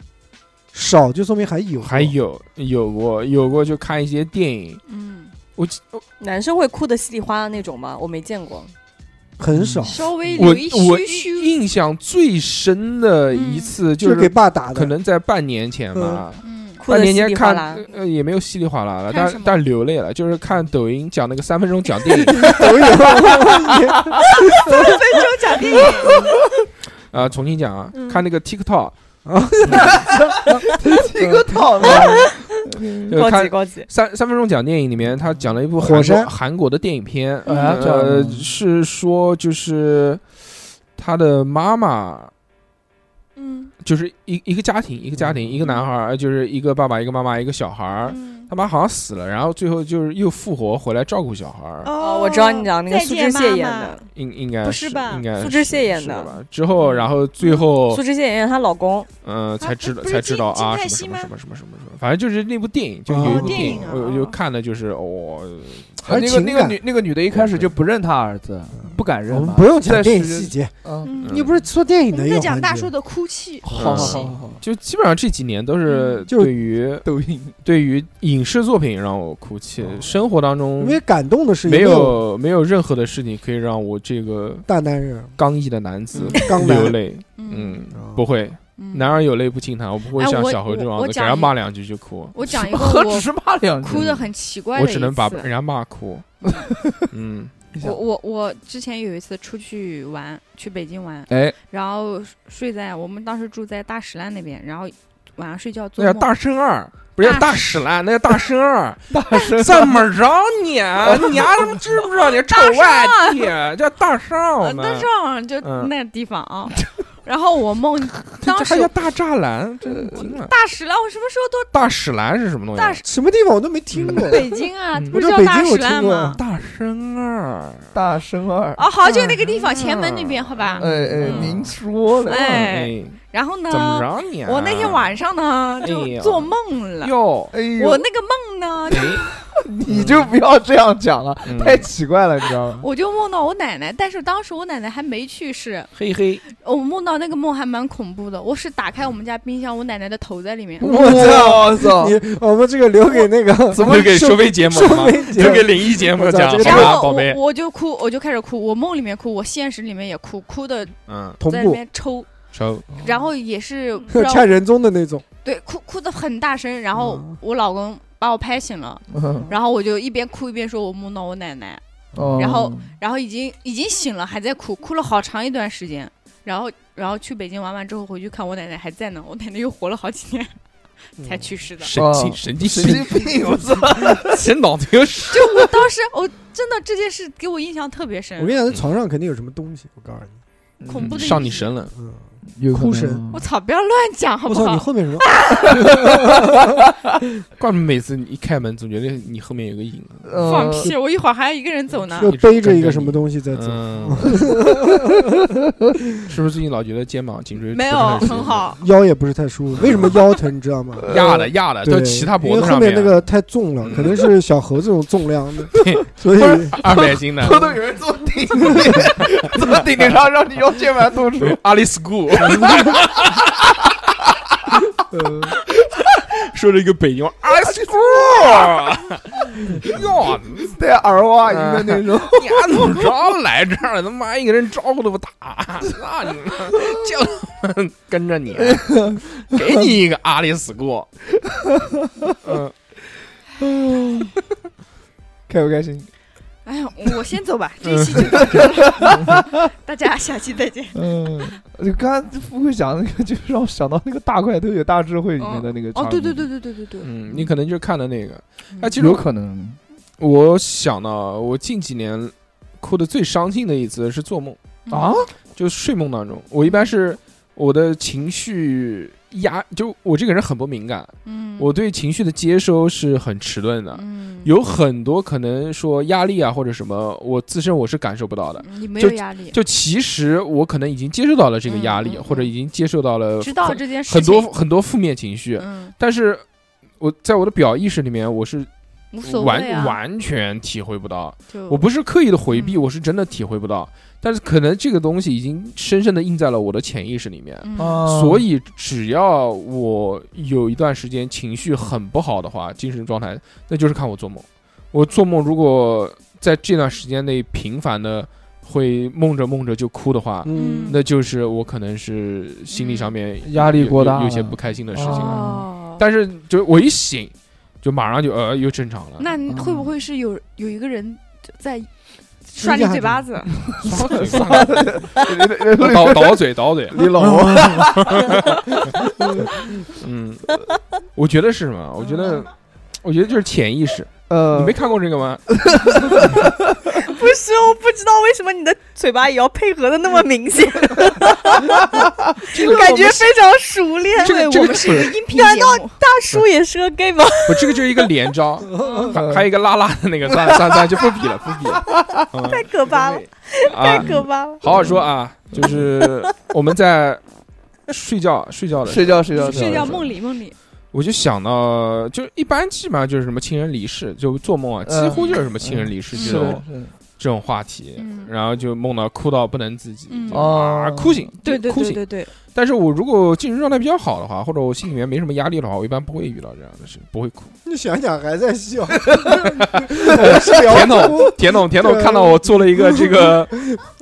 Speaker 4: 少就说明还有，
Speaker 2: 还有有过有过，就看一些电影，
Speaker 5: 嗯，
Speaker 2: 我记
Speaker 7: 男生会哭的稀里哗啦那种吗？我没见过。
Speaker 4: 很少，
Speaker 2: 嗯
Speaker 5: 稍微
Speaker 2: 我
Speaker 5: 有一
Speaker 2: 我
Speaker 5: 嘘
Speaker 2: 印
Speaker 5: 嘘，
Speaker 2: 印象最深的一次
Speaker 4: 就是
Speaker 2: 就
Speaker 4: 给
Speaker 2: 是
Speaker 4: 爸打的，
Speaker 2: 可能在半年前吧，
Speaker 5: 嗯，
Speaker 7: 哭
Speaker 2: 半
Speaker 7: 的
Speaker 2: 年
Speaker 7: 稀
Speaker 2: 前
Speaker 7: 里哗
Speaker 2: 看
Speaker 7: 啦，
Speaker 2: 呃也没有稀里哗啦了，
Speaker 5: 看什
Speaker 2: 但
Speaker 5: 么
Speaker 2: 但流泪了，就是看抖音讲那个三分钟讲电影
Speaker 4: 抖音
Speaker 2: 啊，重新讲啊
Speaker 5: 嗯，
Speaker 2: 看那个 TikTok
Speaker 3: 一
Speaker 4: 嗯
Speaker 3: 个套路，
Speaker 4: 哎
Speaker 5: 嗯
Speaker 2: 就
Speaker 7: 高
Speaker 2: 呃看
Speaker 7: 级高级。
Speaker 2: 三三分钟讲电影里面，他讲了一部
Speaker 4: 火
Speaker 2: 韩国
Speaker 4: 山
Speaker 2: 韩国的电影片，
Speaker 3: 哎呀这样
Speaker 2: 呃，
Speaker 3: 的
Speaker 2: 是说就是他的妈妈，
Speaker 5: 嗯
Speaker 2: 就是一一个家庭，一个家庭，一个男孩儿，哎就是一个爸爸，一个妈妈，一个小孩儿。
Speaker 5: 嗯，
Speaker 2: 他妈好像死了，然后最后就是又复活回来照顾小孩儿，
Speaker 5: 哦
Speaker 7: 哦，我知道你讲那个
Speaker 5: 再
Speaker 7: 苏
Speaker 5: 见
Speaker 7: 志燮
Speaker 5: 妈
Speaker 7: 演
Speaker 5: 妈
Speaker 7: 的，
Speaker 2: 应应该
Speaker 5: 不
Speaker 2: 是
Speaker 5: 是吧
Speaker 2: 应该
Speaker 7: 苏志
Speaker 2: 是
Speaker 7: 燮演
Speaker 2: 是
Speaker 7: 的
Speaker 2: 吧？之后，然后最后
Speaker 5: 嗯
Speaker 7: 苏，志燮演员她老公，
Speaker 2: 嗯，才知道
Speaker 5: 不是
Speaker 2: 才知道啊，什么
Speaker 5: 金金泰熙吗
Speaker 2: 什么什么什么什么什么，反正就是那部电影，就
Speaker 4: 哦
Speaker 2: 有一部
Speaker 5: 电
Speaker 2: 电影
Speaker 5: 影，啊
Speaker 2: 我就看的就是哦，
Speaker 4: 还
Speaker 3: 那
Speaker 4: 是
Speaker 3: 个
Speaker 4: 情
Speaker 3: 那个
Speaker 4: 感。嗯
Speaker 3: 女那个女的一开始就不认他儿子，不敢
Speaker 4: 我
Speaker 3: 认
Speaker 4: 们
Speaker 3: 嘛。
Speaker 4: 不用讲
Speaker 3: 在
Speaker 4: 电影
Speaker 3: 时
Speaker 4: 细节，
Speaker 3: 嗯，
Speaker 2: 嗯
Speaker 4: 你不是说电影
Speaker 5: 我
Speaker 4: 的
Speaker 5: 们
Speaker 4: 一个
Speaker 5: 在
Speaker 4: 环节
Speaker 5: 讲大叔的哭泣，
Speaker 3: 好好好
Speaker 2: 嗯
Speaker 3: 好好，
Speaker 2: 就基本上这几年都是
Speaker 4: 就
Speaker 2: 对于
Speaker 3: 抖音
Speaker 2: 对于影视作品让我哭泣，生活当中
Speaker 4: 因为感动的事情
Speaker 2: 没有没有任何的事情可以让我这个
Speaker 4: 大男人
Speaker 2: 刚毅的男子
Speaker 4: 刚
Speaker 2: 流
Speaker 4: 男，
Speaker 2: 泪。
Speaker 5: 嗯
Speaker 2: 嗯
Speaker 4: 哦，
Speaker 2: 不会，
Speaker 5: 嗯
Speaker 2: 男儿有泪不轻弹，我不会
Speaker 5: 哎
Speaker 2: 像
Speaker 5: 我
Speaker 2: 小何这样
Speaker 5: 我我
Speaker 2: 的给
Speaker 5: 讲
Speaker 2: 人
Speaker 5: 一
Speaker 2: 骂两句就哭，
Speaker 5: 哎我讲一个
Speaker 3: 何止
Speaker 5: 我
Speaker 3: 是骂两句，
Speaker 5: 哭的很奇怪的
Speaker 2: 我
Speaker 5: 一
Speaker 2: 只能把
Speaker 5: 次
Speaker 2: 人家骂 哭。嗯，
Speaker 5: 我我我之前有一次出去玩，去北京玩，
Speaker 3: 哎，
Speaker 5: 然后睡在我们当时住在大石烂那边，然后晚上睡觉做
Speaker 2: 那叫
Speaker 5: 梦，
Speaker 2: 大声二，不是
Speaker 5: 大
Speaker 2: 大屎烂，那叫大声 二。
Speaker 3: 大 声
Speaker 2: 怎么着你啊？你丫他妈知不知道你臭外 地啊叫大声我
Speaker 5: 呃
Speaker 2: 们？
Speaker 5: 但是啊就
Speaker 2: 嗯
Speaker 5: 那地方 啊，然后我梦
Speaker 2: 这
Speaker 5: 当
Speaker 2: 还
Speaker 5: 时
Speaker 2: 叫大栅栏？这听了
Speaker 5: 大石烂，我什么时候 都
Speaker 2: 大屎栏是什么东西？啊
Speaker 5: 大屎
Speaker 4: 什么地方我都没听过。
Speaker 5: 北京啊，
Speaker 2: 嗯
Speaker 5: 不是
Speaker 4: 我
Speaker 5: 叫
Speaker 4: 在北
Speaker 5: 大
Speaker 4: 京我
Speaker 5: 石
Speaker 4: 听
Speaker 5: 烂
Speaker 4: 过
Speaker 5: 吗？
Speaker 2: 大声二，
Speaker 3: 大声二，
Speaker 5: 哦，好，就那个地方
Speaker 2: 嗯
Speaker 5: 前门那边，好吧
Speaker 3: 哎。哎，
Speaker 5: 嗯
Speaker 3: 您说嘞，
Speaker 5: 哎，，然后呢
Speaker 2: 嗯怎，么着你啊？
Speaker 5: 我那天晚上呢
Speaker 2: 哎
Speaker 5: 就
Speaker 2: 呀
Speaker 5: 做梦了， 哎
Speaker 2: 哟，
Speaker 3: 哎呦，
Speaker 5: 我那个梦
Speaker 2: 哎
Speaker 5: 呢，就
Speaker 3: 你就不要这样讲了，
Speaker 2: 嗯
Speaker 3: 太奇怪了，你知道吗？
Speaker 5: 我就梦到我奶奶，但是当时我奶奶还没去世，
Speaker 2: 嘿嘿，
Speaker 5: 我哦梦到那个梦还蛮恐怖的，我是打开我们家冰箱，我奶奶的头在里 面。
Speaker 4: 我操！
Speaker 3: 我操！
Speaker 4: 你我们这个留给那个
Speaker 2: 哦怎么给收
Speaker 4: 收
Speaker 2: 费节目
Speaker 4: 收
Speaker 2: 了吗？
Speaker 4: 费节
Speaker 2: 留给
Speaker 4: 目？
Speaker 2: 灵异节目
Speaker 4: 我操
Speaker 2: 讲，好
Speaker 4: 这个
Speaker 5: 然
Speaker 2: 吧，
Speaker 5: 后
Speaker 2: 宝
Speaker 5: 我
Speaker 2: 贝？
Speaker 5: 我就哭，我就开始哭，我梦里面哭，我现实里面也哭，哭的
Speaker 2: 嗯，
Speaker 4: 同
Speaker 5: 在 那
Speaker 4: 步哦
Speaker 5: 边抽，
Speaker 2: 收，
Speaker 5: 然后 也是不知道
Speaker 4: 看人中的那种，
Speaker 5: 对哭哭的很大声，然后
Speaker 4: 嗯
Speaker 5: 我老公把我拍醒了，
Speaker 3: 嗯
Speaker 5: 然后我就一边哭一边说我梦到我奶奶，
Speaker 3: 哦
Speaker 5: 然后然后已经已经醒了，还在哭，哭了好长一段时间，然后然后去北京玩完之后回去看我奶奶还在呢，我奶奶又活了好几年 才去世的。
Speaker 2: 神
Speaker 3: 哦
Speaker 2: 经神经
Speaker 3: 神
Speaker 2: 病，
Speaker 3: 经病，我操！
Speaker 2: 神脑子有屎。
Speaker 5: 就我当时我真的这件事给我印象特别深
Speaker 4: 我跟，你讲，那床上肯定有什么东西，我告诉你，
Speaker 5: 恐怖的
Speaker 2: 上
Speaker 5: 一
Speaker 2: 你
Speaker 5: 集
Speaker 2: 神了，
Speaker 4: 嗯，
Speaker 3: 有可能
Speaker 4: 哭神
Speaker 5: 我操！不要乱讲好
Speaker 4: 我
Speaker 5: 不
Speaker 4: 操，你
Speaker 5: 好？
Speaker 4: 后面 什么？
Speaker 2: 怪不得每次你一开门总觉得你后面有个影啊子。
Speaker 3: 呃
Speaker 5: 放屁！我一会儿还要一个 人走呢。
Speaker 4: 又背着一个什么东西在走，
Speaker 2: 嗯， 是不是最近老觉得肩膀颈椎
Speaker 5: 没有，
Speaker 2: 不是
Speaker 5: 很好。
Speaker 4: 腰也不是太舒服。为什么腰疼？你知 道吗？
Speaker 2: 舒服？压的压的，
Speaker 4: 对
Speaker 2: 都骑他脖
Speaker 4: 因为
Speaker 2: 子
Speaker 4: 后
Speaker 2: 上啊
Speaker 4: 面那个太重了
Speaker 2: 嗯，
Speaker 4: 可能是小猴这种重量 的，所以
Speaker 3: 不是
Speaker 2: 二百 斤的
Speaker 3: 偷呃偷有人做顶 顶，做顶顶上让你腰间盘突出，
Speaker 2: 阿里 school，
Speaker 4: 呃
Speaker 2: 说了一个北京阿里 school，哟，
Speaker 3: 戴耳挖一个那 种，
Speaker 2: 你丫怎么着来这儿了？他妈一个人招呼都不打，那你们就他妈跟着你，啊给你一个阿里 school，嗯，
Speaker 3: 开不开心？
Speaker 5: 哎呀，我先走 吧，这一期就到这儿了， 大家下期 再见。
Speaker 3: 嗯，就刚才富贵讲的那个，就让我想到那个大块头有大智慧里面的那个
Speaker 5: 哦
Speaker 3: 场，景
Speaker 5: 对对对对对对对，
Speaker 2: 嗯，你可能就是看的那个。哎，其实
Speaker 3: 有
Speaker 2: 我
Speaker 3: 可能
Speaker 2: 我想到我近几年哭的最伤心的一次是做梦，
Speaker 5: 嗯
Speaker 3: 啊，
Speaker 2: 就睡梦当中。我一般是我的情绪压，就我这个人很不敏感，
Speaker 5: 嗯，
Speaker 2: 我对情绪的接收是很迟钝的。
Speaker 5: 嗯，
Speaker 2: 有很多可能说压力啊或者什么，我自身我是感受不到的。
Speaker 5: 你没有
Speaker 2: 就
Speaker 5: 压力，
Speaker 2: 就其实我可能已经接受到了这个压力，
Speaker 5: 嗯嗯嗯
Speaker 2: 或者已经接受到了
Speaker 5: 知道
Speaker 2: 很
Speaker 5: 这件事
Speaker 2: 很
Speaker 5: 情
Speaker 2: 多很多负面情绪，
Speaker 5: 嗯，
Speaker 2: 但是我在我的表意识里面我是
Speaker 5: 无所
Speaker 2: 完
Speaker 5: 谓啊，
Speaker 2: 完全体会不到。
Speaker 5: 就
Speaker 2: 我不是刻意的回避，
Speaker 5: 嗯
Speaker 2: 我是真的体会不到。但是可能这个东西已经深深的印在了我的潜意识里面。
Speaker 5: 嗯
Speaker 3: 啊
Speaker 2: 所 以，只要我有一段时间情绪很不好的话，精神状态，那就是看我做梦。我做梦如果在这段时间内频繁的会梦着梦着就哭的话，
Speaker 4: 嗯，
Speaker 2: 那就是我可能是心理上面有
Speaker 3: 嗯压力过大
Speaker 2: 有
Speaker 3: 了
Speaker 2: 有些不开心的事情了。
Speaker 5: 哦，
Speaker 2: 但是就是我一醒，就马上就呃又正常了。
Speaker 5: 那你
Speaker 3: 嗯
Speaker 5: 会不会是有有一个人在刷你嘴巴子？
Speaker 2: 倒倒嘴倒嘴，
Speaker 4: 李老王，
Speaker 2: 嗯，我觉得是什 么？我觉得，我觉得就是潜意识。
Speaker 3: 呃，
Speaker 5: 嗯
Speaker 2: 你没看过这个吗？
Speaker 7: 不是，我不知道为什么你的嘴巴也要配合的那么明显，感觉非常熟练。
Speaker 2: 这个这个是
Speaker 5: 音频节目，
Speaker 7: 大叔也是个 gay 吗？
Speaker 2: 不这个就是一个连 招，还还有一个拉拉的那个，嗯算了算了算了，就不比了不比了。
Speaker 7: 太 可怕了，太
Speaker 2: 啊，
Speaker 7: 可怕了。
Speaker 2: 好好说啊，就是我们在睡 觉睡觉的时候，
Speaker 3: 睡觉睡觉
Speaker 5: 睡觉
Speaker 3: 觉
Speaker 5: 梦里梦里，
Speaker 2: 我就想到，就是一般基本上就是什么亲人离世，就做梦啊，
Speaker 3: 嗯
Speaker 2: 几乎就是什么亲人离世
Speaker 3: 是
Speaker 2: 这种
Speaker 3: 的，是啊 的
Speaker 2: 这种话题，
Speaker 5: 嗯
Speaker 2: 然后就梦到哭到不能自己，
Speaker 5: 嗯
Speaker 2: 就啊
Speaker 3: 哦，
Speaker 2: 哭醒，
Speaker 5: 对对
Speaker 2: 哭
Speaker 5: 对
Speaker 2: 醒。
Speaker 5: 对对，
Speaker 2: 但是我如果精神状态比较好的话，或者我心里面没什么压力的话，我一般不会遇到这样的事，不 会哭。
Speaker 4: 你想想还 在笑，我是聊
Speaker 2: 甜
Speaker 4: 哭
Speaker 2: 筒，甜筒，甜筒看到我做了一 个这个，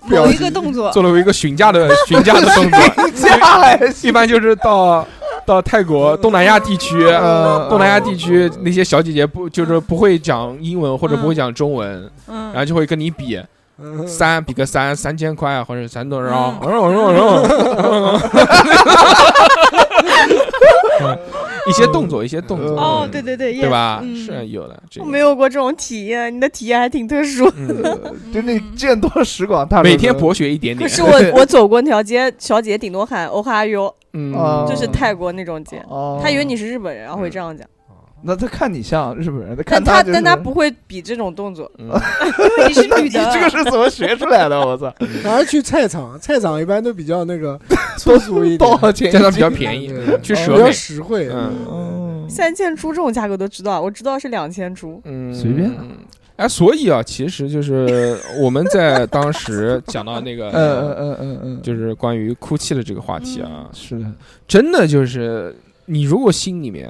Speaker 5: 某一个动作，
Speaker 2: 做了一个询价的询价的 动作。
Speaker 3: 家还
Speaker 2: 一般就是到到泰国、东南亚地区，
Speaker 5: 嗯
Speaker 3: 呃
Speaker 2: 东南亚地区那些小姐姐不就是不会讲英文或者不会讲中文，然
Speaker 5: 嗯，
Speaker 2: 后就会跟你比
Speaker 4: 嗯
Speaker 2: 三，比个三，三千块啊或者三多少，
Speaker 5: 嗯
Speaker 2: 然后然后然后 一些动作，一些动作，
Speaker 7: 哦，对对对，
Speaker 2: 嗯对？吧？
Speaker 5: 嗯
Speaker 2: 是有的，这
Speaker 7: 我
Speaker 2: 个
Speaker 7: 没有过这种体验，你的体验还挺特殊。
Speaker 2: 嗯
Speaker 3: 就那见多识广，大
Speaker 2: 每天博学一点
Speaker 7: 可
Speaker 2: 点，
Speaker 7: 是我我走过那条街，小姐顶多喊 “oh hi you”，
Speaker 2: 嗯
Speaker 3: 啊
Speaker 7: 就是泰国那种街，
Speaker 3: 哦，
Speaker 7: 她以为你是日本人，然后会这样讲。
Speaker 3: 那他看你像日本人，他看
Speaker 7: 但她
Speaker 3: 就是
Speaker 7: 但她不会比这种动作，
Speaker 2: 嗯
Speaker 5: 因为你 是女
Speaker 3: 你这个
Speaker 5: 的，
Speaker 3: 是怎么学出来的？我 操，
Speaker 4: 还是去菜场，菜场一般都比较那个粗俗 一点，
Speaker 3: 多少钱？
Speaker 2: 加上比较便宜
Speaker 4: 对，
Speaker 2: 去
Speaker 4: 比
Speaker 2: 蛇
Speaker 4: 较
Speaker 2: 美，
Speaker 4: 实惠。
Speaker 2: 嗯
Speaker 3: 嗯，
Speaker 7: 三千株这种价格都知道，我知道是两千株。
Speaker 2: 嗯，
Speaker 3: 随便。
Speaker 2: 哎，所以啊，其实就是我们在当时讲到那
Speaker 4: 呃
Speaker 2: 个，
Speaker 3: 嗯嗯嗯嗯，
Speaker 2: 就是关于哭泣的这个话题啊，
Speaker 7: 嗯
Speaker 3: 是的，
Speaker 2: 真的就是你如果心里面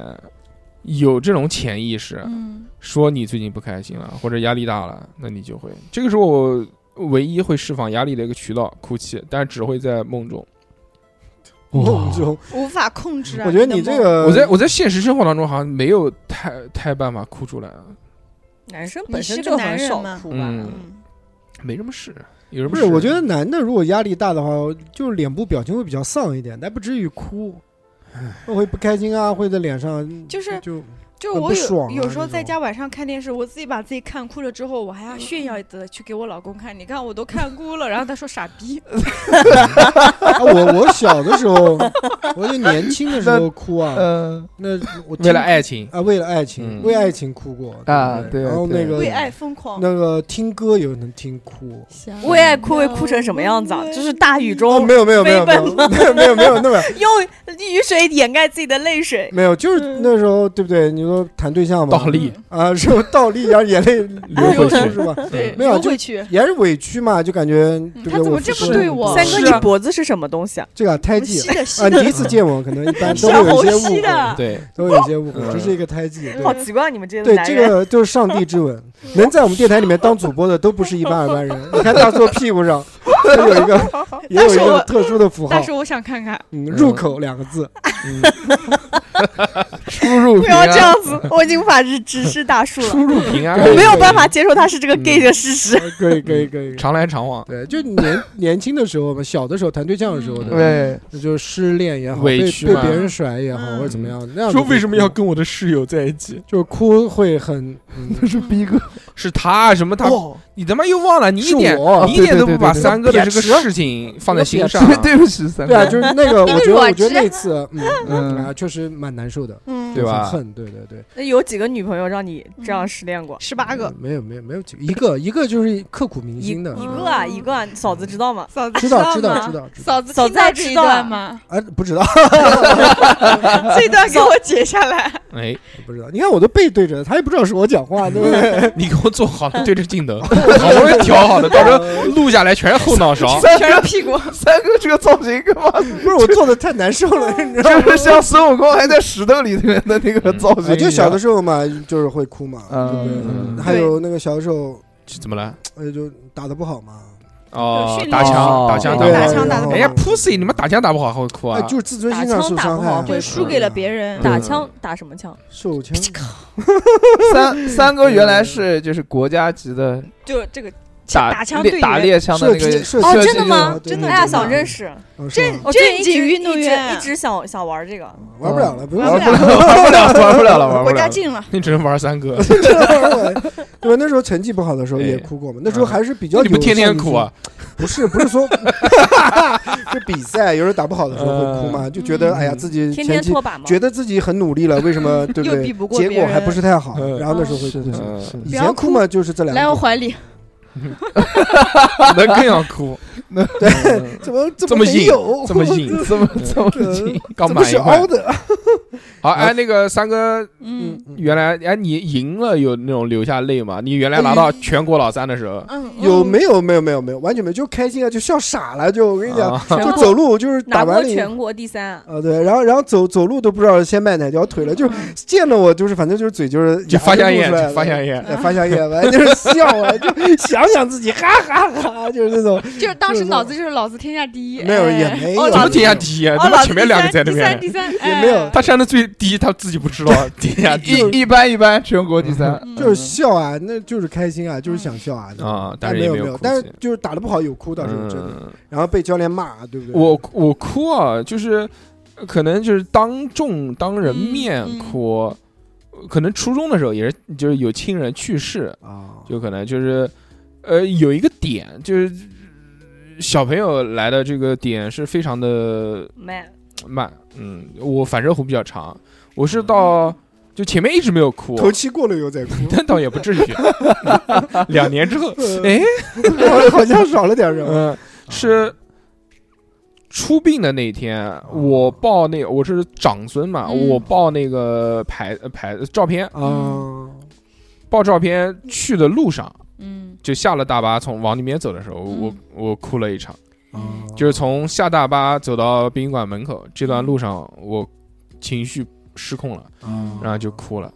Speaker 2: 有这种潜意识，
Speaker 5: 嗯，
Speaker 2: 说你最近不开心了
Speaker 7: 嗯
Speaker 2: 或者压力大了，那你就会这个时候我唯一会释放压力的一个渠道，哭泣，但是只会在梦中。
Speaker 4: 梦中，
Speaker 5: 无法控制啊。
Speaker 4: 我觉得你这个，
Speaker 2: 我在我在现实生活当中好像没有太太办法哭出来啊，
Speaker 7: 男生
Speaker 5: 你
Speaker 7: 本身
Speaker 5: 是
Speaker 7: 就
Speaker 5: 个男
Speaker 7: 很
Speaker 5: 人
Speaker 7: 少
Speaker 5: 吗
Speaker 7: 哭吧，
Speaker 2: 嗯，
Speaker 5: 嗯
Speaker 2: 没什么事，有什
Speaker 4: 不
Speaker 2: 么
Speaker 4: 是，
Speaker 2: 事？
Speaker 4: 我觉得男的如果压力大的话，就是脸部表情会比较丧一点，但不至于哭，会不开心啊，会在脸上
Speaker 5: 就是
Speaker 4: 就
Speaker 5: 就
Speaker 4: 很
Speaker 5: 我
Speaker 4: 不爽
Speaker 5: 有
Speaker 4: 啊
Speaker 5: 有时候在
Speaker 4: 这种
Speaker 5: 家晚上看电视，我自己把自己看哭了之后，我还要炫耀的去给我老公看，你看我都看哭了，然后他说傻 逼，
Speaker 4: 啊，我我小的时候，我就年轻的时候哭啊，
Speaker 3: 嗯，
Speaker 4: 那我听
Speaker 2: 为了爱情，
Speaker 4: 啊，为了爱情，
Speaker 2: 嗯
Speaker 4: 为爱情哭过
Speaker 3: 啊
Speaker 4: 不
Speaker 3: 对
Speaker 4: 然后那
Speaker 3: 对
Speaker 4: 个
Speaker 7: 为爱疯狂。
Speaker 4: 那个听歌也能听哭。
Speaker 7: 为爱哭会哭成什么样子啊？就是大雨中
Speaker 4: 哦，没有没有没有
Speaker 7: 飞
Speaker 4: 没
Speaker 7: 奔
Speaker 4: 有没有没有没有那么
Speaker 7: 用雨水掩盖自己的泪水。
Speaker 4: 没有，就是那时候对不对？你说谈对象嘛，
Speaker 2: 倒立
Speaker 4: 啊，是不是倒立，然后眼泪流
Speaker 2: 回去
Speaker 4: 是
Speaker 7: 嗯
Speaker 4: 吧？
Speaker 5: 对，
Speaker 4: 没有
Speaker 5: 游
Speaker 4: 就
Speaker 5: 回去，
Speaker 4: 也是委屈嘛，就感觉对不
Speaker 5: 嗯他
Speaker 4: 对？
Speaker 5: 怎
Speaker 4: 我
Speaker 5: 么这
Speaker 4: 付
Speaker 5: 么
Speaker 4: 出了
Speaker 5: 对
Speaker 4: 很多
Speaker 5: 我
Speaker 7: 三哥，
Speaker 2: 是啊
Speaker 7: 你脖子是什么东西啊？
Speaker 4: 这个胎记
Speaker 5: 吸的吸
Speaker 4: 啊，你
Speaker 5: 的
Speaker 4: 第一次见我，可能一般都会
Speaker 7: 小
Speaker 4: 有
Speaker 7: 红
Speaker 4: 一些误
Speaker 7: 吸
Speaker 4: 会，
Speaker 7: 的，啊
Speaker 2: 对，
Speaker 4: 都会有一些误会
Speaker 2: 嗯，
Speaker 4: 这是一个胎记。对
Speaker 7: 好奇怪，你们这些
Speaker 4: 对，
Speaker 7: 男
Speaker 4: 这
Speaker 7: 人。
Speaker 4: 个就是上帝之吻。能在我们电台里面当主播的都不是一般二般人。你看大硕屁股上，就有一个，也有一
Speaker 5: 但是
Speaker 4: 个
Speaker 5: 我
Speaker 4: 特殊的符号
Speaker 5: 但，是我想看看，
Speaker 4: 嗯，入口两个字。
Speaker 2: 出入
Speaker 7: 不
Speaker 2: 平
Speaker 7: 要这
Speaker 2: 安，
Speaker 7: 样子，我已经无法直直视大 树了，
Speaker 2: 出入平安，
Speaker 7: 我没有办法接受他是这个 gay 的事实。
Speaker 4: 可以，可以，可以。
Speaker 2: 常来常往，
Speaker 4: 对，就年年轻的时候嘛，小的时候谈对象的时候，
Speaker 3: 呃
Speaker 2: 嗯
Speaker 4: 对吧，
Speaker 3: 对，
Speaker 4: 就是失恋也好，
Speaker 2: 委
Speaker 4: 被
Speaker 2: 屈
Speaker 4: 被
Speaker 2: 嘛
Speaker 4: 别人甩也好，
Speaker 5: 嗯
Speaker 4: 或者怎么样，那样子
Speaker 2: 说为什么要跟我的室友在一起？
Speaker 4: 就是哭会很，嗯
Speaker 3: 这是逼哥，
Speaker 2: 是他什么他？
Speaker 3: 哦
Speaker 2: 你他妈又忘了，你一
Speaker 4: 是
Speaker 2: 点
Speaker 4: 我
Speaker 2: 你一点都不把
Speaker 3: 对对对对对
Speaker 2: 三哥的这个事情放在心上。
Speaker 3: 对对不起，三
Speaker 4: 对啊，
Speaker 3: 哥，
Speaker 4: 就是那个，我觉得
Speaker 7: 弱
Speaker 4: 我觉得
Speaker 7: 智
Speaker 4: 那次，嗯
Speaker 3: 嗯
Speaker 4: 嗯啊，确实蛮难受的，
Speaker 6: 嗯，
Speaker 2: 对吧
Speaker 4: 很恨，对对对，
Speaker 7: 那有几个女朋友让你这样失恋过？
Speaker 6: 十八 个，
Speaker 4: 没有没有没有几一个一个就是刻骨铭
Speaker 7: 一
Speaker 4: 心的，
Speaker 7: 一个啊，一个啊，嫂子知道吗？
Speaker 6: 嫂子
Speaker 4: 知道知道
Speaker 6: 吗
Speaker 4: 知，道知道，
Speaker 6: 嫂子
Speaker 7: 嫂
Speaker 6: 嫂
Speaker 7: 子还
Speaker 6: 这
Speaker 7: 知
Speaker 6: 一
Speaker 7: 道啊
Speaker 6: 段吗？
Speaker 4: 哎，不知道
Speaker 6: 这一段给我截下 来。
Speaker 2: 哎，
Speaker 4: 不知道，你看我都背对着，他也不知道是我讲话，对不对？
Speaker 2: 你给我做好了，对着镜头，好不容易调好的，到时候录下来全是后脑 勺。
Speaker 3: 三哥屁股，哦三哥这个造型 跟妈
Speaker 4: 不是我做的太难受了，你知道吗
Speaker 3: 就是？像孙悟空还在石头里面的那个
Speaker 2: 嗯
Speaker 3: 造型一
Speaker 4: 啊，
Speaker 3: 样，
Speaker 4: 就小的时候嘛，就是会哭嘛，对不
Speaker 3: 嗯，
Speaker 2: 嗯
Speaker 4: 对？还有那个小的时候，
Speaker 2: 怎么了？
Speaker 4: 呃，就打的不好嘛，
Speaker 2: 哦
Speaker 6: 有训，练
Speaker 2: 打枪，
Speaker 3: 哦
Speaker 2: 打枪，
Speaker 4: 对
Speaker 2: 打
Speaker 6: 打
Speaker 2: 枪。
Speaker 6: 枪打得不好
Speaker 2: 人家 pussy，你们打枪打不好还会哭啊
Speaker 4: 哎，？ 就是自尊心上受伤
Speaker 7: 打枪打不好
Speaker 4: 害，嗯
Speaker 7: 会
Speaker 6: 输给了别人
Speaker 2: 对
Speaker 7: 打枪打什么枪？
Speaker 4: 手枪，嗯
Speaker 3: 三三哥原来是就是国家级的
Speaker 6: 就这个
Speaker 3: 打
Speaker 6: 打枪
Speaker 3: 猎
Speaker 6: 队
Speaker 3: 打
Speaker 6: 员
Speaker 3: 猎枪的那
Speaker 4: 射击
Speaker 3: 个
Speaker 4: 射
Speaker 7: 哦，
Speaker 4: 击
Speaker 3: 射
Speaker 7: 真
Speaker 3: 击
Speaker 7: 的吗？
Speaker 4: 真
Speaker 7: 哎
Speaker 4: 的
Speaker 7: 呀，
Speaker 4: 真的
Speaker 7: 想认识，
Speaker 4: 哦是吗
Speaker 7: 我就一
Speaker 6: 正经
Speaker 7: 直
Speaker 6: 运动员
Speaker 7: 一直一直想想玩这个。
Speaker 4: 玩不了了，不用
Speaker 3: 玩
Speaker 2: 啊
Speaker 4: 玩
Speaker 3: 不了，玩不了，玩不了了，玩不
Speaker 6: 啊国
Speaker 3: 了
Speaker 6: 家
Speaker 3: 了。
Speaker 6: 进了，
Speaker 2: 你只能玩三 哥，
Speaker 4: 对吧？那时候成绩不好的时候
Speaker 2: 哎
Speaker 4: 也哭过嘛，那时候还是比较
Speaker 2: 你不
Speaker 4: 有
Speaker 2: 天天
Speaker 4: 上进
Speaker 2: 哭啊？
Speaker 4: 心？不是，不是说 就比赛，有时候打不好的时候会哭嘛，就觉得
Speaker 2: 嗯
Speaker 4: 哎呀，自己
Speaker 7: 天
Speaker 4: 前
Speaker 7: 天
Speaker 4: 期
Speaker 7: 拖把吗？
Speaker 4: 觉得自己很努力了，为什 么对不
Speaker 6: 又比
Speaker 4: 对？
Speaker 6: 不过
Speaker 4: 结
Speaker 6: 别
Speaker 4: 果还不
Speaker 6: 人
Speaker 4: 是太好
Speaker 2: 嗯，
Speaker 4: 然后那时候会
Speaker 3: 是
Speaker 4: 哭一
Speaker 3: 的，
Speaker 4: 下。
Speaker 2: 嗯
Speaker 3: 是的
Speaker 4: 以
Speaker 6: 不要
Speaker 4: 前哭嘛就是这两
Speaker 6: 来我
Speaker 4: 种，
Speaker 6: 怀里，
Speaker 2: 那更要哭，
Speaker 3: 嗯
Speaker 4: 怎么
Speaker 2: 这
Speaker 4: 这
Speaker 2: 么
Speaker 4: 没
Speaker 2: 硬
Speaker 4: 有，
Speaker 2: 这么硬
Speaker 3: 这么这么近，
Speaker 2: 刚
Speaker 4: 怎么
Speaker 2: 满一
Speaker 4: 是哦
Speaker 2: 块
Speaker 4: 凹。的？
Speaker 2: 好，哎，那个三哥
Speaker 6: 嗯
Speaker 2: 原来，哎，你赢了有那种流下泪吗？你原来拿到全国老三的时 候，
Speaker 6: 嗯，
Speaker 4: 有没有没有没有没有，完全没有，就开心啊，就笑傻了，就我跟你讲，
Speaker 2: 啊
Speaker 7: 全
Speaker 4: 就
Speaker 7: 国
Speaker 4: 走路就是打
Speaker 7: 拿
Speaker 4: 完
Speaker 7: 过
Speaker 4: 了以后
Speaker 7: 全国第三，
Speaker 4: 啊，对，然后然后走走路都不知道先迈哪条腿了，就是
Speaker 6: 嗯
Speaker 4: 见了我就是反正就是嘴就是
Speaker 2: 就发
Speaker 4: 牙
Speaker 2: 香
Speaker 4: 露
Speaker 2: 烟，
Speaker 4: 出来了
Speaker 2: 就发香烟，
Speaker 4: 哎发香烟，完就是笑啊，就想想自己哈哈哈，就是那种
Speaker 6: 就是当时脑子就是老子天下第一，
Speaker 4: 没有
Speaker 6: 哎
Speaker 4: 也没
Speaker 6: 哦
Speaker 4: 有
Speaker 2: 怎么
Speaker 6: 老子
Speaker 2: 天下第一啊？
Speaker 6: 哦
Speaker 2: 他
Speaker 6: 老
Speaker 2: 妈
Speaker 6: 子
Speaker 2: 前面
Speaker 6: 第
Speaker 2: 两个
Speaker 6: 三
Speaker 2: 在那
Speaker 6: 第三
Speaker 2: 边，
Speaker 6: 第三
Speaker 4: 也没有
Speaker 6: 哎
Speaker 2: 他站的最低，他自己不知道天下第一
Speaker 3: 一一般一般，全国第三，
Speaker 2: 嗯
Speaker 4: 就是笑啊，那就是开心啊，就是想笑啊。
Speaker 2: 啊，但
Speaker 4: 但
Speaker 2: 是
Speaker 4: 没
Speaker 2: 也
Speaker 4: 有
Speaker 2: 有哭泣，
Speaker 4: 但是就是打的不好有哭倒是有真的，
Speaker 2: 嗯，
Speaker 4: 然后被教练骂，对不对？
Speaker 2: 我我哭啊，就是呃可能就是当众当人面
Speaker 6: 嗯嗯
Speaker 2: 哭，呃可能初中的时候也是，就是有亲人去世，
Speaker 4: 啊，
Speaker 2: 就可能就是呃有一个点就是。小朋友来的这个点是非常的
Speaker 7: 没
Speaker 2: 慢，嗯，我反射弧比较长，我
Speaker 6: 嗯
Speaker 2: 是到就前面一直没有哭，
Speaker 4: 头七过了以后再哭，
Speaker 2: 但倒也不 至于。两年之后，哎，
Speaker 4: 好好像少了点什么。
Speaker 2: 嗯，是出殡的那天，我报那我是长孙嘛，
Speaker 6: 嗯
Speaker 2: 我报那个牌呃牌照片，
Speaker 4: 啊，
Speaker 2: 报照片去的路上。
Speaker 6: 嗯
Speaker 2: 就下了大巴，从往里面走的时候，我
Speaker 6: 嗯
Speaker 2: 我哭了一场。
Speaker 4: 啊
Speaker 2: 就是从下大巴走到殡仪馆门口这段路上，我情绪失控了，
Speaker 4: 啊
Speaker 2: 然后就哭了。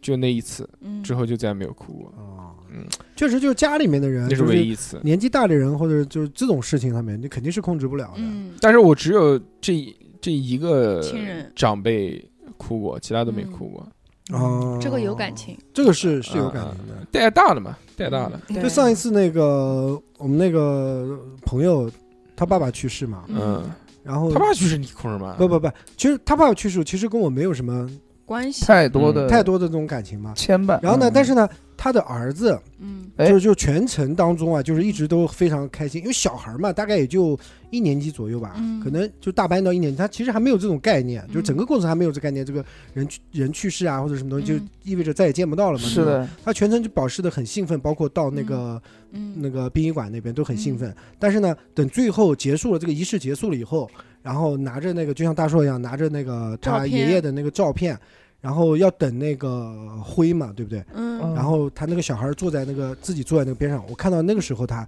Speaker 2: 就那一次
Speaker 6: 嗯，
Speaker 2: 之后，就再也没有哭过，
Speaker 4: 啊
Speaker 2: 嗯，
Speaker 4: 确实就是家里面的人，
Speaker 2: 那是
Speaker 4: 就
Speaker 2: 唯一一次。
Speaker 4: 年纪大的人或者就是这种事情上面，你肯定是控制不了的。
Speaker 6: 嗯
Speaker 2: 但是我只有这一这一个
Speaker 6: 亲人嗯
Speaker 2: 长辈哭过，其他都没哭过。
Speaker 4: 哦，
Speaker 6: 这个有感，情，
Speaker 2: 嗯
Speaker 6: 嗯
Speaker 4: 这个是是有感情的。
Speaker 2: 带大的嘛，带大的，
Speaker 7: 对
Speaker 4: 就上一次那个我们那个朋友，他爸爸去世嘛，
Speaker 2: 嗯，
Speaker 4: 然后
Speaker 2: 他爸就是你哭什么？
Speaker 4: 不不不，其实他爸爸去世，其实跟我没有什么
Speaker 6: 关系，
Speaker 3: 太多
Speaker 2: 呃
Speaker 3: 的
Speaker 4: 嗯太多的这种感情嘛。
Speaker 3: 牵绊。
Speaker 4: 然后呢，
Speaker 3: 嗯
Speaker 4: 但是呢，他的儿子
Speaker 6: 嗯
Speaker 3: 哎
Speaker 4: 就是就全程当中啊，就是一直都非常开心，因为小孩嘛，大概也就一年级左右吧，
Speaker 6: 嗯
Speaker 4: 可能就大班到一年级，他其实还没有这种概念，就是整个过程还没有这概念，这个人去人去世啊或者什么东西，就
Speaker 6: 嗯
Speaker 4: 意味着再也见不到了嘛。
Speaker 3: 是
Speaker 4: 对吧，
Speaker 3: 的，
Speaker 4: 他全程就保持的很兴奋，包括到那个、
Speaker 6: 嗯
Speaker 4: 那个殡仪馆那边都很兴奋。但是呢，等最后结束了这个仪式结束了以后，然后拿着那个就像大硕一样，拿着那个他
Speaker 6: 照片
Speaker 4: 爷爷的那个照片，然后要等那个灰嘛，对不对？
Speaker 2: 哦
Speaker 6: 嗯
Speaker 4: 然后他那个小孩坐在那个自己坐在那个边上，我看到那个时候他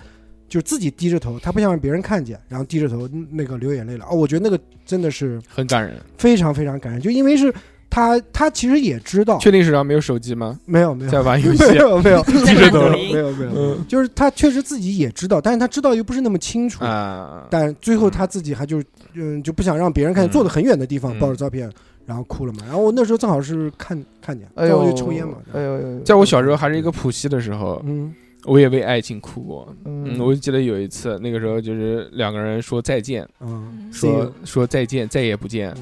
Speaker 4: 就自己低着头，他不想让别人看见，然后低着头嗯那个流眼泪了。哦，我觉得那个真的是
Speaker 2: 很感人。
Speaker 4: 非常非常感人，就因为是他， 他其实也知道，
Speaker 2: 确定是上啊没有手机吗？
Speaker 4: 没有没 有
Speaker 2: 在玩游戏
Speaker 4: 没有没有嗯
Speaker 2: 低着头
Speaker 4: 没有没有没有，就是他确实自己也知道，但是他知道又不是那么清楚。
Speaker 2: 啊？
Speaker 4: 但最后他自己还就嗯就不想让别人看见，
Speaker 2: 嗯
Speaker 4: 坐得很远的地方
Speaker 2: 嗯
Speaker 4: 抱着照片，然后哭了嘛。然后我那时候正好是看看见，
Speaker 3: 哎
Speaker 4: 正好
Speaker 3: 呦
Speaker 4: 就抽烟嘛。
Speaker 3: 哎呦哎呦，
Speaker 2: 在我小时候还是一个普希的时候，
Speaker 4: 嗯
Speaker 2: 我也为爱情哭过。嗯，
Speaker 3: 嗯，
Speaker 2: 我就记得有一次，那个时候就是两个人说再见，
Speaker 4: 嗯，
Speaker 2: 说
Speaker 4: See
Speaker 2: 说再见，再也不见
Speaker 4: you，，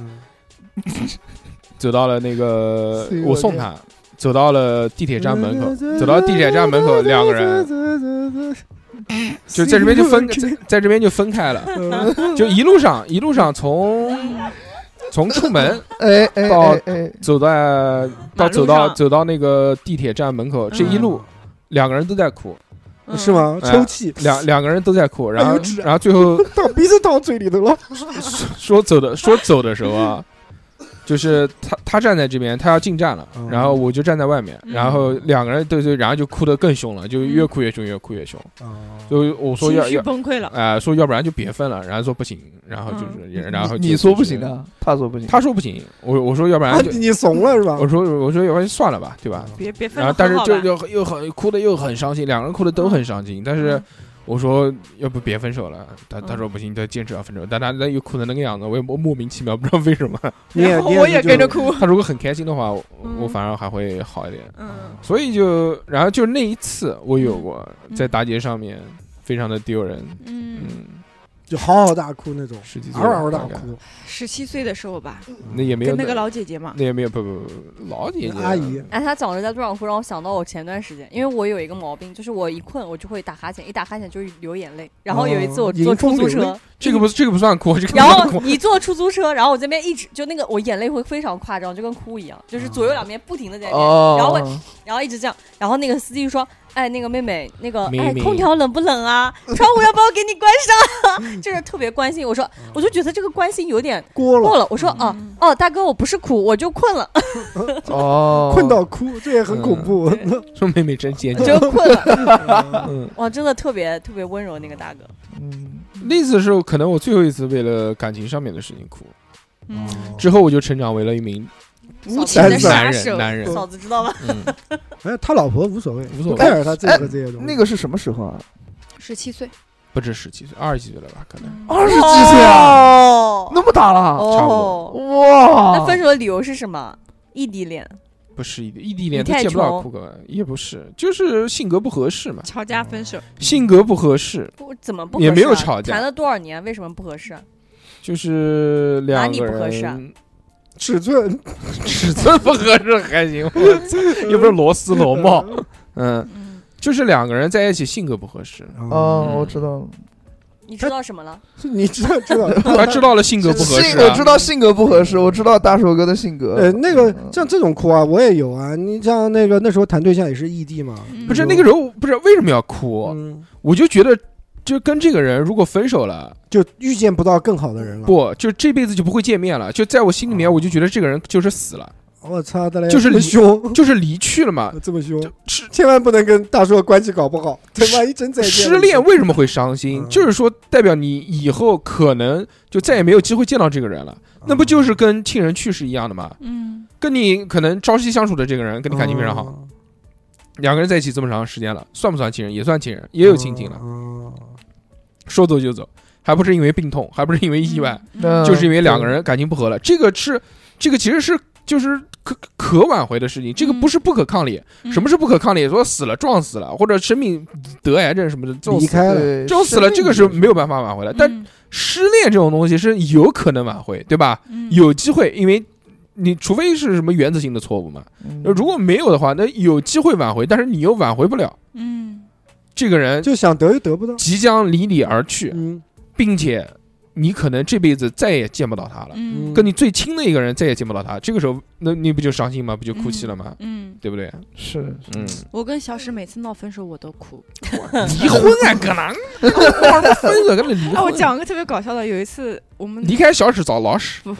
Speaker 4: 嗯
Speaker 2: 走到了那个
Speaker 3: See you
Speaker 4: 嗯
Speaker 3: 嗯
Speaker 2: 我送他，走到了地铁站门口，走到地铁站门口，两个人就在这边就分，在在这边就分开了，就一路上一路上从从出门
Speaker 3: 哎哎
Speaker 2: 到
Speaker 3: 哎哎，
Speaker 2: 走在
Speaker 6: 嗯马
Speaker 2: 到
Speaker 6: 路
Speaker 2: 走到
Speaker 6: 上
Speaker 2: 走到那个地铁站门口，这一路两个人都在哭，
Speaker 6: 嗯
Speaker 4: 是？吗？
Speaker 2: 哎
Speaker 4: 抽泣，
Speaker 2: 两两个人都在哭，然
Speaker 4: 哎
Speaker 2: 后
Speaker 4: 呦这
Speaker 2: 然后最后
Speaker 4: 淌鼻子淌嘴里头了。
Speaker 2: 说走的说走的时候啊，就是他他站在这边，他要进站了，
Speaker 3: 哦
Speaker 2: 然后我就站在外面，
Speaker 6: 嗯
Speaker 2: 然后两个人对对，然后就哭得更凶了，就越哭越凶，越哭越凶。就我说
Speaker 6: 情
Speaker 2: 要
Speaker 6: 绪
Speaker 2: 要
Speaker 6: 崩溃了，
Speaker 2: 啊、说要不然就别分了，然后说不行，然后
Speaker 6: 嗯
Speaker 2: 就是、也然后
Speaker 3: 哎你
Speaker 2: 就
Speaker 3: 你说不行
Speaker 2: 就是
Speaker 3: 啊，他说不行，
Speaker 2: 他说不行，我我说要不
Speaker 4: 啊
Speaker 2: 然就，
Speaker 4: 你怂了是吧？
Speaker 2: 我说我说要不然就算了吧，对吧？
Speaker 6: 别别分
Speaker 2: 然
Speaker 6: 了
Speaker 2: 后，但是
Speaker 6: 很好
Speaker 2: 就
Speaker 6: 吧
Speaker 2: 就又很哭的又很伤心，两个人哭的都很伤心，但是
Speaker 6: 嗯。
Speaker 2: 我说要不别分手了，他他
Speaker 6: 嗯
Speaker 2: 说不行，他坚持要分手，但他他又哭成那个样子，我也莫莫名其妙不知道为 什么。
Speaker 4: 你也
Speaker 6: 然后
Speaker 4: 你
Speaker 6: 我也
Speaker 4: 就
Speaker 6: 跟着哭，
Speaker 2: 他如果很开心的话，我
Speaker 6: 嗯
Speaker 2: 我反而还会好一点。
Speaker 6: 嗯，
Speaker 2: 所以就，然后就那一次，我有过
Speaker 6: 嗯
Speaker 2: 在大街上面，非常的丢人。
Speaker 6: 嗯，
Speaker 2: 嗯，
Speaker 4: 就嚎嚎大哭那种，
Speaker 2: 十几岁
Speaker 4: 嗷嗷大
Speaker 2: 大概
Speaker 4: 哭，
Speaker 6: 十七岁的时候吧，
Speaker 2: 那也没有
Speaker 6: 跟那个老姐姐嘛，
Speaker 2: 那也没有不不不老姐姐
Speaker 4: 阿姨
Speaker 7: 哎，他讲着在路上哭，让我想到我前段时间，因为我有一个毛病，就是我一困我就会打哈欠，一打哈欠就会流眼泪。然后有一次我
Speaker 4: 哦迎
Speaker 7: 坐出
Speaker 4: 风
Speaker 7: 租
Speaker 4: 流泪
Speaker 7: 车，
Speaker 2: 这个不这个不算哭，这个
Speaker 7: 然
Speaker 2: 不算
Speaker 7: 后
Speaker 2: 哭
Speaker 7: 你坐出租车，然后我这边一直就那个我眼泪会非常夸张，就跟哭一样，
Speaker 4: 哦
Speaker 7: 就是左右两边不停的在那边，
Speaker 3: 哦，
Speaker 7: 然后我然后一直这样。然后那个司机说：“哎，那个妹妹，那个
Speaker 2: 妹
Speaker 7: 哎，
Speaker 2: 妹
Speaker 7: 空调冷不冷 啊？窗户要不要给你关上啊？” 就是特别关心。我说，
Speaker 2: 嗯
Speaker 7: 我就觉得这个关心有点
Speaker 4: 过
Speaker 7: 过
Speaker 4: 了，
Speaker 7: 了。我说：“哦
Speaker 6: 嗯
Speaker 7: 哦，大哥，我不是哭，我就困了，
Speaker 3: 哦，
Speaker 4: 困到哭，这也很恐怖。
Speaker 2: 说妹妹真坚强。
Speaker 7: 就困了。
Speaker 2: 嗯，”
Speaker 7: 哇，真的特别特别温柔那个大哥。
Speaker 3: 嗯，
Speaker 2: 那次是可能我最后一次为了感情上面的事情哭，
Speaker 6: 嗯，
Speaker 2: 之后我就成长为了一名
Speaker 7: 无
Speaker 6: 情
Speaker 4: 的
Speaker 2: 男
Speaker 6: 杀
Speaker 2: 人，
Speaker 6: 手
Speaker 2: 男人。
Speaker 7: 嫂子知道吧？
Speaker 2: 嗯，
Speaker 4: 哎，他老婆无所谓，
Speaker 2: 无所谓
Speaker 4: 不 care 他自己的这些东西。
Speaker 3: 那个是什么时候啊？
Speaker 6: 十七岁，
Speaker 2: 不止十七岁，二十几岁了吧？可能
Speaker 3: 二十几岁啊，
Speaker 7: 哦
Speaker 3: 那么大了，啊
Speaker 2: 差不
Speaker 7: 哦，
Speaker 2: 多
Speaker 3: 哇！
Speaker 7: 那分手的理由是什么？异地恋。
Speaker 2: 不是异地异地恋，
Speaker 7: 你
Speaker 2: 他
Speaker 7: 太
Speaker 2: 见不到
Speaker 7: 穷
Speaker 2: 酷哥，也不是，就是性格不合适嘛，
Speaker 6: 吵架分手，
Speaker 2: 性格不合适，
Speaker 7: 不怎么不合
Speaker 2: 也
Speaker 7: 适、啊？
Speaker 2: 没有吵架
Speaker 7: 谈了多少年，为什么不合适啊？
Speaker 2: 就是
Speaker 7: 哪
Speaker 2: 两
Speaker 7: 里
Speaker 2: 个
Speaker 7: 不合适啊
Speaker 2: 人
Speaker 4: 尺寸
Speaker 2: 尺寸不合适还行，我操又不是螺丝螺帽，嗯，
Speaker 6: 嗯，
Speaker 2: 就是两个人在一起性格不合适，嗯
Speaker 3: 哦，我知道了，
Speaker 7: 你知道什么了？
Speaker 4: 是你知道知道。
Speaker 2: 他知道了性格不合适
Speaker 3: 性我知
Speaker 2: 啊，
Speaker 3: 道性格不合适，我知道大手哥的性格。
Speaker 4: 呃，那个
Speaker 3: 嗯
Speaker 4: 像这种哭啊，我也有啊。你像那个那时候谈对象也是异地嘛，
Speaker 6: 嗯
Speaker 2: 不是那个时候不是为什么要哭，
Speaker 4: 嗯，
Speaker 2: 我就觉得。就跟这个人如果分手了，
Speaker 4: 就遇见不到更好的人了。
Speaker 2: 不就这辈子就不会见面了。就在我心里
Speaker 4: 嗯
Speaker 2: 面，我就觉得这个人就是死了，
Speaker 4: 我操，大家
Speaker 2: 就是
Speaker 4: 这么
Speaker 2: 你啊
Speaker 4: 凶，
Speaker 2: 就是离去了嘛。
Speaker 4: 这么凶，
Speaker 2: 是
Speaker 4: 千万不能跟大叔的关系搞不好，他万一真再见了
Speaker 2: 失恋为什么会伤心？
Speaker 4: 嗯
Speaker 2: 就是说，代表你以后可能就再也没有机会见到这个人了。
Speaker 4: 嗯
Speaker 2: 那不就是跟亲人去世一样的吗？
Speaker 6: 嗯，
Speaker 2: 跟你可能朝夕相处的这个
Speaker 4: 啊
Speaker 2: 人，跟你感情非常
Speaker 4: 嗯
Speaker 2: 好，，两个人在一起这么长时间了，算不算亲人？也算亲人，也有亲情了，
Speaker 4: 了。
Speaker 2: 说走就走，还不是因为病痛，还不是因为意外，
Speaker 6: 嗯，
Speaker 3: 那
Speaker 2: 就是因为两个人感情不和了。这个是，这个其实是就是可可挽回的事情，这个不是不可抗力。
Speaker 6: 嗯
Speaker 2: 什么是不可抗力？说死了、撞死了，或者生病得癌症什么的，这种
Speaker 4: 离
Speaker 2: 死
Speaker 4: 开了，
Speaker 3: 对
Speaker 2: 这种死了，这个是没有办法挽回的。呃但
Speaker 6: 嗯
Speaker 2: 失恋这种东西是有可能挽回，对吧？
Speaker 6: 嗯
Speaker 2: 有机会，因为你除非是什么原则性的错误嘛，
Speaker 3: 嗯
Speaker 2: 如果没有的话，那有机会挽回，但是你又挽回不了，
Speaker 6: 嗯
Speaker 2: 这个人
Speaker 4: 就想得又得不到。
Speaker 2: 即将离你而去，
Speaker 4: 嗯
Speaker 2: 并且你可能这辈子再也见不到他了，
Speaker 6: 嗯
Speaker 2: 跟你最亲的一个人再也见不到他，这个时候那你不就伤心吗？不就哭泣了吗？
Speaker 6: 嗯，
Speaker 2: 对不对？
Speaker 3: 是
Speaker 2: 嗯，
Speaker 6: 我跟小史每次闹分手我都哭。
Speaker 2: 离婚啊，可能闹什么分手，跟 你离
Speaker 6: 哎，我
Speaker 2: 婚。
Speaker 6: 讲个特别搞笑的，有一次我们
Speaker 2: 离开小史找老史，
Speaker 6: 不，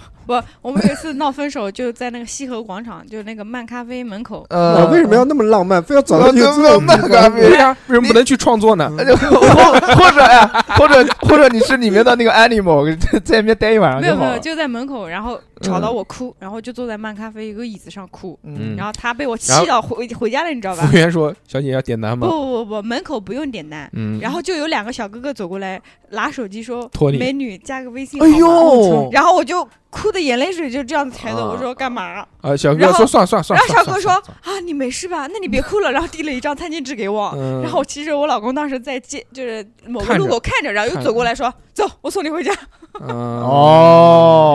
Speaker 6: 我们有一次闹分手就在那个西河广场，就那个漫咖啡门 口。
Speaker 4: 啊
Speaker 3: 呃，
Speaker 4: 为什么要那么浪漫？非要找到
Speaker 3: 我
Speaker 4: 就知道
Speaker 3: 怎么 那个
Speaker 2: 对呀、为什么不能去创作呢？
Speaker 3: 哎就 或或者哎，或者或者你是里面的那个 animal，在 在里面待一晚
Speaker 2: 啊
Speaker 3: 上
Speaker 6: 没有没
Speaker 3: 好
Speaker 6: 有，
Speaker 3: 了。
Speaker 6: 就在门口，然后吵到我哭，然后就坐在漫咖啡一个椅子上哭，
Speaker 2: 嗯
Speaker 6: 然后他被我气
Speaker 2: 然后
Speaker 6: 到回回家了，你知道 吧
Speaker 2: 服务？员说：“啊小姐要点单
Speaker 6: 不
Speaker 2: 吗
Speaker 6: 不不不，门口不用点单？”。
Speaker 2: 嗯，
Speaker 6: 然后就有两个小哥哥走过来，拿手机说
Speaker 2: 托：“你
Speaker 6: 美女，加个微信。”
Speaker 3: 哎！
Speaker 2: 哦
Speaker 3: 呦，
Speaker 6: 然后我就哭的眼泪水就这样抬着，我说干嘛？
Speaker 2: 啊，小哥
Speaker 6: 然
Speaker 2: 说
Speaker 6: 后
Speaker 2: 算算算，
Speaker 6: 然后小
Speaker 2: 算
Speaker 6: 哥
Speaker 2: 算
Speaker 6: 说
Speaker 2: 算
Speaker 6: 啊，你没事吧？那你别哭了。然后递了一张餐巾纸给我。
Speaker 2: 嗯，
Speaker 6: 然后其实我老公当时在街，就是某个
Speaker 2: 看
Speaker 6: 路
Speaker 2: 着
Speaker 6: 口看着，然后
Speaker 2: 看
Speaker 6: 又
Speaker 2: 着
Speaker 6: 走过来说：“走，我送你回家
Speaker 2: 嗯
Speaker 3: 哦，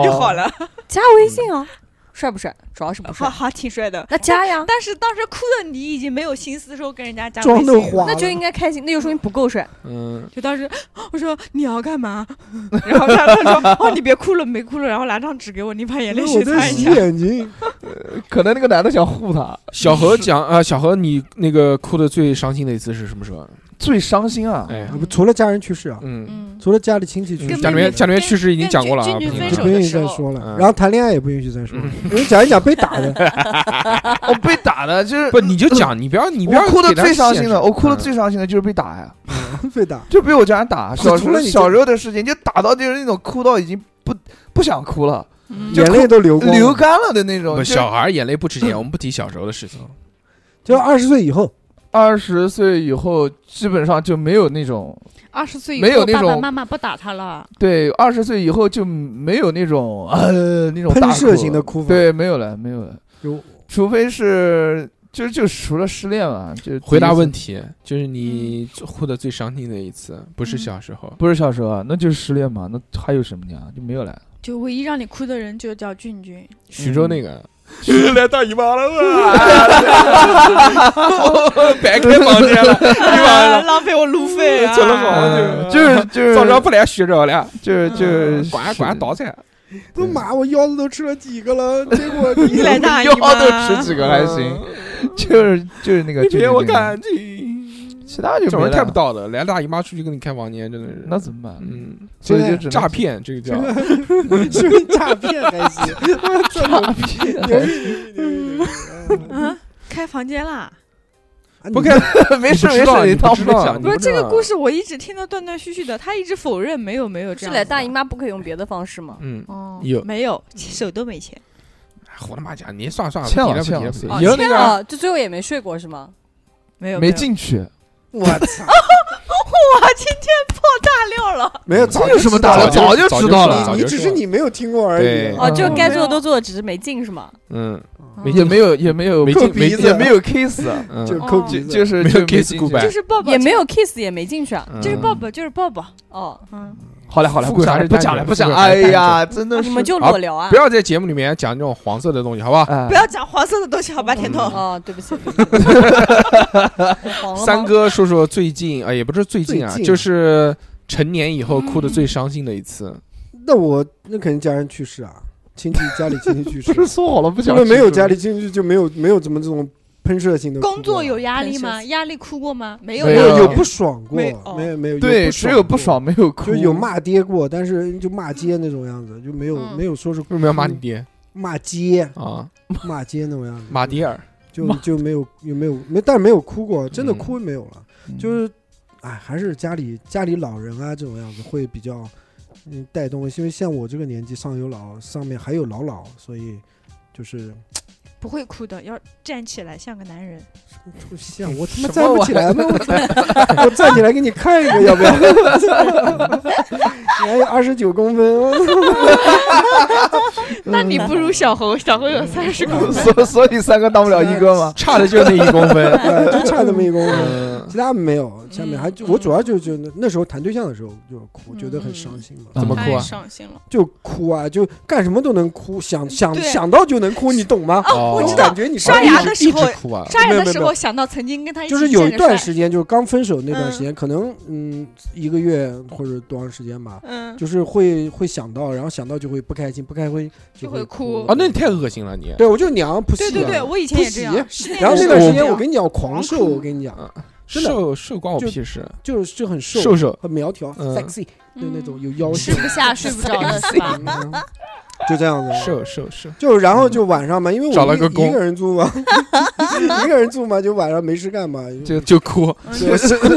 Speaker 6: 就好了。
Speaker 7: 加微信啊，帅不帅？主要是不帅
Speaker 5: 好。好挺帅的。
Speaker 7: 那加呀，
Speaker 5: 但是当时哭的你已经没有心思说跟人家加微
Speaker 4: 妆
Speaker 5: 信
Speaker 4: 都
Speaker 5: 了，
Speaker 4: 花
Speaker 7: 那
Speaker 4: 了，
Speaker 7: 就应该开心，那就说明不够帅。
Speaker 2: 嗯，
Speaker 5: 就当时我说你要干嘛， 然后他他说哦你别哭了没哭了，然后拿张纸给我，你把眼泪
Speaker 4: 我
Speaker 5: 水
Speaker 4: 在
Speaker 5: 擦一
Speaker 4: 洗
Speaker 5: 下。
Speaker 4: 眼睛，
Speaker 3: 嗯可能那个男的想护她，
Speaker 2: 小何讲啊、小何，你那个哭的最伤心的一次是什么时候？啊
Speaker 3: 最伤心啊！
Speaker 2: 哎，
Speaker 4: 除了家人去世啊，
Speaker 2: 嗯，
Speaker 6: 嗯，
Speaker 4: 除了家里亲戚去
Speaker 2: 嗯
Speaker 4: 世
Speaker 5: 跟。
Speaker 2: 家里面
Speaker 5: 妹妹
Speaker 2: 家里面去世已经讲过了啊，
Speaker 6: 跟
Speaker 2: 不
Speaker 6: 君君分
Speaker 2: 能
Speaker 6: 手
Speaker 4: 就
Speaker 2: 讲
Speaker 4: 不
Speaker 6: 的
Speaker 4: 允许
Speaker 6: 时
Speaker 4: 再
Speaker 6: 候
Speaker 4: 说了
Speaker 2: 嗯，
Speaker 4: 然后谈恋爱也不允许再说了，因为讲一讲被打 的，
Speaker 3: 我哦被打的就是
Speaker 2: 不，你就讲，你不要你不要
Speaker 3: 我哭的
Speaker 2: 给他
Speaker 3: 最伤
Speaker 2: 现
Speaker 3: 心
Speaker 2: 实
Speaker 3: 的，我哭的
Speaker 2: 嗯
Speaker 3: 最伤心的就是被打呀，
Speaker 4: 嗯被打。
Speaker 3: 就被我家人打。小时
Speaker 4: 除了
Speaker 3: 候
Speaker 4: 你这
Speaker 3: 小时候的事情，就打到就是那种哭到已经不不想哭了，
Speaker 6: 嗯
Speaker 3: 就
Speaker 4: 眼泪都流光了，
Speaker 3: 流干了的那种。
Speaker 2: 不，
Speaker 3: 就
Speaker 2: 小孩眼泪不值 钱，我们不提小时候的事情。
Speaker 4: 就二十岁以后，
Speaker 3: 二十岁以后，基本上就没有那种
Speaker 6: 二十岁以
Speaker 3: 没有
Speaker 6: 后
Speaker 3: 那
Speaker 6: 爸爸
Speaker 3: 种
Speaker 6: 妈妈不打他了，
Speaker 3: 对，二十岁以后就没有那种呃那种
Speaker 4: 喷
Speaker 3: 大
Speaker 4: 射
Speaker 3: 哭
Speaker 4: 型
Speaker 3: 了
Speaker 4: 的哭法
Speaker 3: 对，没有了，没有了，
Speaker 4: 就
Speaker 3: 除非是就就除了失恋嘛，就
Speaker 2: 回答问
Speaker 3: 题
Speaker 2: 题，就是你哭的最伤心的一次，不是小时候。
Speaker 3: 不是小时候啊，那就是失恋嘛，那还有什么呀？就没 有了。
Speaker 6: 就唯一让你哭的人就叫俊俊，
Speaker 2: 徐州那个
Speaker 3: 来大姨妈 了嘛，
Speaker 2: 白开房间了，
Speaker 5: 啊浪费我路费啊！
Speaker 2: 走了好
Speaker 3: 呃就是就是
Speaker 2: 啊早上不来徐州了，
Speaker 3: 嗯
Speaker 2: 嗯
Speaker 3: 就是就是
Speaker 2: 管管倒菜。
Speaker 4: 都妈，我腰子都吃了几个了，结 果你
Speaker 5: 你来 大姨
Speaker 3: 腰
Speaker 5: 妈
Speaker 3: 都吃几个还行， 就是就是那个
Speaker 2: 你陪我，
Speaker 3: 干，
Speaker 2: 干净。
Speaker 3: 其他就
Speaker 2: 这种
Speaker 3: 没
Speaker 2: 人
Speaker 3: 了
Speaker 2: 太
Speaker 3: 呃
Speaker 2: 不道德，来大姨妈出去跟你开房间，真的是。
Speaker 3: 那怎么办？
Speaker 2: 嗯，
Speaker 3: 所以
Speaker 4: 对
Speaker 3: 就只能
Speaker 2: 诈骗这个叫
Speaker 4: 是不是诈骗还 行？我操，
Speaker 3: 诈骗，
Speaker 4: 牛逼牛逼牛逼牛逼！
Speaker 5: 嗯，开房间啦！
Speaker 4: 啊
Speaker 2: 不开，
Speaker 3: 没事
Speaker 2: 你不
Speaker 3: 没
Speaker 2: 知道
Speaker 3: 事，
Speaker 2: 你不
Speaker 3: 当
Speaker 2: 知
Speaker 3: 没
Speaker 2: 道
Speaker 3: 讲
Speaker 2: 你
Speaker 5: 不是
Speaker 2: 知
Speaker 5: 这个
Speaker 2: 道
Speaker 5: 故事，我一直听得断断续续的，他一直否认没有没有这
Speaker 7: 是
Speaker 5: 样。
Speaker 7: 来大姨妈不可以用别的方式吗？
Speaker 2: 嗯，
Speaker 6: 哦，
Speaker 2: 有。
Speaker 5: 没有，手都没牵。
Speaker 2: 哎我他妈讲，你算了算了，
Speaker 3: 欠了
Speaker 2: 不提
Speaker 3: 欠
Speaker 2: 了
Speaker 3: 了
Speaker 2: 不提
Speaker 3: 欠
Speaker 2: 了
Speaker 6: 哦
Speaker 2: 不
Speaker 3: 了
Speaker 2: 提了。以后那个
Speaker 7: 啊，就最后也没睡过是吗？
Speaker 5: 没有
Speaker 3: 没，进去，
Speaker 4: 我操，
Speaker 5: 哇，今天爆大料了！
Speaker 4: 没有，早
Speaker 3: 有什么大
Speaker 2: 了
Speaker 3: 了？
Speaker 2: 早
Speaker 3: 早
Speaker 2: 就
Speaker 3: 就
Speaker 2: 知
Speaker 3: 知
Speaker 2: 道
Speaker 3: 道
Speaker 2: 了
Speaker 3: 了
Speaker 2: 早，
Speaker 4: 你
Speaker 2: 就
Speaker 4: 只
Speaker 2: 说
Speaker 4: 是你没有听过而
Speaker 2: 对
Speaker 4: 已。啊
Speaker 7: 哦，就
Speaker 5: 嗯
Speaker 7: 该
Speaker 5: 没
Speaker 7: 做
Speaker 5: 有
Speaker 7: 的都做了，只是没进是吗？
Speaker 2: 嗯
Speaker 4: 没
Speaker 3: 也没有也没有
Speaker 2: 没
Speaker 4: 扣
Speaker 2: 进没
Speaker 4: 鼻
Speaker 2: 进
Speaker 4: 子
Speaker 3: 也没有 kiss，
Speaker 5: 哦
Speaker 2: 嗯，
Speaker 4: 就抠鼻子，
Speaker 3: 就就是
Speaker 2: 没有
Speaker 3: 就
Speaker 2: kiss
Speaker 3: 进去
Speaker 2: goodbye 哎
Speaker 5: 就是抱抱，
Speaker 7: 也没有 kiss，也没进去啊。
Speaker 6: 就是抱
Speaker 2: 嗯
Speaker 6: 抱，就是抱抱，
Speaker 7: 哦，
Speaker 6: 嗯，
Speaker 3: 好了好了，
Speaker 2: 富贵
Speaker 3: 不讲
Speaker 2: 还
Speaker 3: 了
Speaker 2: 是
Speaker 3: 不讲了
Speaker 2: 单
Speaker 3: 不讲
Speaker 2: 身
Speaker 3: 了，
Speaker 2: 富贵还
Speaker 3: 哎
Speaker 2: 是
Speaker 3: 呀，真的
Speaker 7: 啊
Speaker 3: 是
Speaker 7: 你们就
Speaker 2: 啊
Speaker 7: 裸聊啊
Speaker 2: 不？要在节目里面讲这种黄色的东西，好不
Speaker 6: 嗯
Speaker 2: 好？
Speaker 3: 哎
Speaker 5: 不要讲黄色的东西，好吧，甜头。
Speaker 7: 哦，对不起，对不起我黄了吗
Speaker 2: 三哥说说最近啊，也不是最近啊，
Speaker 4: 最近
Speaker 2: 就是成年以后哭的最伤心的一次。
Speaker 4: 那我那肯定家人去世啊，亲戚家里亲戚去世 啊
Speaker 3: 不，是说好了不
Speaker 4: 因
Speaker 3: 讲，
Speaker 4: 为没有家里亲戚就没有没有怎么这种喷射性的哭
Speaker 6: 工作
Speaker 4: 过
Speaker 6: 有压力
Speaker 7: 很
Speaker 5: 嗯
Speaker 6: 吗？
Speaker 7: 神
Speaker 6: 压力哭过吗？没
Speaker 3: 没啊
Speaker 6: 压
Speaker 4: 有
Speaker 6: 力
Speaker 4: 有不爽过，
Speaker 5: 没哦
Speaker 4: 没有没有
Speaker 3: 对，
Speaker 4: 不
Speaker 3: 只有不
Speaker 4: 过
Speaker 3: 爽没有哭，
Speaker 4: 就有骂爹过，但是就骂街那种样子，就没有、
Speaker 6: 嗯
Speaker 4: 没有说是
Speaker 2: 为什么要骂你爹
Speaker 4: 骂街
Speaker 2: 啊？
Speaker 4: 骂街那种样子，
Speaker 2: 马迭尔，
Speaker 6: 嗯
Speaker 4: 就
Speaker 3: 骂
Speaker 4: 就没有有没有没，但是没有哭过，真的
Speaker 2: 嗯
Speaker 4: 哭没有了，
Speaker 3: 嗯
Speaker 4: 就是哎，还是家里家里老人啊这种样子会比较嗯带动，因为像我这个年纪上有老，上面还有老老，所以就是
Speaker 6: 不会哭的，要站起来像个男人。
Speaker 4: 就像我他
Speaker 3: 什
Speaker 4: 妈
Speaker 3: 么
Speaker 4: 站不
Speaker 3: 玩
Speaker 4: 起来吗？我站我 站起来给你看一个，要不 要？你还有二十九公分， 我
Speaker 6: 那你不如小猴，小猴有三十
Speaker 5: 嗯
Speaker 6: 公分。
Speaker 3: 所所以三哥当不了一哥嘛，
Speaker 2: 差的就那一公 分。
Speaker 4: 对哎就差那么一公分。
Speaker 2: 嗯，
Speaker 4: 其他没有，下面还就
Speaker 6: 嗯
Speaker 4: 我主要就就那那时候谈对象的时候就哭，觉得很伤心
Speaker 3: 嗯
Speaker 4: 嘛，
Speaker 2: 怎么哭
Speaker 6: 太
Speaker 2: 啊？
Speaker 6: 伤心了，
Speaker 4: 就哭啊，就干什么都能哭，想想
Speaker 6: 对
Speaker 4: 想到就能哭，你懂吗？
Speaker 6: 哦，我
Speaker 4: 就
Speaker 6: 知道
Speaker 4: 感，觉你
Speaker 6: 刷牙的时候
Speaker 2: 一直哭啊。
Speaker 6: 刷牙
Speaker 4: 没有
Speaker 6: 的
Speaker 4: 没有
Speaker 6: 时
Speaker 4: 没有
Speaker 6: 候想到曾经跟他一起
Speaker 4: 就是有一
Speaker 6: 见着
Speaker 4: 段
Speaker 6: 帅
Speaker 4: 时间，就是刚分手那段时间，可能嗯一个月或者多长时间吧，
Speaker 6: 嗯，
Speaker 4: 就是会会想到，然后想到就会不开心，不开心
Speaker 6: 就
Speaker 4: 会
Speaker 6: 会
Speaker 4: 哭
Speaker 6: 哭
Speaker 2: 啊，那你太恶心了你。
Speaker 4: 对我就娘不
Speaker 6: 对
Speaker 4: 信
Speaker 6: 对对，
Speaker 4: 啊。
Speaker 6: 我以前也这样
Speaker 4: 不。
Speaker 6: 是
Speaker 4: 然后那段
Speaker 6: 个
Speaker 4: 时
Speaker 6: 时
Speaker 4: 间
Speaker 6: 间
Speaker 4: 我跟你讲，我狂瘦，我跟你讲，真的
Speaker 2: 瘦瘦关我
Speaker 4: 就
Speaker 2: 屁事，
Speaker 4: 就是就很瘦，
Speaker 2: 瘦瘦
Speaker 4: 很苗条
Speaker 2: 嗯
Speaker 4: ，sexy 就那种有腰
Speaker 6: 吃
Speaker 4: 线，
Speaker 6: 不下、睡不着的是吧？
Speaker 4: 嗯就这样子。
Speaker 2: 瘦瘦瘦，
Speaker 4: 就然后就晚上嘛，因为我
Speaker 2: 找了
Speaker 4: 一
Speaker 2: 个工
Speaker 4: 一个人住嘛，一个人住嘛，就晚上没事干嘛，就
Speaker 2: 就就哭。
Speaker 4: 就哭泣，我操，哭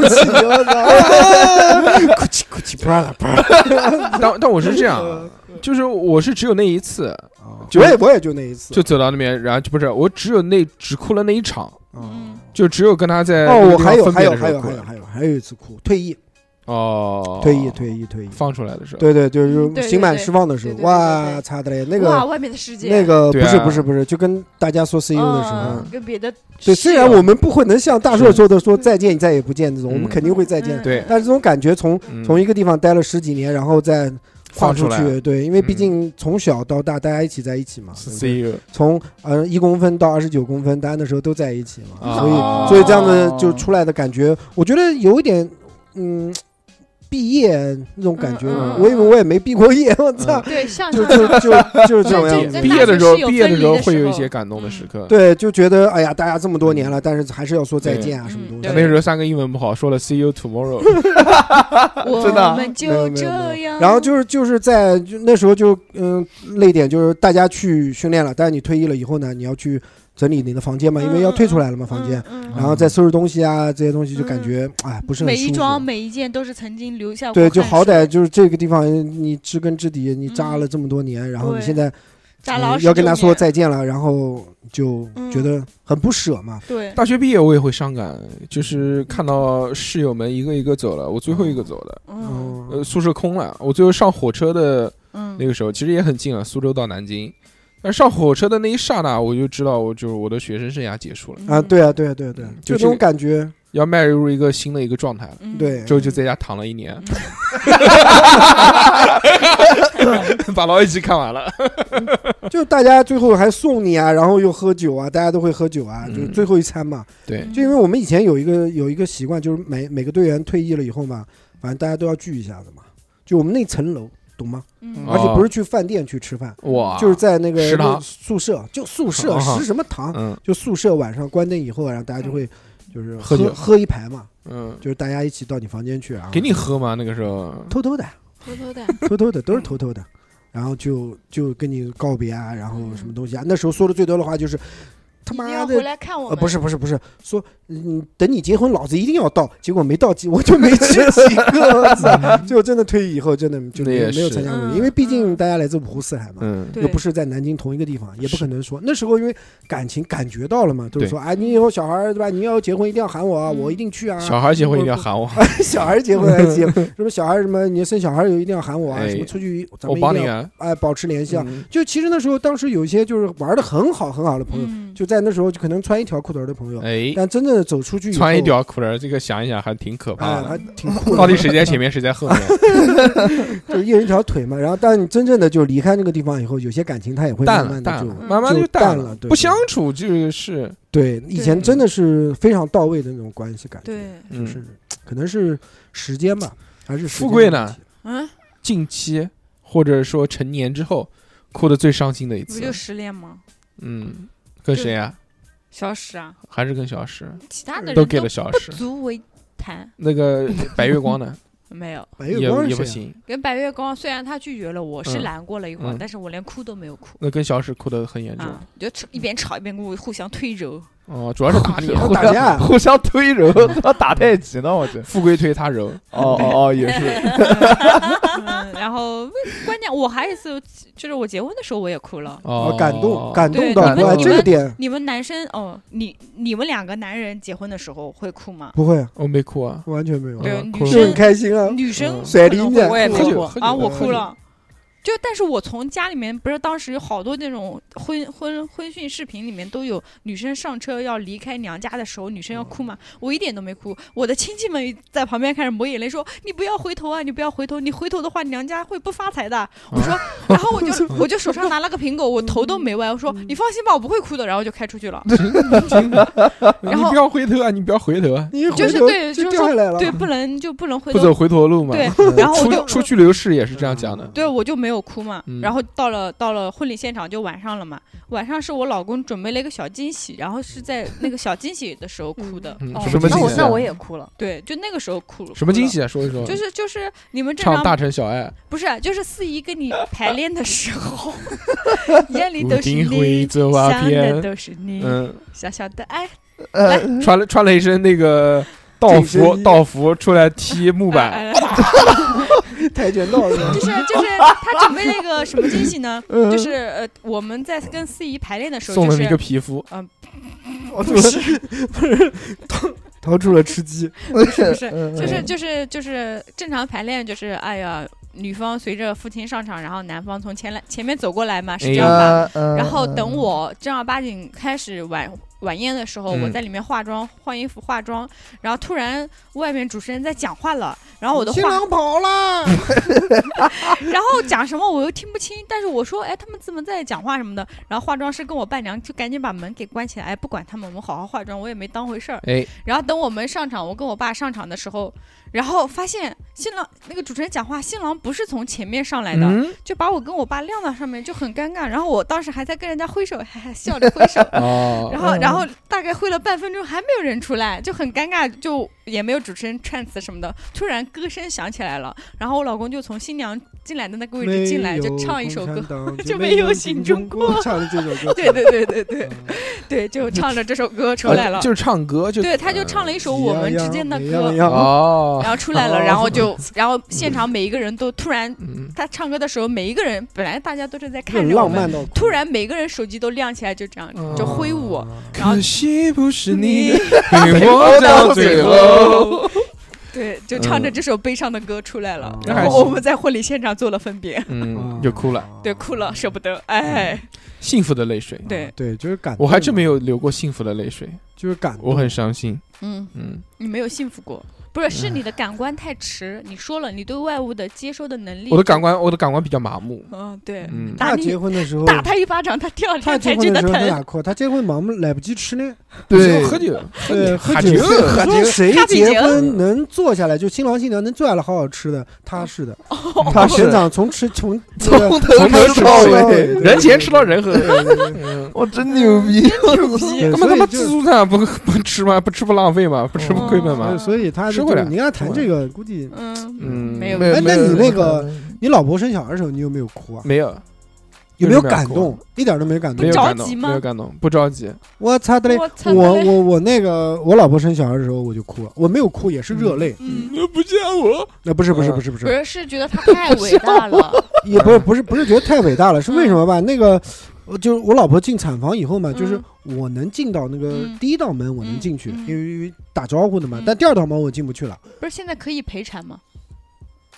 Speaker 4: 泣哭泣，不让了不让了。
Speaker 2: 但但我是这 样，就是我是只有那一次，就
Speaker 4: 我也我也就那一次，
Speaker 2: 就走到那边，然后就不是我只有那只哭了那一场，
Speaker 4: 嗯
Speaker 2: 就只有跟他在那
Speaker 4: 哦，
Speaker 2: 个
Speaker 4: 我
Speaker 2: 地
Speaker 4: 还
Speaker 2: 方
Speaker 4: 有
Speaker 2: 分
Speaker 4: 还
Speaker 2: 别
Speaker 4: 有
Speaker 2: 的时
Speaker 4: 还
Speaker 2: 候
Speaker 4: 有
Speaker 2: 哭
Speaker 4: 还有还有还有一次哭，退役
Speaker 2: 哦，
Speaker 4: 退役退役退役，
Speaker 2: 放出来的时候，
Speaker 4: 对对，就是
Speaker 6: 嗯对对
Speaker 4: 刑满
Speaker 6: 对
Speaker 4: 释放的时候，
Speaker 6: 对对对对
Speaker 4: 哇，
Speaker 6: 对
Speaker 4: 擦的嘞，那
Speaker 6: 哇，
Speaker 4: 个
Speaker 6: 外面的世界
Speaker 4: 那个
Speaker 2: 对
Speaker 4: 不是
Speaker 2: 啊
Speaker 4: 不是不是，就跟大家说 CEO 的时候
Speaker 6: 嗯，，跟别的
Speaker 4: 对，
Speaker 6: 室
Speaker 4: 虽然
Speaker 6: 友
Speaker 4: 我们不会能像大硕说的说再见再也不见这种，我们
Speaker 2: 啊嗯
Speaker 4: 肯定会再见
Speaker 6: 嗯，
Speaker 2: 对
Speaker 4: 但是这种感觉从
Speaker 2: 嗯
Speaker 4: 从一个地方待了十几年，然后再跨
Speaker 2: 放出
Speaker 4: 出
Speaker 2: 来
Speaker 4: 去，对，因为
Speaker 2: 嗯
Speaker 4: 毕竟从小到大大家一起在一起嘛，
Speaker 2: 是 E
Speaker 4: 对不对
Speaker 2: CEO
Speaker 4: 从呃一公分到二十九公分，大家那时候都在一起嘛，
Speaker 2: 啊
Speaker 4: 所以
Speaker 2: 哦
Speaker 4: 所以这样子就出来的感觉，我觉得有一点，嗯，毕业那种感觉。
Speaker 2: 嗯嗯
Speaker 4: 我以为我也没毕过业，我操，
Speaker 5: 对，像
Speaker 4: 就
Speaker 5: 像
Speaker 4: 就就就是这种
Speaker 5: 就
Speaker 4: 样
Speaker 5: 跟
Speaker 4: 子。
Speaker 2: 毕
Speaker 5: 大
Speaker 2: 业的时候，
Speaker 5: 学是有
Speaker 2: 毕业
Speaker 5: 分
Speaker 2: 的
Speaker 5: 离
Speaker 2: 时候
Speaker 5: 的
Speaker 2: 会
Speaker 5: 时
Speaker 2: 有一
Speaker 5: 候嗯
Speaker 2: 些感动的时刻。
Speaker 4: 对，就觉得哎呀，大家这么多年了，但是还是要说再见啊，
Speaker 5: 对
Speaker 4: 什么东西
Speaker 2: 那
Speaker 4: 的。
Speaker 2: 那时候三个英文不好，说了 see you tomorrow，
Speaker 3: 真的
Speaker 5: 我
Speaker 3: 啊
Speaker 4: 没
Speaker 5: 们
Speaker 4: 有没
Speaker 5: 就
Speaker 4: 有没有
Speaker 5: 这样。
Speaker 4: 然后就是就是在就那时候就嗯泪点就是大家去训练了，但是你退役了以后呢，你要去整理你的房间嘛，因为要退出来了嘛，房间，
Speaker 5: 嗯嗯嗯嗯
Speaker 4: 然后再收拾东西啊这些东西就感觉哎不是很
Speaker 5: 每
Speaker 4: 舒
Speaker 5: 一桩
Speaker 4: 服。
Speaker 5: 每一件都是曾经留下过
Speaker 4: 对，就
Speaker 5: 汗
Speaker 4: 好
Speaker 5: 水
Speaker 4: 歹就是这个地方你知根知底，你扎
Speaker 5: 嗯
Speaker 4: 了这么多年，然后你
Speaker 5: 对
Speaker 4: 现在
Speaker 5: 打老
Speaker 4: 嗯要跟他说
Speaker 5: 在
Speaker 4: 再见了，然后就
Speaker 5: 嗯
Speaker 4: 觉得很不舍嘛。
Speaker 5: 对
Speaker 2: 大学毕业我也会伤感，就是看到室友们一个一个走了，我最后一个走的，
Speaker 5: 嗯
Speaker 2: 呃，
Speaker 4: 嗯，
Speaker 2: 宿舍空了，我最后上火车的那
Speaker 5: 嗯
Speaker 2: 个时候，其实也很近了，啊苏州到南京，但上火车的那一刹那，我就知道我就是我的学生生涯结束了，
Speaker 4: 啊，对啊，对啊，对啊，对啊
Speaker 2: 嗯，就
Speaker 4: 就这
Speaker 2: 这个
Speaker 4: 种感觉，
Speaker 2: 要迈入一个新的一个状态了。
Speaker 5: 嗯
Speaker 4: 对，
Speaker 2: 之后就在家躺了一 年，把老友记看完 了。
Speaker 4: 就大家最后还送你啊，然后又喝酒啊，大家都会喝酒啊，
Speaker 2: 嗯
Speaker 4: 就是最后一餐嘛。
Speaker 2: 对，
Speaker 4: 就因为我们以前有一个有一个习惯，就是每每个队员退役了以后嘛，反正大家都要聚一下子嘛。就我们那层楼，懂吗？
Speaker 5: 嗯
Speaker 4: 而且不是去饭店去吃饭，
Speaker 2: 哇，
Speaker 4: 就是在那个
Speaker 2: 哦啊食堂
Speaker 4: 那宿舍，就宿舍
Speaker 2: 啊哈
Speaker 4: 食什么堂，
Speaker 2: 嗯
Speaker 4: 就宿舍晚上关灯以后，然啊后大家就会就是
Speaker 2: 喝酒
Speaker 4: 喝一排嘛，
Speaker 2: 嗯，
Speaker 4: 就是大家一起到你房间去，然后
Speaker 2: 给你喝吗？那个时候
Speaker 4: 偷偷的，
Speaker 5: 偷偷的，
Speaker 4: 偷偷的，都是偷偷的。然后就就跟你告别啊，然后什么东西啊？那时候说的最多的话就是，他
Speaker 5: 嗯一定
Speaker 4: 妈
Speaker 5: 要
Speaker 4: 的
Speaker 5: 回，来看我
Speaker 4: 呃，
Speaker 5: 们。
Speaker 4: 不是不是不是，说嗯，等你结婚，老子一定要到。结果没到几，我就没去几个，我操！ 就真的退役以后，真的就
Speaker 2: 那
Speaker 4: 没有
Speaker 2: 也
Speaker 4: 没有
Speaker 2: 是
Speaker 4: 参加过，
Speaker 5: 嗯
Speaker 4: 因为毕竟
Speaker 5: 嗯
Speaker 4: 大家来自五湖四海嘛，
Speaker 2: 嗯，
Speaker 5: 对
Speaker 4: 又不是在南京同一个地方，也不
Speaker 2: 是
Speaker 4: 可能说那时候因为感情感觉到了嘛，就是
Speaker 2: 对
Speaker 4: 说啊，你以后小孩儿对吧？你要结婚一定要喊我
Speaker 5: 嗯
Speaker 4: 啊，我一定去啊。
Speaker 2: 小孩结婚一定要喊我，
Speaker 4: 小孩儿结婚还结 什么小孩儿什么你生小孩儿有一定要喊我啊，
Speaker 2: 哎
Speaker 4: 什么出去咱
Speaker 2: 我
Speaker 4: 们一
Speaker 2: 帮
Speaker 4: 定
Speaker 2: 你
Speaker 4: 要
Speaker 2: 啊。
Speaker 4: 哎保持联系啊。
Speaker 2: 嗯
Speaker 4: 就其实那时候当时有一些就是玩的很好很好的朋友，
Speaker 5: 嗯，
Speaker 4: 就在那时候就可能穿一条裤头的朋友，
Speaker 2: 哎，
Speaker 4: 但真正走出去以后
Speaker 2: 穿一条裤衩儿，这个想一想还挺可怕
Speaker 4: 哎
Speaker 2: 的。
Speaker 4: 还挺酷的，
Speaker 2: 到底谁在前面，谁在后面？
Speaker 4: 就是一人一条腿嘛。然后但你真正的就离开那个地方以后，有些感情它也会慢
Speaker 2: 淡了，
Speaker 4: 慢的
Speaker 2: 淡
Speaker 4: 就
Speaker 2: 了，慢慢
Speaker 4: 就
Speaker 2: 就
Speaker 4: 淡
Speaker 2: 了，
Speaker 4: 了对
Speaker 2: 不相处就是，
Speaker 4: 对以前真的是非常到位的那种关系感觉，
Speaker 5: 对，
Speaker 2: 嗯，
Speaker 4: 是可能是时间吧，还是时间
Speaker 2: 富贵呢
Speaker 4: 问题？
Speaker 5: 嗯，
Speaker 2: 近期或者说成年之后，哭的最伤心的一
Speaker 5: 不
Speaker 2: 次
Speaker 5: 就，失恋吗？
Speaker 2: 嗯，跟谁啊？
Speaker 5: 小史啊，
Speaker 2: 还是跟小石，
Speaker 5: 其他的人
Speaker 2: 都给了小石。
Speaker 5: 足为谈，
Speaker 2: 那 个白月光呢，
Speaker 5: 没有
Speaker 4: 白
Speaker 2: 也
Speaker 4: 月光
Speaker 2: 也
Speaker 4: 是
Speaker 2: 不
Speaker 4: 谁啊
Speaker 2: 行。
Speaker 5: 跟白月光，虽然他拒绝了我，是
Speaker 2: 嗯
Speaker 5: 难过了一会儿，
Speaker 2: 嗯
Speaker 5: 但是我连哭都没有哭
Speaker 2: 那跟小史哭得很严重
Speaker 5: 啊，就吵一边吵一边跟我互相推 揉，
Speaker 2: 哦，主要是打 你，
Speaker 4: 互
Speaker 3: 互
Speaker 4: 打架
Speaker 3: 相互相推揉，他打太极呢，我觉得。
Speaker 2: 富贵推他揉，
Speaker 3: 哦哦哦，也 是，
Speaker 5: 嗯，然后关键我还有一次，就是我结婚的时候我也哭了。
Speaker 2: 哦
Speaker 4: 哦，，感动感动
Speaker 5: 对
Speaker 4: 到
Speaker 3: 你们
Speaker 4: 哎
Speaker 3: 你
Speaker 4: 这个
Speaker 5: 们
Speaker 4: 点
Speaker 5: 你们男生哦，你你们两个男人结婚的时候会哭吗？
Speaker 4: 不会，
Speaker 2: 我没哭 啊，
Speaker 4: 完全没有，
Speaker 5: 对，
Speaker 2: 嗯
Speaker 5: 女
Speaker 2: 哭了
Speaker 4: 就很
Speaker 5: 生
Speaker 4: 开心
Speaker 2: 嗯
Speaker 4: 啊。
Speaker 5: 女生
Speaker 4: 甩
Speaker 5: 可能
Speaker 4: 梨
Speaker 5: 会
Speaker 4: 呢
Speaker 5: 我也没
Speaker 2: 喝酒
Speaker 5: 哭
Speaker 2: 喝酒
Speaker 5: 啊，我
Speaker 4: 喝酒
Speaker 5: 哭了。就但是我从家里面不是当时有好多那种婚婚婚讯视频里面都有女生上车要离开娘家的时候，女生要
Speaker 2: 嗯
Speaker 5: 哭嘛，我一点都没哭。我的亲戚们在旁边开始抹眼泪说：“你不要回头啊，你不要回头，你回头的话娘家会不发财
Speaker 2: 啊
Speaker 5: 的。”我说，然后我 就我就手上拿了个苹果，我头都没歪，我说：“
Speaker 2: 嗯
Speaker 5: 你放心吧，我不会哭的。”然后就开出去了。
Speaker 2: 你
Speaker 5: 然后
Speaker 2: 不要回头啊，你不要回头啊，
Speaker 4: 你一
Speaker 5: 就
Speaker 4: 回
Speaker 5: 是
Speaker 4: 头
Speaker 5: 对
Speaker 4: 就
Speaker 5: 就是
Speaker 4: 掉下来了，
Speaker 5: 对，不能就不能回
Speaker 2: 不
Speaker 5: 头
Speaker 2: 走回头路嘛。
Speaker 5: 对
Speaker 4: 嗯，
Speaker 5: 然后我
Speaker 2: 出
Speaker 5: 就
Speaker 2: 出去流逝也是这样讲的。
Speaker 5: 对，我就没有哭嘛。
Speaker 2: 嗯
Speaker 5: 然后到了到了婚礼现场就晚上了嘛，晚上是我老公准备了一个小惊喜，然后是在那个小惊喜的时候哭的。
Speaker 2: 嗯
Speaker 7: 哦
Speaker 2: 什么
Speaker 7: 那
Speaker 2: 惊
Speaker 7: 我
Speaker 2: 喜啊
Speaker 7: 那我也哭了，
Speaker 5: 对，就那个时候哭了。
Speaker 2: 什么惊
Speaker 5: 哭
Speaker 2: 喜啊？说一说
Speaker 5: 了？，就是就是你们正
Speaker 2: 唱《大
Speaker 5: 常
Speaker 2: 城小爱
Speaker 5: 不是、啊就是四姨跟你排练的时 候，眼》，里都是
Speaker 2: 定会
Speaker 5: 你，
Speaker 2: 走啊
Speaker 5: 想的
Speaker 2: 边，
Speaker 5: 都是你，
Speaker 2: 嗯，
Speaker 5: 小小的 爱。
Speaker 3: 呃
Speaker 2: 穿了穿了一身那个道
Speaker 4: 紧身
Speaker 2: 服，
Speaker 4: 衣
Speaker 2: 道服出来踢木板，
Speaker 5: 哎哎哎
Speaker 4: 跆拳道是吧
Speaker 5: 呃就是就是他准备了一个什么惊 喜呢？就是呃我们在跟四姨排练的时
Speaker 2: 嗯
Speaker 5: 候，
Speaker 2: 送
Speaker 5: 就
Speaker 2: 了你
Speaker 5: 是
Speaker 2: 一个皮肤，
Speaker 4: 不是不是逃逃出了吃鸡，
Speaker 5: 不是
Speaker 3: 就
Speaker 5: 就是就是就是正常排练，就是哎呀，女方随着父亲上场，然后男
Speaker 3: 哎
Speaker 5: 方从前来前面走过来嘛，是这样吧？
Speaker 3: 呃，
Speaker 5: 然后等我正儿八经开始挽晚宴的时候，我
Speaker 2: 嗯
Speaker 5: 在里面化妆、换衣服、化妆，然后突然外面主持人在讲话了，然后我的
Speaker 4: 新
Speaker 5: 话，
Speaker 4: 郎跑了，
Speaker 5: 然后讲什么我又听不清，但是我说，哎，他们怎么在讲话什么的？然后化妆师跟我伴娘就赶紧把门给关起来，哎，不管他们，我们好好化妆，我也没当回事儿。
Speaker 2: 哎，
Speaker 5: 然后等我们上场，我跟我爸上场的时候，然后发现新郎那个主持人讲话，新郎不是从前面上来的，
Speaker 2: 嗯
Speaker 5: 就把我跟我爸晾到上面，就很尴尬。然后我当时还在跟人家挥手，还还笑着挥 手。
Speaker 2: 哦，
Speaker 5: 然后，然后大概挥了半分钟，还没有人出来，就很尴尬，就也没有主持人串词什么的。突然歌声响起来了，然后我老公就从新娘进来的那个位置进来，就唱一首歌。
Speaker 4: 歌
Speaker 5: 就没有新中国
Speaker 4: 唱的这首歌。
Speaker 5: 对对对对对
Speaker 4: 嗯，
Speaker 5: 对，就唱着这首歌出
Speaker 2: 呃
Speaker 5: 来了。
Speaker 2: 就是唱歌，就嗯啊
Speaker 5: 对，他就唱了一首我们之间的
Speaker 4: 嗯一样
Speaker 5: 歌
Speaker 4: 一，样
Speaker 2: 哦，
Speaker 5: 然后出来了，然后就，然后现场每一个人都突然，
Speaker 2: 嗯，
Speaker 5: 他唱歌的时候，每一个人本来大家都是在
Speaker 4: 这
Speaker 5: 看
Speaker 4: 种
Speaker 5: 着我
Speaker 4: 浪
Speaker 5: 们，
Speaker 4: 漫到哭
Speaker 5: 突然每个人手机都亮起来，就这样
Speaker 2: 哦
Speaker 5: 就挥舞，
Speaker 4: 嗯
Speaker 5: 然后
Speaker 2: 可惜不是你
Speaker 3: 陪我到最后。
Speaker 5: 对，就唱着这首悲伤的歌出来了
Speaker 4: 嗯，
Speaker 5: 然后我们在婚礼现场做了分别，哦
Speaker 2: 嗯，就哭了，
Speaker 5: 对，哭了，舍不得，哎，
Speaker 2: 幸福的泪水。
Speaker 5: 对，
Speaker 4: 对，就是感动，
Speaker 2: 我还真没有流过幸福的泪水，
Speaker 4: 就是感动，
Speaker 2: 我很伤心。
Speaker 5: 嗯，
Speaker 2: 嗯，
Speaker 5: 你没有幸福过，不是，是你的感官太迟，你说了，你对外物的接收的能力，
Speaker 2: 我的感，官，我的感官比较麻木。
Speaker 5: 嗯，对，
Speaker 2: 嗯，
Speaker 5: 打
Speaker 4: 他结
Speaker 5: 你
Speaker 4: 婚的时候，
Speaker 5: 打他一巴掌，他第二
Speaker 4: 他
Speaker 5: 天
Speaker 4: 结
Speaker 5: 才
Speaker 4: 婚的
Speaker 5: 觉
Speaker 4: 时
Speaker 5: 得
Speaker 4: 候他
Speaker 5: 疼，
Speaker 4: 俩哭，他结婚忙来不及吃呢。
Speaker 3: 呃
Speaker 2: 对，喝酒，
Speaker 4: 对，喝
Speaker 2: 喝
Speaker 4: 酒
Speaker 2: 酒， 喝
Speaker 4: 说
Speaker 2: 酒，
Speaker 4: 谁
Speaker 5: 他比
Speaker 4: 结
Speaker 5: 结
Speaker 4: 婚能坐下来，就新郎新娘能坐下来好好吃的，他是的，
Speaker 3: 他
Speaker 2: 嗯
Speaker 3: 是
Speaker 4: 省长从 吃从
Speaker 3: 从头
Speaker 4: 开始
Speaker 3: 吃到尾，
Speaker 2: 人前吃到人后。
Speaker 3: 我真牛 逼！牛逼！
Speaker 4: 对
Speaker 2: 那么嗯他
Speaker 4: 所以
Speaker 2: 妈
Speaker 4: 就
Speaker 2: 自助餐不不吃吗？不吃不浪费吗？不吃不亏本
Speaker 4: 所以
Speaker 5: 哦
Speaker 2: 吗？
Speaker 4: 所以他
Speaker 2: 吃回来
Speaker 4: 你跟他谈这个，估计
Speaker 5: 嗯，
Speaker 2: 嗯，
Speaker 5: 没有
Speaker 2: 没有
Speaker 4: 哎那
Speaker 2: 没有
Speaker 4: 你那个你老婆生小孩的时候，你有没有哭啊？
Speaker 2: 没有
Speaker 4: 有没有感
Speaker 2: 没有啊
Speaker 4: 动？一点都没有感
Speaker 2: 没
Speaker 4: 动
Speaker 2: 有。
Speaker 5: 着
Speaker 2: 感
Speaker 5: 急
Speaker 2: 动，
Speaker 5: 吗
Speaker 2: 没有感动，不着急。
Speaker 4: 我操的嘞！
Speaker 5: 我操
Speaker 4: 我
Speaker 5: 的嘞
Speaker 4: 我我那个我老婆生小孩的时候我就哭了，我没有哭也是热泪。
Speaker 5: 嗯，
Speaker 2: 那不像我，
Speaker 4: 那不是不是
Speaker 2: 嗯
Speaker 4: 不是不是
Speaker 5: 不，是，是觉得他太伟 大了，
Speaker 4: 也不是不是不是觉得太伟大了，是为什么
Speaker 5: 嗯
Speaker 4: 吧？那个，呃就是我老婆进产房以后嘛，就是我能进到那个
Speaker 5: 嗯
Speaker 4: 第一道门，我能进去，
Speaker 5: 嗯嗯
Speaker 4: 因为因为打招呼的嘛
Speaker 5: 嗯。
Speaker 4: 但第二道门我进不去了
Speaker 5: 不是现在可以陪产吗？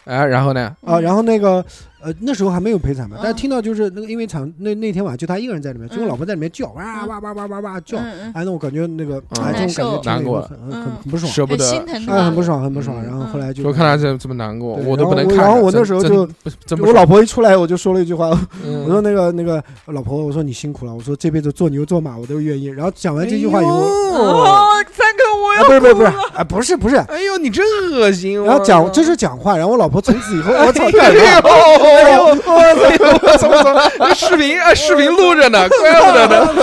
Speaker 2: 哎，然后呢？
Speaker 6: 嗯
Speaker 4: 啊。然
Speaker 5: 后
Speaker 4: 后那个，呃，那时候还没有陪产嘛，
Speaker 5: 嗯
Speaker 4: 但是听到就是那个，因为产那那天晚上就她一个人在里面，所以我
Speaker 5: 嗯
Speaker 4: 老婆在里面叫哇
Speaker 5: 嗯
Speaker 4: 哇哇哇哇哇叫，哎，
Speaker 5: 嗯嗯，
Speaker 4: 那我感觉那个
Speaker 2: 嗯
Speaker 4: 哎，这
Speaker 2: 难
Speaker 4: 种感觉听着以后
Speaker 2: 过
Speaker 4: 很很很
Speaker 5: 嗯
Speaker 4: 很不爽，
Speaker 2: 舍不
Speaker 5: 很心
Speaker 2: 得，
Speaker 5: 疼
Speaker 4: 哎，
Speaker 5: 他，
Speaker 4: 很不爽，很不爽。
Speaker 2: 嗯
Speaker 4: 然后后来就
Speaker 2: 我看他这这么难过，
Speaker 4: 对
Speaker 2: 我都不能看着。
Speaker 4: 然后我然后我那时候
Speaker 2: 真
Speaker 4: 就
Speaker 2: 真真不
Speaker 4: 我老婆一出来，我就说了一句话，
Speaker 2: 嗯
Speaker 4: 我说那个那个老婆，我说你辛苦了，我说这辈子做牛做马我都愿意。然后讲完这句话以
Speaker 2: 哎
Speaker 4: 嗯后，
Speaker 5: 哦，三哥，我
Speaker 4: 啊，不是不是不是啊，不是不是。
Speaker 2: 哎呦，你真恶心！
Speaker 4: 然后讲这是讲话，然后我老婆从此以后，我 操，
Speaker 2: 哎
Speaker 4: 干
Speaker 2: 呦，
Speaker 4: 啥？
Speaker 2: 哎呦，我操我操！ 那视频啊，视频录着
Speaker 4: 哎
Speaker 2: 呢，怪不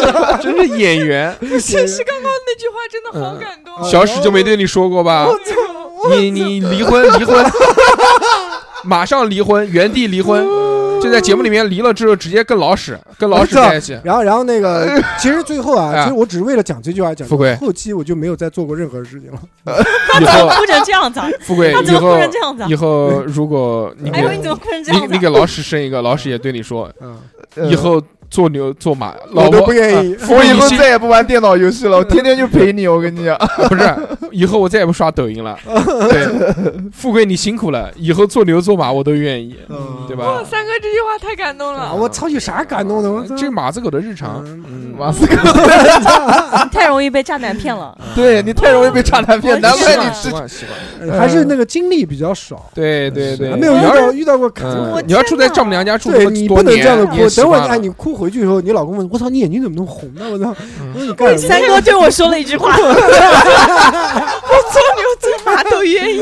Speaker 2: 得呢，真是演员。
Speaker 5: 其实刚刚那句话真的好
Speaker 2: 嗯
Speaker 5: 感动。
Speaker 4: 呃
Speaker 2: 小史就没对你说过吧？你你离婚离婚， 马上离婚，原地离婚，
Speaker 4: 嗯
Speaker 2: 就在节目里面离了之后，直接跟老史跟老史在一起。
Speaker 4: 然后然后 那个，其实最后啊，
Speaker 2: 啊
Speaker 4: 其实我只是为了讲这句话讲
Speaker 2: 富贵。
Speaker 4: 后期我就没有再做过任何事情了。
Speaker 2: 以后
Speaker 7: 哭成这样子啊，
Speaker 2: 富贵，
Speaker 7: 他
Speaker 2: 以
Speaker 7: 怎么哭
Speaker 2: 后
Speaker 7: 成这样子啊？
Speaker 2: 以后如果你
Speaker 7: 哎
Speaker 2: 给
Speaker 7: 呦，你怎么哭 成这
Speaker 2: 你
Speaker 7: 样子
Speaker 2: 你
Speaker 7: 啊？
Speaker 2: 给老史生一个，老史也对你说，
Speaker 4: 嗯，
Speaker 2: 以后做牛做马，老
Speaker 4: 我
Speaker 2: 婆
Speaker 4: 都不愿意。
Speaker 2: 富
Speaker 3: 我
Speaker 2: 贵
Speaker 3: 以
Speaker 2: 你
Speaker 3: 后
Speaker 2: 信
Speaker 3: 再也不玩电脑游戏 了，我天天就陪你。我跟你讲，
Speaker 2: 不是，以后我再也不刷抖音 了。对，富贵你辛苦了，以后做牛做马我都愿意，
Speaker 4: 嗯
Speaker 2: 对吧？
Speaker 5: 三哥这句话太感动
Speaker 4: 啊，
Speaker 5: 了，
Speaker 4: 我操，有啥感动的？我操，
Speaker 2: 嗯这个马子狗的日常，
Speaker 4: 嗯
Speaker 2: 嗯
Speaker 3: 马斯克，
Speaker 7: 你太容易被渣男骗了。
Speaker 3: 对你太容易被渣男骗，难怪你
Speaker 2: 习
Speaker 3: 吃。
Speaker 2: 惯习惯。
Speaker 4: 哎还是那个经历比较少，啊
Speaker 2: 对对嗯对，
Speaker 4: 没有遇
Speaker 2: 你要是啊
Speaker 4: 到遇到过感动。
Speaker 2: 嗯，你要住在丈母娘家住
Speaker 4: 对
Speaker 2: 这
Speaker 4: 你
Speaker 2: 么多
Speaker 4: 不能这
Speaker 2: 年，
Speaker 4: 样的
Speaker 2: 你也
Speaker 4: 哭，
Speaker 2: 习
Speaker 4: 等会
Speaker 2: 惯
Speaker 4: 儿哎，
Speaker 2: 了
Speaker 4: 你哭回去以后，你老公问我操，你眼睛怎么那么红呢？我操，
Speaker 2: 嗯
Speaker 4: 我说你干什么？
Speaker 7: 三哥对我说了一句话，
Speaker 5: 马都愿意。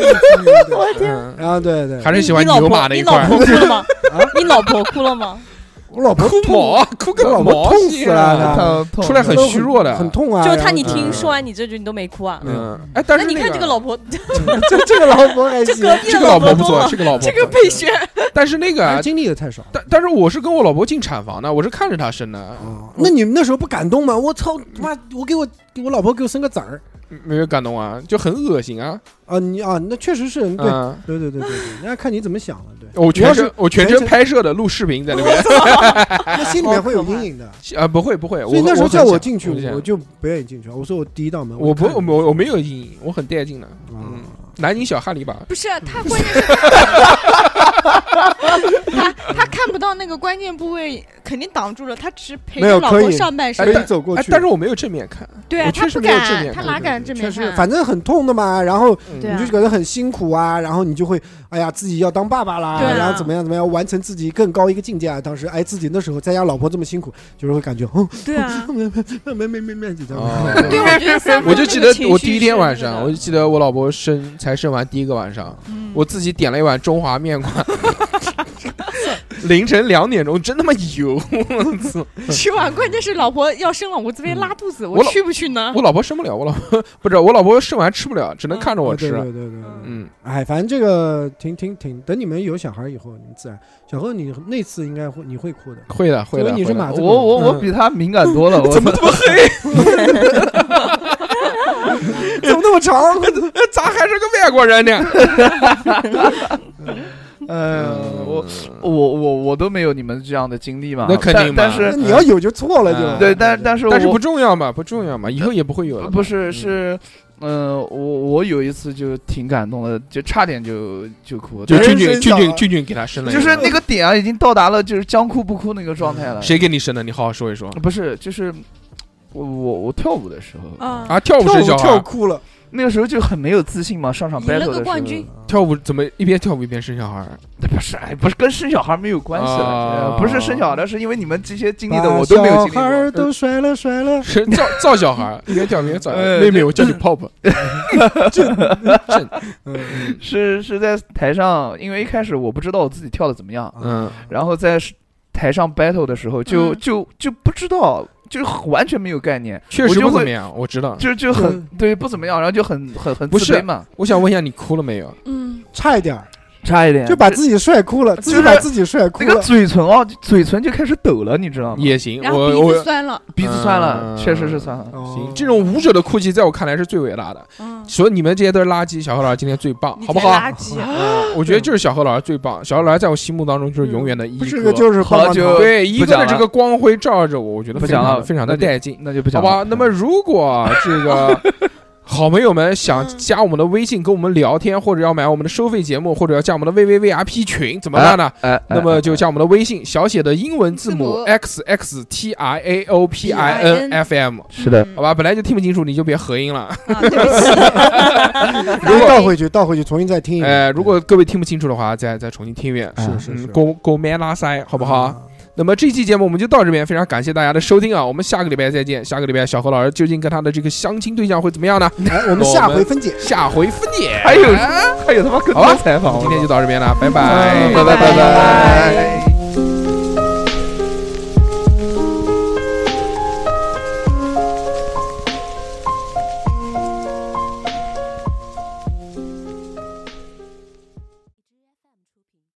Speaker 7: 我天！
Speaker 2: 嗯
Speaker 4: 然后啊对对，
Speaker 2: 还是喜
Speaker 7: 你
Speaker 2: 欢
Speaker 7: 老
Speaker 2: 牛
Speaker 7: 婆
Speaker 2: 马，那
Speaker 7: 你
Speaker 2: 一
Speaker 7: 老
Speaker 2: 块儿。
Speaker 7: 婆哭了吗
Speaker 4: 啊？
Speaker 7: 你老婆哭了吗？
Speaker 4: 我老婆
Speaker 2: 哭 毛，哭个
Speaker 4: 我老婆
Speaker 2: 毛啊
Speaker 4: 痛
Speaker 2: 线
Speaker 4: 死了他
Speaker 2: 出来很虚弱的
Speaker 4: 很痛啊。
Speaker 7: 就是他，你
Speaker 4: 然后
Speaker 7: 听
Speaker 2: 嗯
Speaker 7: 说完你这句，你都没哭啊？
Speaker 2: 嗯，哎，但
Speaker 7: 那
Speaker 2: 是
Speaker 7: 你看这个老婆，
Speaker 4: 嗯这这个老婆还
Speaker 7: 这
Speaker 4: 行，
Speaker 7: 隔壁
Speaker 2: 这
Speaker 7: 的
Speaker 2: 个老
Speaker 7: 婆
Speaker 2: 婆不错，
Speaker 7: 多了
Speaker 2: 这个老婆
Speaker 5: 这
Speaker 2: 不
Speaker 5: 个
Speaker 2: 错
Speaker 5: 配角，
Speaker 2: 但是那个
Speaker 4: 还
Speaker 2: 啊
Speaker 4: 是，经历的太少。
Speaker 2: 但但是我是跟我老婆进产房的，我是看着她生的，
Speaker 4: 哦，那你们那时候不感动吗？我操，妈，我给我给我老婆给我生个崽儿
Speaker 2: 没有感动啊，就很恶心啊。
Speaker 4: 啊！你啊，那确实是对
Speaker 2: 嗯，
Speaker 4: 对对对对对，那看你怎么想了。对，
Speaker 2: 我
Speaker 4: 你要
Speaker 2: 全
Speaker 4: 是
Speaker 2: 程我全
Speaker 4: 全
Speaker 2: 程
Speaker 4: 哦程
Speaker 2: 拍摄的，录视频在那边。
Speaker 7: 哎
Speaker 4: 那心里面会有阴影的。
Speaker 2: 啊，不会不会，
Speaker 4: 所
Speaker 2: 我
Speaker 4: 以那时候
Speaker 2: 很
Speaker 4: 叫我
Speaker 2: 想
Speaker 4: 进去，
Speaker 2: 很想
Speaker 4: 我就不愿意进去。我说我第一道门，
Speaker 2: 我不
Speaker 4: 看
Speaker 2: 我我我没有阴影，我很带劲的。嗯
Speaker 4: 啊
Speaker 6: 啊
Speaker 2: 嗯，南京小哈里吧，
Speaker 5: 不是他，关键是
Speaker 6: 他看不到那个关键部位，肯定挡住了。他只是陪
Speaker 4: 没有
Speaker 6: 着老
Speaker 4: 可
Speaker 6: 婆
Speaker 4: 以
Speaker 6: 上半
Speaker 4: 可以
Speaker 6: 身，
Speaker 4: 走过
Speaker 2: 哎
Speaker 4: 去，，
Speaker 2: 但是我没有正面看，
Speaker 6: 对啊，
Speaker 2: 我
Speaker 6: 他
Speaker 2: 确实
Speaker 6: 不
Speaker 2: 没有正面
Speaker 6: 敢，他
Speaker 2: 看
Speaker 6: 哪
Speaker 2: 对
Speaker 6: 敢正
Speaker 4: 确
Speaker 6: 面
Speaker 4: 实
Speaker 6: 看？
Speaker 4: 反正很痛的嘛，然后
Speaker 2: 嗯
Speaker 6: 对
Speaker 4: 你
Speaker 6: 啊
Speaker 4: 就觉得很辛苦啊，然后你就会哎呀自己要当爸爸啦，
Speaker 6: 对啊
Speaker 4: 然后怎么样怎么样完成自己更高一个境界啊。当时哎自己那时候再加上老婆这么辛苦，就是会感觉哦
Speaker 6: 对 啊，
Speaker 4: 没没没没没就这
Speaker 2: 哦
Speaker 4: 样。
Speaker 6: 对，啊我觉得三
Speaker 2: 我
Speaker 6: 分
Speaker 2: 就
Speaker 6: 的
Speaker 2: 记
Speaker 6: 那个
Speaker 2: 得
Speaker 6: 情
Speaker 2: 我
Speaker 6: 绪
Speaker 2: 第一天
Speaker 6: 是
Speaker 2: 晚
Speaker 6: 那个
Speaker 2: 上，
Speaker 6: 的
Speaker 2: 我就记得我老婆生才生完第一个晚上，
Speaker 6: 嗯
Speaker 2: 我自己点了一碗中华 面馆， 凌晨两点钟，真他妈油！我操！
Speaker 6: 吃完，关 键是老婆要生了，我这边拉肚子，
Speaker 2: 我
Speaker 6: 我
Speaker 2: 老
Speaker 6: 去不去呢？
Speaker 2: 我老婆生不了，我老婆不是我老婆生完吃不了，只能
Speaker 6: 啊嗯
Speaker 2: 看着我
Speaker 4: 对哦对
Speaker 2: 吃。
Speaker 4: 对对对，
Speaker 2: 嗯，
Speaker 4: 哎，反正这个挺挺挺，等你们有小孩以后，你们自然小何你那次应该会你会哭的，
Speaker 2: 会的，会
Speaker 4: 因为
Speaker 2: 的。
Speaker 4: 你是
Speaker 2: 会的
Speaker 4: 马子
Speaker 3: 我
Speaker 4: 狗
Speaker 3: 我我
Speaker 2: 嗯
Speaker 3: 比他敏感 多了，我
Speaker 2: 怎么这 么黑？
Speaker 4: 怎么那么长？
Speaker 2: 咋还是个外国人呢？
Speaker 3: 呃，
Speaker 2: 嗯
Speaker 3: 我我我我都没有你们这样的经历嘛，
Speaker 2: 那肯定
Speaker 3: 但但
Speaker 2: 嘛
Speaker 4: 那
Speaker 3: 是
Speaker 4: 你要有就错了就。
Speaker 2: 嗯
Speaker 3: 对，但但是
Speaker 2: 但是
Speaker 3: 我呃
Speaker 2: 不重要嘛，不重要嘛，以后也不会有了。
Speaker 3: 啊不是是。嗯，我我有一次就挺感动的，就差点就就哭，
Speaker 2: 就
Speaker 3: 但是
Speaker 2: 俊
Speaker 4: 人
Speaker 2: 俊俊
Speaker 4: 生小
Speaker 2: 俊
Speaker 4: 孩
Speaker 2: 俊俊给他生了一
Speaker 3: 就
Speaker 2: 个，
Speaker 3: 是那个点啊，已经到达了就是将哭不哭那个啊状态了。
Speaker 2: 谁给你生的？你好好说一说
Speaker 3: 不是，就是我我我跳舞的时候，
Speaker 6: 啊，
Speaker 2: 啊！跳舞
Speaker 4: 跳
Speaker 2: 生小
Speaker 4: 舞跳
Speaker 2: 孩，
Speaker 4: 哭了，
Speaker 3: 那个时候就很没有自信嘛，上场
Speaker 6: 赢
Speaker 3: battle 的
Speaker 6: 了
Speaker 3: 时候
Speaker 6: 个冠军，
Speaker 2: 跳舞怎么一边跳舞一边生小孩？
Speaker 3: 不是，哎，不是跟生小孩没有关系了，
Speaker 2: 啊
Speaker 3: 呃不是生小孩的，是因为你们这些经历的
Speaker 4: 把
Speaker 3: 我都没有
Speaker 4: 小
Speaker 3: 经历
Speaker 4: 孩儿
Speaker 3: 过。
Speaker 4: 都摔了摔了，
Speaker 2: 是造造小孩，一边跳一边造。
Speaker 3: 呃
Speaker 2: 妹妹，我叫你泡泡。
Speaker 4: 嗯
Speaker 3: 是是在台上，因为一开始我不知道我自己跳的怎么样，
Speaker 2: 嗯，
Speaker 3: 然后在台上 battle 的时候就，
Speaker 6: 嗯
Speaker 3: 就就不知道，就完全没有概念，
Speaker 2: 确
Speaker 3: 我
Speaker 2: 实
Speaker 3: 就
Speaker 2: 不怎
Speaker 3: 会
Speaker 2: 么样，我知道。
Speaker 3: 就就很
Speaker 2: 嗯
Speaker 3: 对不怎么样，然后就很很很
Speaker 2: 不
Speaker 3: 自
Speaker 2: 是
Speaker 3: 卑嘛，
Speaker 2: 我想问一下，你哭了没有？
Speaker 6: 嗯，
Speaker 4: 差一点儿
Speaker 3: 差一点
Speaker 4: 就把自己帅哭了，自己
Speaker 3: 是
Speaker 4: 把自己帅哭
Speaker 3: 那
Speaker 4: 了
Speaker 3: 个。嘴唇哦，嘴唇就开始抖了，你知道吗？
Speaker 2: 也行，
Speaker 6: 然后
Speaker 2: 我
Speaker 6: 鼻子
Speaker 2: 我
Speaker 6: 酸了，
Speaker 3: 鼻子酸了，
Speaker 2: 嗯
Speaker 3: 确实是酸了。
Speaker 4: 哦
Speaker 2: 行，这种舞者的哭泣在我看来是最伟大的。
Speaker 6: 嗯，
Speaker 2: 所以你们这些都是垃圾，小何老师今天最棒，
Speaker 6: 你
Speaker 2: 好不
Speaker 6: 才
Speaker 2: 好？
Speaker 6: 垃圾啊，
Speaker 2: 嗯我觉得就是小何老师最棒，小何老师在我心目当中就是永远的一
Speaker 4: 不
Speaker 2: 哥。
Speaker 4: 是个就是
Speaker 3: 好
Speaker 4: 棒棒
Speaker 3: 久
Speaker 4: 糖
Speaker 2: 对一
Speaker 3: 不
Speaker 2: 哥
Speaker 3: 讲
Speaker 2: 的
Speaker 3: 了
Speaker 2: 这个光辉照着我，我觉得
Speaker 3: 不
Speaker 2: 非
Speaker 3: 讲
Speaker 2: 常
Speaker 3: 了
Speaker 2: 非常的
Speaker 3: 那就
Speaker 2: 带劲，
Speaker 3: 那就不
Speaker 2: 嗯好
Speaker 3: 讲
Speaker 2: 吧
Speaker 3: 了。？嗯啊
Speaker 2: 那么如果这 个好朋友们想
Speaker 6: 嗯
Speaker 2: 加我们的微信跟我们聊天，或者要买我们的收费节目，或者要加我们的 VVVIP 群，怎么办呢？
Speaker 3: 哎，哎
Speaker 2: 那么就加我们的微信，小写的英文字母
Speaker 6: 字母
Speaker 2: x x t i a o p i n f m，
Speaker 3: 是的，
Speaker 6: 嗯
Speaker 2: 好吧，本来就听不清楚，你就别合音了。
Speaker 6: 啊，对不起
Speaker 4: 然后倒
Speaker 6: ，sorry，
Speaker 4: 回去，倒回去，重新再听一遍。
Speaker 2: 哎，如果各位听不清楚的话，再再重新听一遍。
Speaker 4: 嗯是
Speaker 3: 嗯
Speaker 4: 是啊是，
Speaker 2: 嗯，狗狗咩拉塞，好
Speaker 4: 好
Speaker 2: 不好？？那么这期节目我们就到这边，非常感谢大家的收听啊！我们下个礼拜再见。下个礼拜小何老师究竟跟他的这个相亲对象会怎么样呢？
Speaker 4: 哎，我们下回分解。
Speaker 2: 下回分解。
Speaker 3: 还有还有他妈
Speaker 2: 哎
Speaker 3: 更
Speaker 2: 好吧
Speaker 3: 多采访，
Speaker 2: 今天
Speaker 3: 我
Speaker 2: 就到这边了，拜
Speaker 3: 操
Speaker 2: 拜
Speaker 3: 嗯。拜拜拜
Speaker 6: 拜
Speaker 3: 拜。